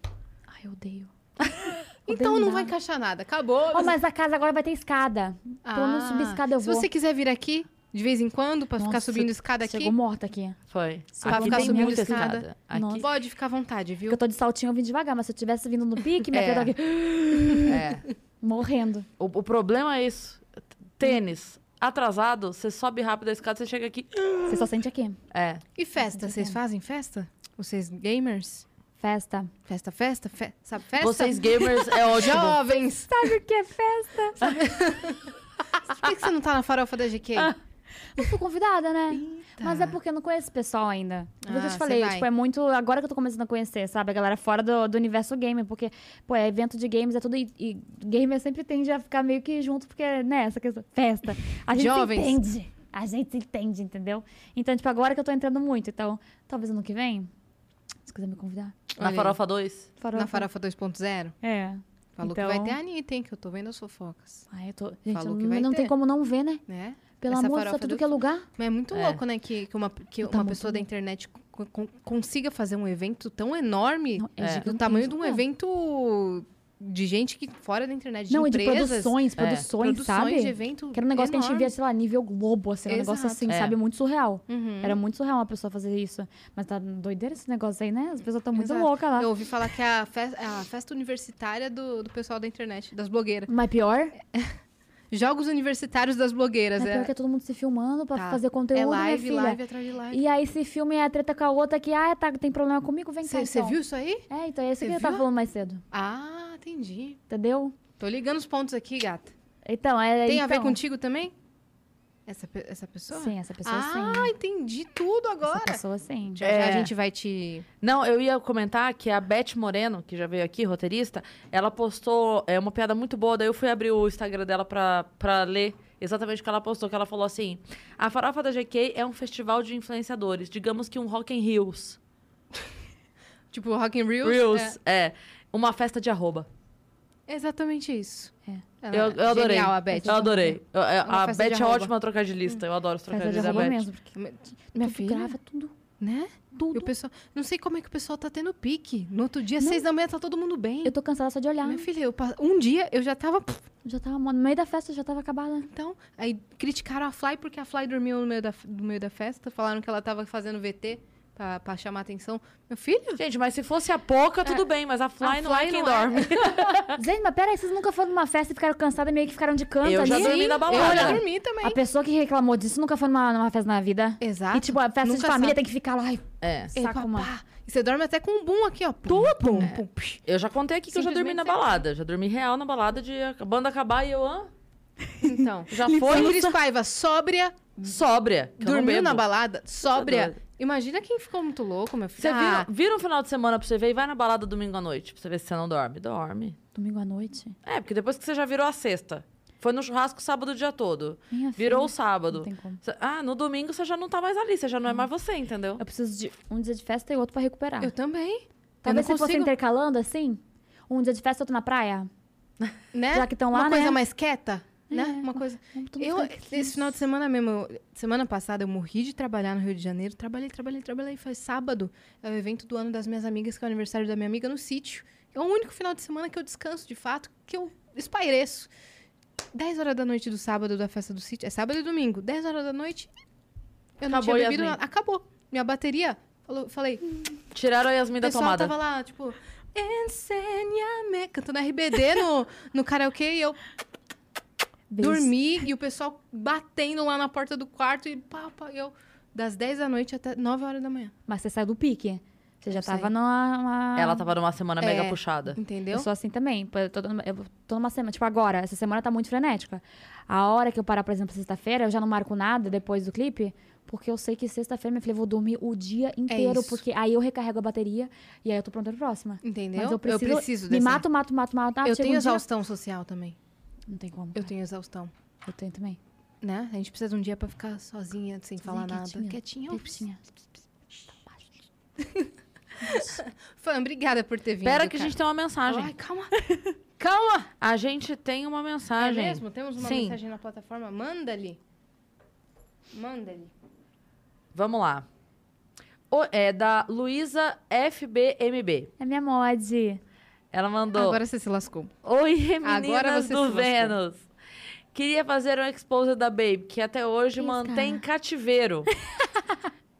Speaker 3: Ai, Ai, eu odeio.
Speaker 2: Então não vai
Speaker 3: vai
Speaker 2: encaixar nada. Acabou.
Speaker 3: Oh, mas a casa agora vai ter escada. Pelo menos
Speaker 2: Ah,
Speaker 3: subir escada eu
Speaker 2: Se
Speaker 3: vou.
Speaker 2: você quiser vir aqui, de vez em quando, pra ficar
Speaker 3: Nossa,
Speaker 2: subindo escada aqui,
Speaker 3: Chegou morta aqui.
Speaker 1: Foi.
Speaker 2: Pra
Speaker 1: Aqui
Speaker 2: ficar
Speaker 1: tem
Speaker 2: subindo
Speaker 1: muita
Speaker 2: escada.
Speaker 1: escada. Aqui
Speaker 3: Nossa.
Speaker 2: pode ficar à vontade, viu?
Speaker 3: Porque eu tô de saltinho, eu vim devagar. Mas se eu tivesse vindo no pique, minha
Speaker 1: É.
Speaker 3: queda aqui...
Speaker 1: É.
Speaker 3: Morrendo.
Speaker 1: O, o problema é isso. Tênis. Atrasado, você sobe rápido a escada, você chega aqui.
Speaker 3: Você só sente aqui.
Speaker 1: É.
Speaker 2: E festa? Vocês fazem festa? Vocês gamers?
Speaker 3: Festa.
Speaker 2: Festa, festa? Fe... Sabe festa?
Speaker 1: Vocês gamers é ótimo.
Speaker 2: Jovens!
Speaker 3: Sabe o que é festa?
Speaker 2: Por que que você não tá na farofa da GQ?
Speaker 3: Ah, Não fui convidada, né? Mas é porque eu não conheço esse pessoal ainda. Por isso
Speaker 2: Ah,
Speaker 3: eu te
Speaker 2: cê
Speaker 3: falei,
Speaker 2: vai.
Speaker 3: tipo, é muito. Agora que eu tô começando a conhecer, sabe? A galera fora do, do universo gamer, porque, pô, é evento de games, é tudo. E, e gamer sempre tende a ficar meio que junto, porque, né, essa questão. Festa. A gente se
Speaker 2: Jovens.
Speaker 3: entende. A gente se entende, entendeu? Então, tipo, agora que eu tô entrando muito. Então, talvez ano que vem, se quiser me convidar.
Speaker 1: Na
Speaker 2: Olha aí.
Speaker 1: farofa 2.
Speaker 3: Farofa.
Speaker 2: Na farofa 2.0?
Speaker 3: É.
Speaker 2: Falou
Speaker 3: Então-
Speaker 2: que vai ter a Anitta, hein? Que eu tô vendo as fofocas.
Speaker 3: Ai, eu tô. Gente,
Speaker 2: Falou
Speaker 3: eu
Speaker 2: que
Speaker 3: não,
Speaker 2: vai
Speaker 3: não tem
Speaker 2: ter.
Speaker 3: como não ver, né?
Speaker 2: Né?
Speaker 3: Pelo
Speaker 2: Essa
Speaker 3: amor de Deus,
Speaker 2: farofa
Speaker 3: tá tudo
Speaker 2: do-
Speaker 3: que é lugar.
Speaker 2: Mas é muito
Speaker 1: É.
Speaker 2: louco, né? Que, que uma, que
Speaker 3: Tá
Speaker 2: uma
Speaker 3: muito
Speaker 2: pessoa da
Speaker 3: louco.
Speaker 2: internet con- con- consiga fazer um evento tão enorme
Speaker 3: Não, é
Speaker 2: do
Speaker 3: gigantesco,
Speaker 2: tamanho de um
Speaker 3: é.
Speaker 2: evento de gente que fora da internet, de
Speaker 3: não, e de
Speaker 2: empresas. é,
Speaker 3: produções, produções,
Speaker 2: produções
Speaker 3: sabe?
Speaker 2: de evento.
Speaker 3: Que era um negócio que a gente via,
Speaker 2: enormes.
Speaker 3: sei lá, nível globo, assim, um negócio
Speaker 2: Exato.
Speaker 3: assim,
Speaker 1: É.
Speaker 3: sabe? Muito surreal.
Speaker 2: Uhum.
Speaker 3: Era muito surreal uma pessoa fazer isso. Mas tá doideira esse negócio aí, né? As pessoas estão muito
Speaker 2: Exato.
Speaker 3: loucas lá.
Speaker 2: Eu ouvi falar que é a festa, a festa universitária do, do pessoal da internet, das blogueiras.
Speaker 3: Mas pior,
Speaker 2: Jogos universitários das blogueiras.
Speaker 3: mas pior que é todo mundo se filmando pra
Speaker 2: Tá.
Speaker 3: fazer conteúdo,
Speaker 2: é
Speaker 3: né,
Speaker 2: live,
Speaker 3: filha?
Speaker 2: live atrás de live.
Speaker 3: E aí esse filme é a treta com a outra que, ah, tá, tem problema comigo, vem cá,
Speaker 2: Você
Speaker 3: então.
Speaker 2: viu isso aí?
Speaker 3: É, então é isso
Speaker 2: Cê
Speaker 3: que eu tava
Speaker 2: viu?
Speaker 3: falando mais cedo,
Speaker 2: Ah, entendi.
Speaker 3: entendeu?
Speaker 2: Tô ligando os pontos aqui, gata.
Speaker 3: Então, é...
Speaker 2: Tem a ver
Speaker 3: então-
Speaker 2: contigo também? Essa, pe- essa pessoa?
Speaker 3: Sim, essa pessoa
Speaker 2: ah,
Speaker 3: sim.
Speaker 2: entendi tudo
Speaker 3: Essa
Speaker 2: agora.
Speaker 3: pessoa sim.
Speaker 2: Já,
Speaker 1: É.
Speaker 2: já a gente vai te.
Speaker 1: Não, eu ia comentar que a Beth Moreno, que já veio aqui, roteirista, ela postou é, uma piada muito boa. Daí eu fui abrir o Instagram dela pra, pra ler exatamente o que ela postou. Que ela falou assim: A farofa da GK é um festival de influenciadores, digamos que um Rock in Reels.
Speaker 2: Tipo, Rock in Reels.
Speaker 1: Reels, é. Uma festa de arroba.
Speaker 2: É exatamente isso.
Speaker 3: É.
Speaker 2: Ela-
Speaker 1: Eu, eu adorei.
Speaker 2: Ah, Genial, a Beth.
Speaker 1: Eu adorei. Eu- eu-
Speaker 2: uma
Speaker 1: a
Speaker 2: festa
Speaker 1: Beth
Speaker 2: de
Speaker 1: é
Speaker 2: arroba.
Speaker 1: ótima trocadilista. Eu adoro os
Speaker 3: Festa de
Speaker 1: trocadilhos da
Speaker 3: arroba
Speaker 1: Beth.
Speaker 3: mesmo, porque
Speaker 2: Minha
Speaker 3: tudo
Speaker 2: filha.
Speaker 3: grava tudo,
Speaker 2: Né? E
Speaker 3: tudo.
Speaker 2: o pessoal. Não sei como é que o pessoal tá tendo pique. No outro dia, às seis da manhã, tá todo mundo bem.
Speaker 3: Eu tô cansada só de olhar.
Speaker 2: Minha filha, eu pa- um dia eu já tava.
Speaker 3: Já tava no meio da festa, já tava acabada.
Speaker 2: Então, aí criticaram a Fly porque a Fly dormiu no meio da, no meio da festa. Falaram que ela tava fazendo VT pra, pra chamar atenção. Meu filho?
Speaker 1: Gente, mas se fosse a Poca, tudo bem, mas a Fly,
Speaker 2: A
Speaker 1: não é
Speaker 2: Fly
Speaker 1: quem
Speaker 2: não é.
Speaker 1: dorme.
Speaker 3: Gente, mas peraí, vocês nunca foram numa festa e ficaram cansadas, meio que ficaram de canto
Speaker 1: Eu
Speaker 3: ali?
Speaker 1: já dormi na
Speaker 2: Eu já
Speaker 1: balada.
Speaker 2: dormi também.
Speaker 3: A pessoa que reclamou disso nunca foi numa, numa festa na vida.
Speaker 2: Exato.
Speaker 3: E tipo, a festa de
Speaker 2: Nunca
Speaker 3: família
Speaker 2: sabe.
Speaker 3: tem que ficar lá. Ai,
Speaker 1: É.
Speaker 2: Ei,
Speaker 3: saco,
Speaker 2: papá.
Speaker 3: mano.
Speaker 2: E você dorme até com um boom aqui, ó. Pum, pum,
Speaker 1: É.
Speaker 2: pum, psh.
Speaker 1: Eu já contei aqui que eu já dormi na
Speaker 2: Simplesmente sem
Speaker 1: balada. Já dormi real na balada de a banda acabar e eu hã?
Speaker 2: Então.
Speaker 1: já
Speaker 2: Foi
Speaker 1: foi
Speaker 2: Cris Paiva, sóbria,
Speaker 1: sóbria. que eu não
Speaker 2: dormiu
Speaker 1: bebo.
Speaker 2: na balada, sóbria.
Speaker 1: doida.
Speaker 2: Imagina quem ficou muito louco, meu filho.
Speaker 1: Você
Speaker 2: Ah,
Speaker 1: vira, vira um final de semana pra você ver e vai na balada domingo à noite pra você ver se você não dorme. Dorme.
Speaker 3: Domingo à noite.
Speaker 1: É, porque depois que você já virou a sexta. Foi no churrasco sábado o dia todo.
Speaker 3: Minha
Speaker 1: Virou o
Speaker 3: filha,
Speaker 1: sábado.
Speaker 3: Não tem como.
Speaker 1: Cê- Ah, no domingo você já não tá mais ali, você já
Speaker 2: Hum.
Speaker 1: não é mais você, entendeu?
Speaker 3: Eu preciso de um dia de festa e outro pra recuperar.
Speaker 2: Eu também.
Speaker 3: Talvez
Speaker 2: eu não
Speaker 3: se fosse
Speaker 2: consigo,
Speaker 3: intercalando assim. Um dia de festa, outro na praia.
Speaker 2: né?
Speaker 3: já que tão lá,
Speaker 2: Uma coisa
Speaker 3: né? é,
Speaker 2: mais quieta, né? Uma coisa...
Speaker 3: Vamos todo mundo
Speaker 2: Eu,
Speaker 3: ficar aqui.
Speaker 2: esse final de semana mesmo, eu- semana passada eu morri de trabalhar no Rio de Janeiro. Trabalhei, trabalhei, trabalhei. Foi sábado. É o evento do ano das minhas amigas, que é o aniversário da minha amiga no sítio. É o único final de semana que eu descanso de fato, que eu espaireço. 10 horas da noite do sábado da festa do sítio. É sábado e domingo. 10 horas da noite. Eu não
Speaker 1: Acabou,
Speaker 2: tinha bebido
Speaker 1: Yasmin.
Speaker 2: nada. Acabou. Minha bateria. Falou, falei.
Speaker 1: Tiraram a Yasmin
Speaker 2: o
Speaker 1: da
Speaker 2: pessoal
Speaker 1: tomada.
Speaker 2: tava lá, tipo. Ensenha-me. Cantando RBD no, no karaokê e eu
Speaker 3: Beijo.
Speaker 2: dormi e o pessoal batendo lá na porta do quarto e pá, pá, e eu das 10 da noite até 9 horas da manhã.
Speaker 3: Mas você saiu do pique. Você já
Speaker 2: Eu sei.
Speaker 3: tava numa. numa-
Speaker 1: Ela tava numa semana mega
Speaker 2: É.
Speaker 1: puxada.
Speaker 2: Entendeu?
Speaker 3: Eu sou assim também. Pô, Eu tô, numa- eu tô numa semana. Tipo, agora, essa semana tá muito frenética. A hora que eu parar, por exemplo, sexta-feira, eu já não marco nada depois do clipe. Porque eu sei que sexta-feira, minha filha, eu vou dormir o dia inteiro.
Speaker 2: É isso.
Speaker 3: porque aí eu recarrego a bateria e aí eu tô pronta pra próxima.
Speaker 2: Entendeu?
Speaker 3: Mas eu preciso. me
Speaker 2: dessa-
Speaker 3: mato, mato, mato, mato. Ah,
Speaker 2: eu
Speaker 3: chega
Speaker 2: tenho
Speaker 3: um dia-
Speaker 2: exaustão social também. É.
Speaker 3: Não tem como.
Speaker 2: Eu
Speaker 3: cara.
Speaker 2: tenho exaustão,
Speaker 3: Eu tenho também.
Speaker 2: né? A gente precisa de um dia pra ficar sozinha, sem falar nada. Quietinha.
Speaker 3: Quietinha.
Speaker 2: Fã, obrigada por ter vindo.
Speaker 1: Espera que a
Speaker 2: cara.
Speaker 1: gente tem uma mensagem.
Speaker 2: Ai, calma.
Speaker 1: calma! A gente tem uma
Speaker 2: É
Speaker 1: mensagem.
Speaker 2: mesmo? Temos uma
Speaker 1: Sim.
Speaker 2: mensagem na plataforma? Manda-lhe. Manda-lhe.
Speaker 1: Vamos lá. O- é da Luísa FBMB.
Speaker 3: É minha mod.
Speaker 1: Ela mandou.
Speaker 2: Agora você se lascou.
Speaker 1: Oi, meninas
Speaker 2: Agora você se
Speaker 1: do
Speaker 2: lascou.
Speaker 1: Vênus. Queria fazer um expose da Babe, que até hoje
Speaker 3: Isso,
Speaker 1: mantém
Speaker 3: cara.
Speaker 1: cativeiro.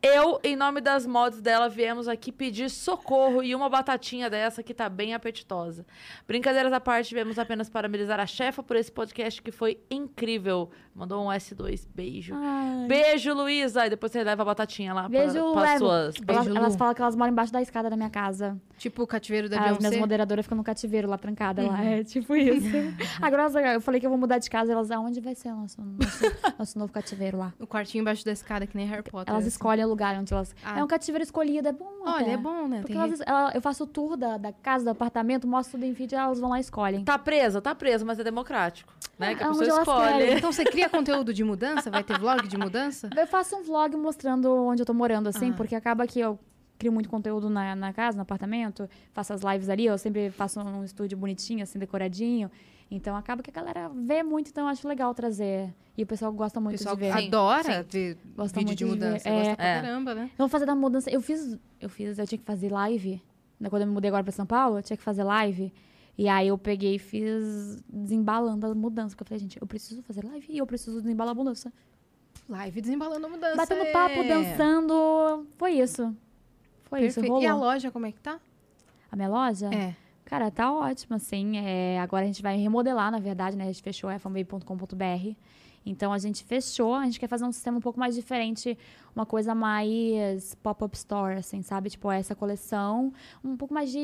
Speaker 1: Eu, em nome das mods dela, viemos aqui pedir socorro e uma batatinha dessa que tá bem apetitosa. Brincadeiras à parte, viemos apenas parabenizar a chefa por esse podcast que foi incrível. Mandou um S2, beijo.
Speaker 3: Ai.
Speaker 1: Beijo, Luísa. E depois você leva a batatinha lá
Speaker 3: Beijo,
Speaker 1: para, para
Speaker 3: Eva.
Speaker 1: suas.
Speaker 3: Elas,
Speaker 2: Beijo, Lu.
Speaker 3: elas falam que elas moram embaixo da escada da minha casa.
Speaker 2: Tipo o cativeiro da
Speaker 3: As minhas
Speaker 2: Beyoncé. Uhum.
Speaker 3: moderadoras ficam no cativeiro lá trancada lá. É tipo isso. Agora elas- eu falei que eu vou mudar de casa. Elas, aonde vai ser o nosso, nosso, nosso novo cativeiro lá?
Speaker 2: O quartinho embaixo da escada, que nem Harry Potter.
Speaker 3: Elas
Speaker 2: assim.
Speaker 3: escolhem o lugar onde elas.
Speaker 2: Ah.
Speaker 3: É um cativeiro escolhido, é bom.
Speaker 2: Olha,
Speaker 3: até.
Speaker 2: é bom, né?
Speaker 3: Porque
Speaker 2: Tem
Speaker 3: elas- ela- eu faço o tour da, da casa, do apartamento, mostro tudo em vídeo e elas vão lá e escolhem.
Speaker 1: Tá presa, tá presa, mas é democrático. Né? Que a
Speaker 3: Ah,
Speaker 1: pessoa
Speaker 3: onde elas
Speaker 1: escolhe.
Speaker 3: querem.
Speaker 2: Então você cria conteúdo de mudança? Vai ter vlog de mudança?
Speaker 3: Eu faço um vlog mostrando onde eu tô morando, assim,
Speaker 2: Ah.
Speaker 3: porque acaba que eu crio muito conteúdo na, na casa, no apartamento, faço as lives ali, eu sempre faço um estúdio bonitinho, assim, decoradinho. Então acaba que a galera vê muito, então eu acho legal trazer. E o pessoal gosta
Speaker 2: O
Speaker 3: muito
Speaker 2: pessoal
Speaker 3: de ver.
Speaker 1: sim.
Speaker 2: adora ver
Speaker 3: Gosta
Speaker 2: vídeo
Speaker 3: muito
Speaker 2: de
Speaker 3: de ver.
Speaker 2: mudança.
Speaker 3: É.
Speaker 2: Gosta pra
Speaker 1: É.
Speaker 2: caramba, né?
Speaker 3: Eu vou fazer da mudança. Eu fiz, eu fiz, eu tinha que fazer live. né, Quando eu me mudei agora pra São Paulo, eu tinha que fazer live. E aí eu peguei e fiz desembalando a mudança. Porque eu falei, gente, eu preciso fazer live e eu preciso desembalar a mudança.
Speaker 2: Live desembalando a mudança.
Speaker 3: Batendo
Speaker 2: é.
Speaker 3: papo, dançando. Foi isso. Foi isso,
Speaker 2: Perfeito.
Speaker 3: rolou.
Speaker 2: E a
Speaker 3: A,
Speaker 2: loja, como é que tá?
Speaker 3: minha loja?
Speaker 2: É.
Speaker 3: Cara, tá ótima, assim. É, agora a gente vai remodelar, na verdade, né? A gente fechou a fanbay.com.br. Então a gente fechou, a gente quer fazer um sistema um pouco mais diferente, uma coisa mais pop-up store, assim, sabe? Tipo, essa coleção, um pouco mais de.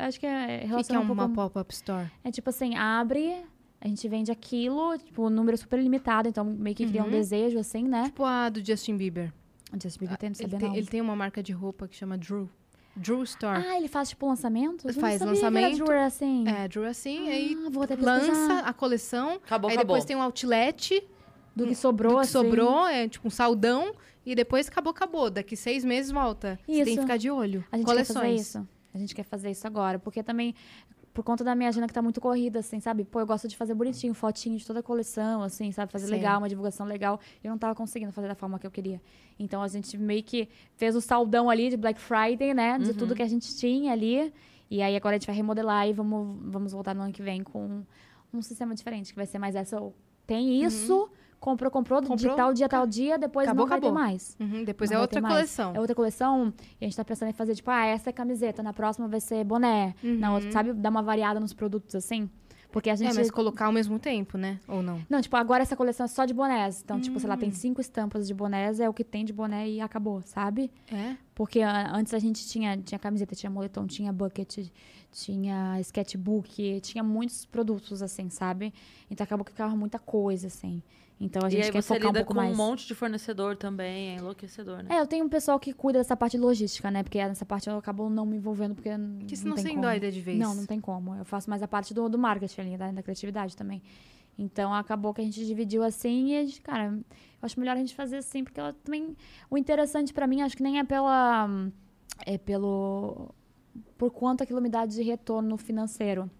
Speaker 3: Acho que é
Speaker 2: O que, que é
Speaker 3: relacionado um
Speaker 2: uma
Speaker 3: pouco.
Speaker 2: pop-up store?
Speaker 3: É tipo assim, abre, a gente vende aquilo, tipo, um número super limitado, então meio que cria
Speaker 2: Uhum.
Speaker 3: um desejo, assim, né?
Speaker 2: Tipo a do Justin Bieber.
Speaker 3: O Justin Bieber tem, não
Speaker 2: Ele
Speaker 3: sabia
Speaker 2: tem,
Speaker 3: não.
Speaker 2: Ah, ele tem uma marca de roupa que chama Drew. Drew Store.
Speaker 3: Ah, ele faz tipo lançamento? Eu não
Speaker 2: Faz
Speaker 3: sabia que era
Speaker 2: lançamento.
Speaker 3: jewelry assim.
Speaker 2: É, Drew assim, aí
Speaker 3: Ah, vou até
Speaker 2: lança
Speaker 3: pesquisar.
Speaker 2: a coleção.
Speaker 1: Acabou,
Speaker 2: aí
Speaker 1: acabou.
Speaker 2: depois tem um outlet
Speaker 3: Do que sobrou,
Speaker 2: que
Speaker 3: assim.
Speaker 2: sobrou, é tipo um saldão. E depois acabou, acabou. Daqui seis meses volta. Você tem que
Speaker 3: Isso.
Speaker 2: ficar de olho.
Speaker 3: A gente quer fazer
Speaker 2: Coleções.
Speaker 3: isso. A gente quer fazer isso agora, porque também por conta da minha agenda que tá muito corrida, assim, sabe? Pô, eu gosto de fazer bonitinho, fotinho de toda a coleção, assim, sabe? Fazer
Speaker 2: Sim.
Speaker 3: legal, uma divulgação legal. Eu não tava conseguindo fazer da forma que eu queria. Então a gente meio que fez o saldão ali de Black Friday, né? De
Speaker 2: Uhum.
Speaker 3: tudo que a gente tinha ali. E aí agora a gente vai remodelar e vamos, vamos voltar no ano que vem com um sistema diferente, que vai ser mais essa. ou Tem isso, comprou, comprou, de
Speaker 2: Uhum. Comprou,
Speaker 3: tal dia, tal dia, depois
Speaker 2: acabou,
Speaker 3: não vai
Speaker 2: acabou.
Speaker 3: ter mais.
Speaker 2: Uhum, depois
Speaker 3: Não
Speaker 2: é
Speaker 3: vai
Speaker 2: outra
Speaker 3: ter mais.
Speaker 2: coleção.
Speaker 3: É outra coleção. E a gente tá pensando em fazer, tipo, ah, essa é camiseta, na próxima vai ser boné.
Speaker 1: Uhum.
Speaker 3: Na outra, sabe? Dar uma variada nos produtos, assim. Porque a gente.
Speaker 2: É, mas colocar ao mesmo tempo, né? Ou não?
Speaker 3: Não, tipo, agora essa coleção é só de bonés. Então, tipo, sei lá,
Speaker 1: Hum.
Speaker 3: tem cinco estampas de bonés, é o que tem de boné e acabou, sabe?
Speaker 2: É.
Speaker 3: Porque ah, antes a gente tinha, tinha camiseta, tinha moletom, tinha bucket, tinha sketchbook, tinha muitos produtos, assim, sabe? Então acabou que ficava muita coisa, assim. Então a gente
Speaker 1: e aí
Speaker 3: quer
Speaker 1: você
Speaker 3: focar um
Speaker 1: lida
Speaker 3: pouco
Speaker 1: com
Speaker 3: mais.
Speaker 1: um monte de fornecedor também, é enlouquecedor, né?
Speaker 3: É, eu tenho um pessoal que cuida dessa parte logística, né? Porque nessa parte eu acabo não me envolvendo, porque.
Speaker 2: Porque
Speaker 3: não
Speaker 2: senão
Speaker 3: tem
Speaker 2: você
Speaker 3: como.
Speaker 2: endoida de vez.
Speaker 3: Não, não tem como. Eu faço mais a parte do, do marketing ali, da, da criatividade também. Então acabou que a gente dividiu assim e, a gente, cara, eu acho melhor a gente fazer assim, porque ela também. O interessante pra mim, acho que nem é pela. É pelo. Por quanto aquilo me dá de retorno financeiro.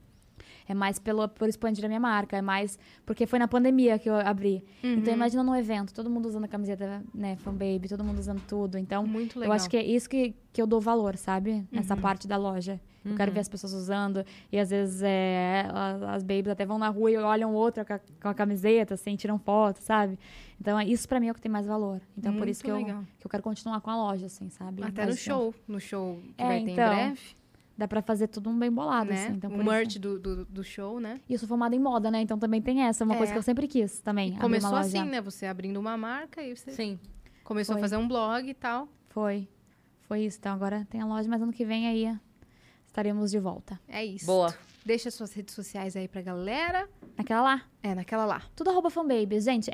Speaker 3: É mais pelo, por expandir a minha marca, é mais. Porque foi na pandemia que eu abri.
Speaker 2: Uhum.
Speaker 3: Então imagina num evento, todo mundo usando a camiseta, né, fanbaby, todo mundo usando tudo. Então,
Speaker 2: Muito legal. Uhum.
Speaker 3: eu acho que é isso que, que eu dou valor, sabe? Nessa parte da loja. Eu quero ver as pessoas usando. E às vezes é, as, as babies até vão na rua e olham outra com a, com a camiseta, assim, tiram foto, sabe? Então, é- isso pra mim é o que tem mais valor. Então, por
Speaker 2: Muito
Speaker 3: isso que eu,
Speaker 2: legal.
Speaker 3: que eu quero continuar com a loja, assim, sabe?
Speaker 2: Até no
Speaker 3: Mais tempo.
Speaker 2: show. No show que
Speaker 3: É,
Speaker 2: vai ter
Speaker 3: então,
Speaker 2: em breve.
Speaker 3: Dá pra fazer tudo um bem bolado,
Speaker 2: né?
Speaker 3: assim. Então,
Speaker 2: o
Speaker 3: por
Speaker 2: merch
Speaker 3: Isso.
Speaker 2: do, do, do show, né?
Speaker 3: E eu sou formada em moda, né? Então também tem essa, uma
Speaker 2: É.
Speaker 3: coisa que eu sempre quis também. abrir
Speaker 2: Começou
Speaker 3: uma loja.
Speaker 2: assim, né? Você abrindo uma marca e você
Speaker 1: Sim.
Speaker 2: começou a
Speaker 3: Foi.
Speaker 2: fazer um blog e tal.
Speaker 3: Foi. Foi isso. Então agora tem a loja, mas ano que vem aí estaremos de volta.
Speaker 2: É isso.
Speaker 1: Boa.
Speaker 2: Deixa suas redes sociais aí pra galera.
Speaker 3: Naquela lá.
Speaker 2: É, naquela lá.
Speaker 3: Tudo arroba fanbabies, gente.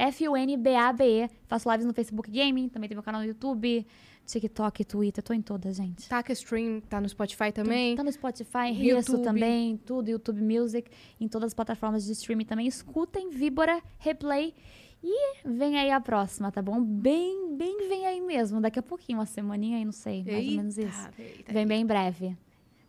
Speaker 3: F-U-N-B-A-B-E. Faço lives no Facebook Gaming, também tem meu canal no YouTube, TikTok, Twitter, tô em todas, gente.
Speaker 2: Taka Stream tá no Spotify também.
Speaker 3: Tá no Spotify,
Speaker 2: No
Speaker 3: Risso
Speaker 2: YouTube.
Speaker 3: também, tudo, YouTube Music, em todas as plataformas de streaming também. Escutem Víbora, Replay e vem aí a próxima, tá bom? Bem, bem vem aí mesmo, daqui a pouquinho, uma semaninha aí, não sei, mais ou menos isso.
Speaker 2: Eita, eita,
Speaker 3: Vem bem em breve,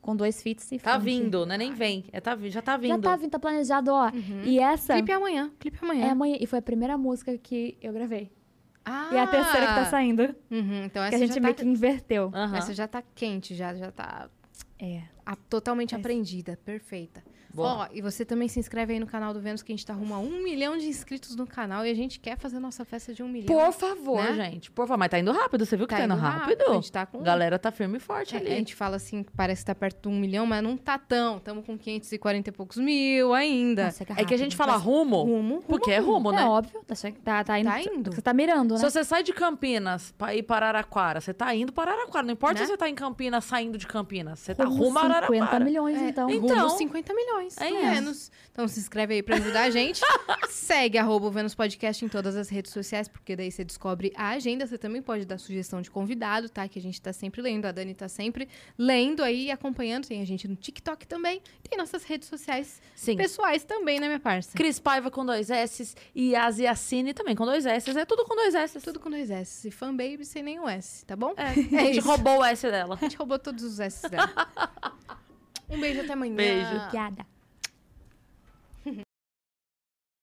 Speaker 3: com dois fits e
Speaker 1: Tá
Speaker 3: funk.
Speaker 1: vindo, né? Nem vem. É, tá, vi- já tá vindo.
Speaker 3: Já tá vindo, tá planejado, ó. E essa
Speaker 2: Uhum. Clipe amanhã. Clipe
Speaker 3: é
Speaker 2: amanhã.
Speaker 3: amanhã, e foi a primeira música que eu gravei.
Speaker 2: Ah!
Speaker 3: É, E a terceira que tá saindo.
Speaker 2: Uhum, então
Speaker 3: tá
Speaker 2: essa
Speaker 3: que Ah. a gente
Speaker 2: já
Speaker 3: meio
Speaker 2: tá...
Speaker 3: que inverteu.
Speaker 1: Aham.
Speaker 2: Essa já tá quente, já, já tá
Speaker 3: É.
Speaker 2: A- totalmente
Speaker 3: Mas-
Speaker 2: aprendida, perfeita.
Speaker 1: Boa.
Speaker 2: Ó, e você também se inscreve aí no canal do Vênus, que a gente tá rumo a um milhão de inscritos no canal e a gente quer fazer nossa festa de um milhão.
Speaker 1: Por favor,
Speaker 2: né?
Speaker 1: gente. Por favor, mas tá indo rápido. Você viu que tá, indo rápido?
Speaker 2: A gente tá com.
Speaker 1: Galera tá firme e forte
Speaker 2: É,
Speaker 1: ali.
Speaker 2: a gente fala assim, que parece que tá perto de um milhão, mas não tá tão. Estamos com 540 e poucos mil ainda.
Speaker 3: Nossa,
Speaker 1: É que a gente
Speaker 3: rápido.
Speaker 1: fala rumo,
Speaker 2: Rumo.
Speaker 1: porque é rumo,
Speaker 3: É
Speaker 1: né?
Speaker 3: óbvio, tá, che- tá, tá indo.
Speaker 2: Tá indo.
Speaker 3: Você tá mirando, né?
Speaker 1: Se você sai de Campinas pra ir para Araraquara, você tá indo para Araraquara. Não importa
Speaker 2: Né?
Speaker 1: se você tá em Campinas saindo de Campinas. Você tá
Speaker 3: Como
Speaker 1: rumo a
Speaker 3: 50
Speaker 1: Araraquara.
Speaker 3: milhões,
Speaker 2: É,
Speaker 3: então.
Speaker 1: então-
Speaker 2: Rumo aos 50 milhões,
Speaker 1: É
Speaker 2: pelo
Speaker 1: isso.
Speaker 2: menos. Então se inscreve aí pra ajudar a gente. Segue arroba o Vênus Podcast em todas as redes sociais, porque daí você descobre a agenda. Você também pode dar sugestão de convidado, tá? Que a gente tá sempre lendo. A Dani tá sempre lendo aí e acompanhando. Tem a gente no TikTok também. Tem nossas redes sociais
Speaker 1: Sim.
Speaker 2: pessoais também, né, minha parça?
Speaker 1: Cris Paiva com dois S's e Asiacine também com dois S's. É tudo com dois S's.
Speaker 2: Tudo com dois S. E fanbaby sem nenhum S, tá bom?
Speaker 1: É, a gente
Speaker 2: isso.
Speaker 1: roubou o S dela.
Speaker 2: A gente roubou todos os S dela. Um beijo até amanhã.
Speaker 1: Beijo.
Speaker 3: Piada.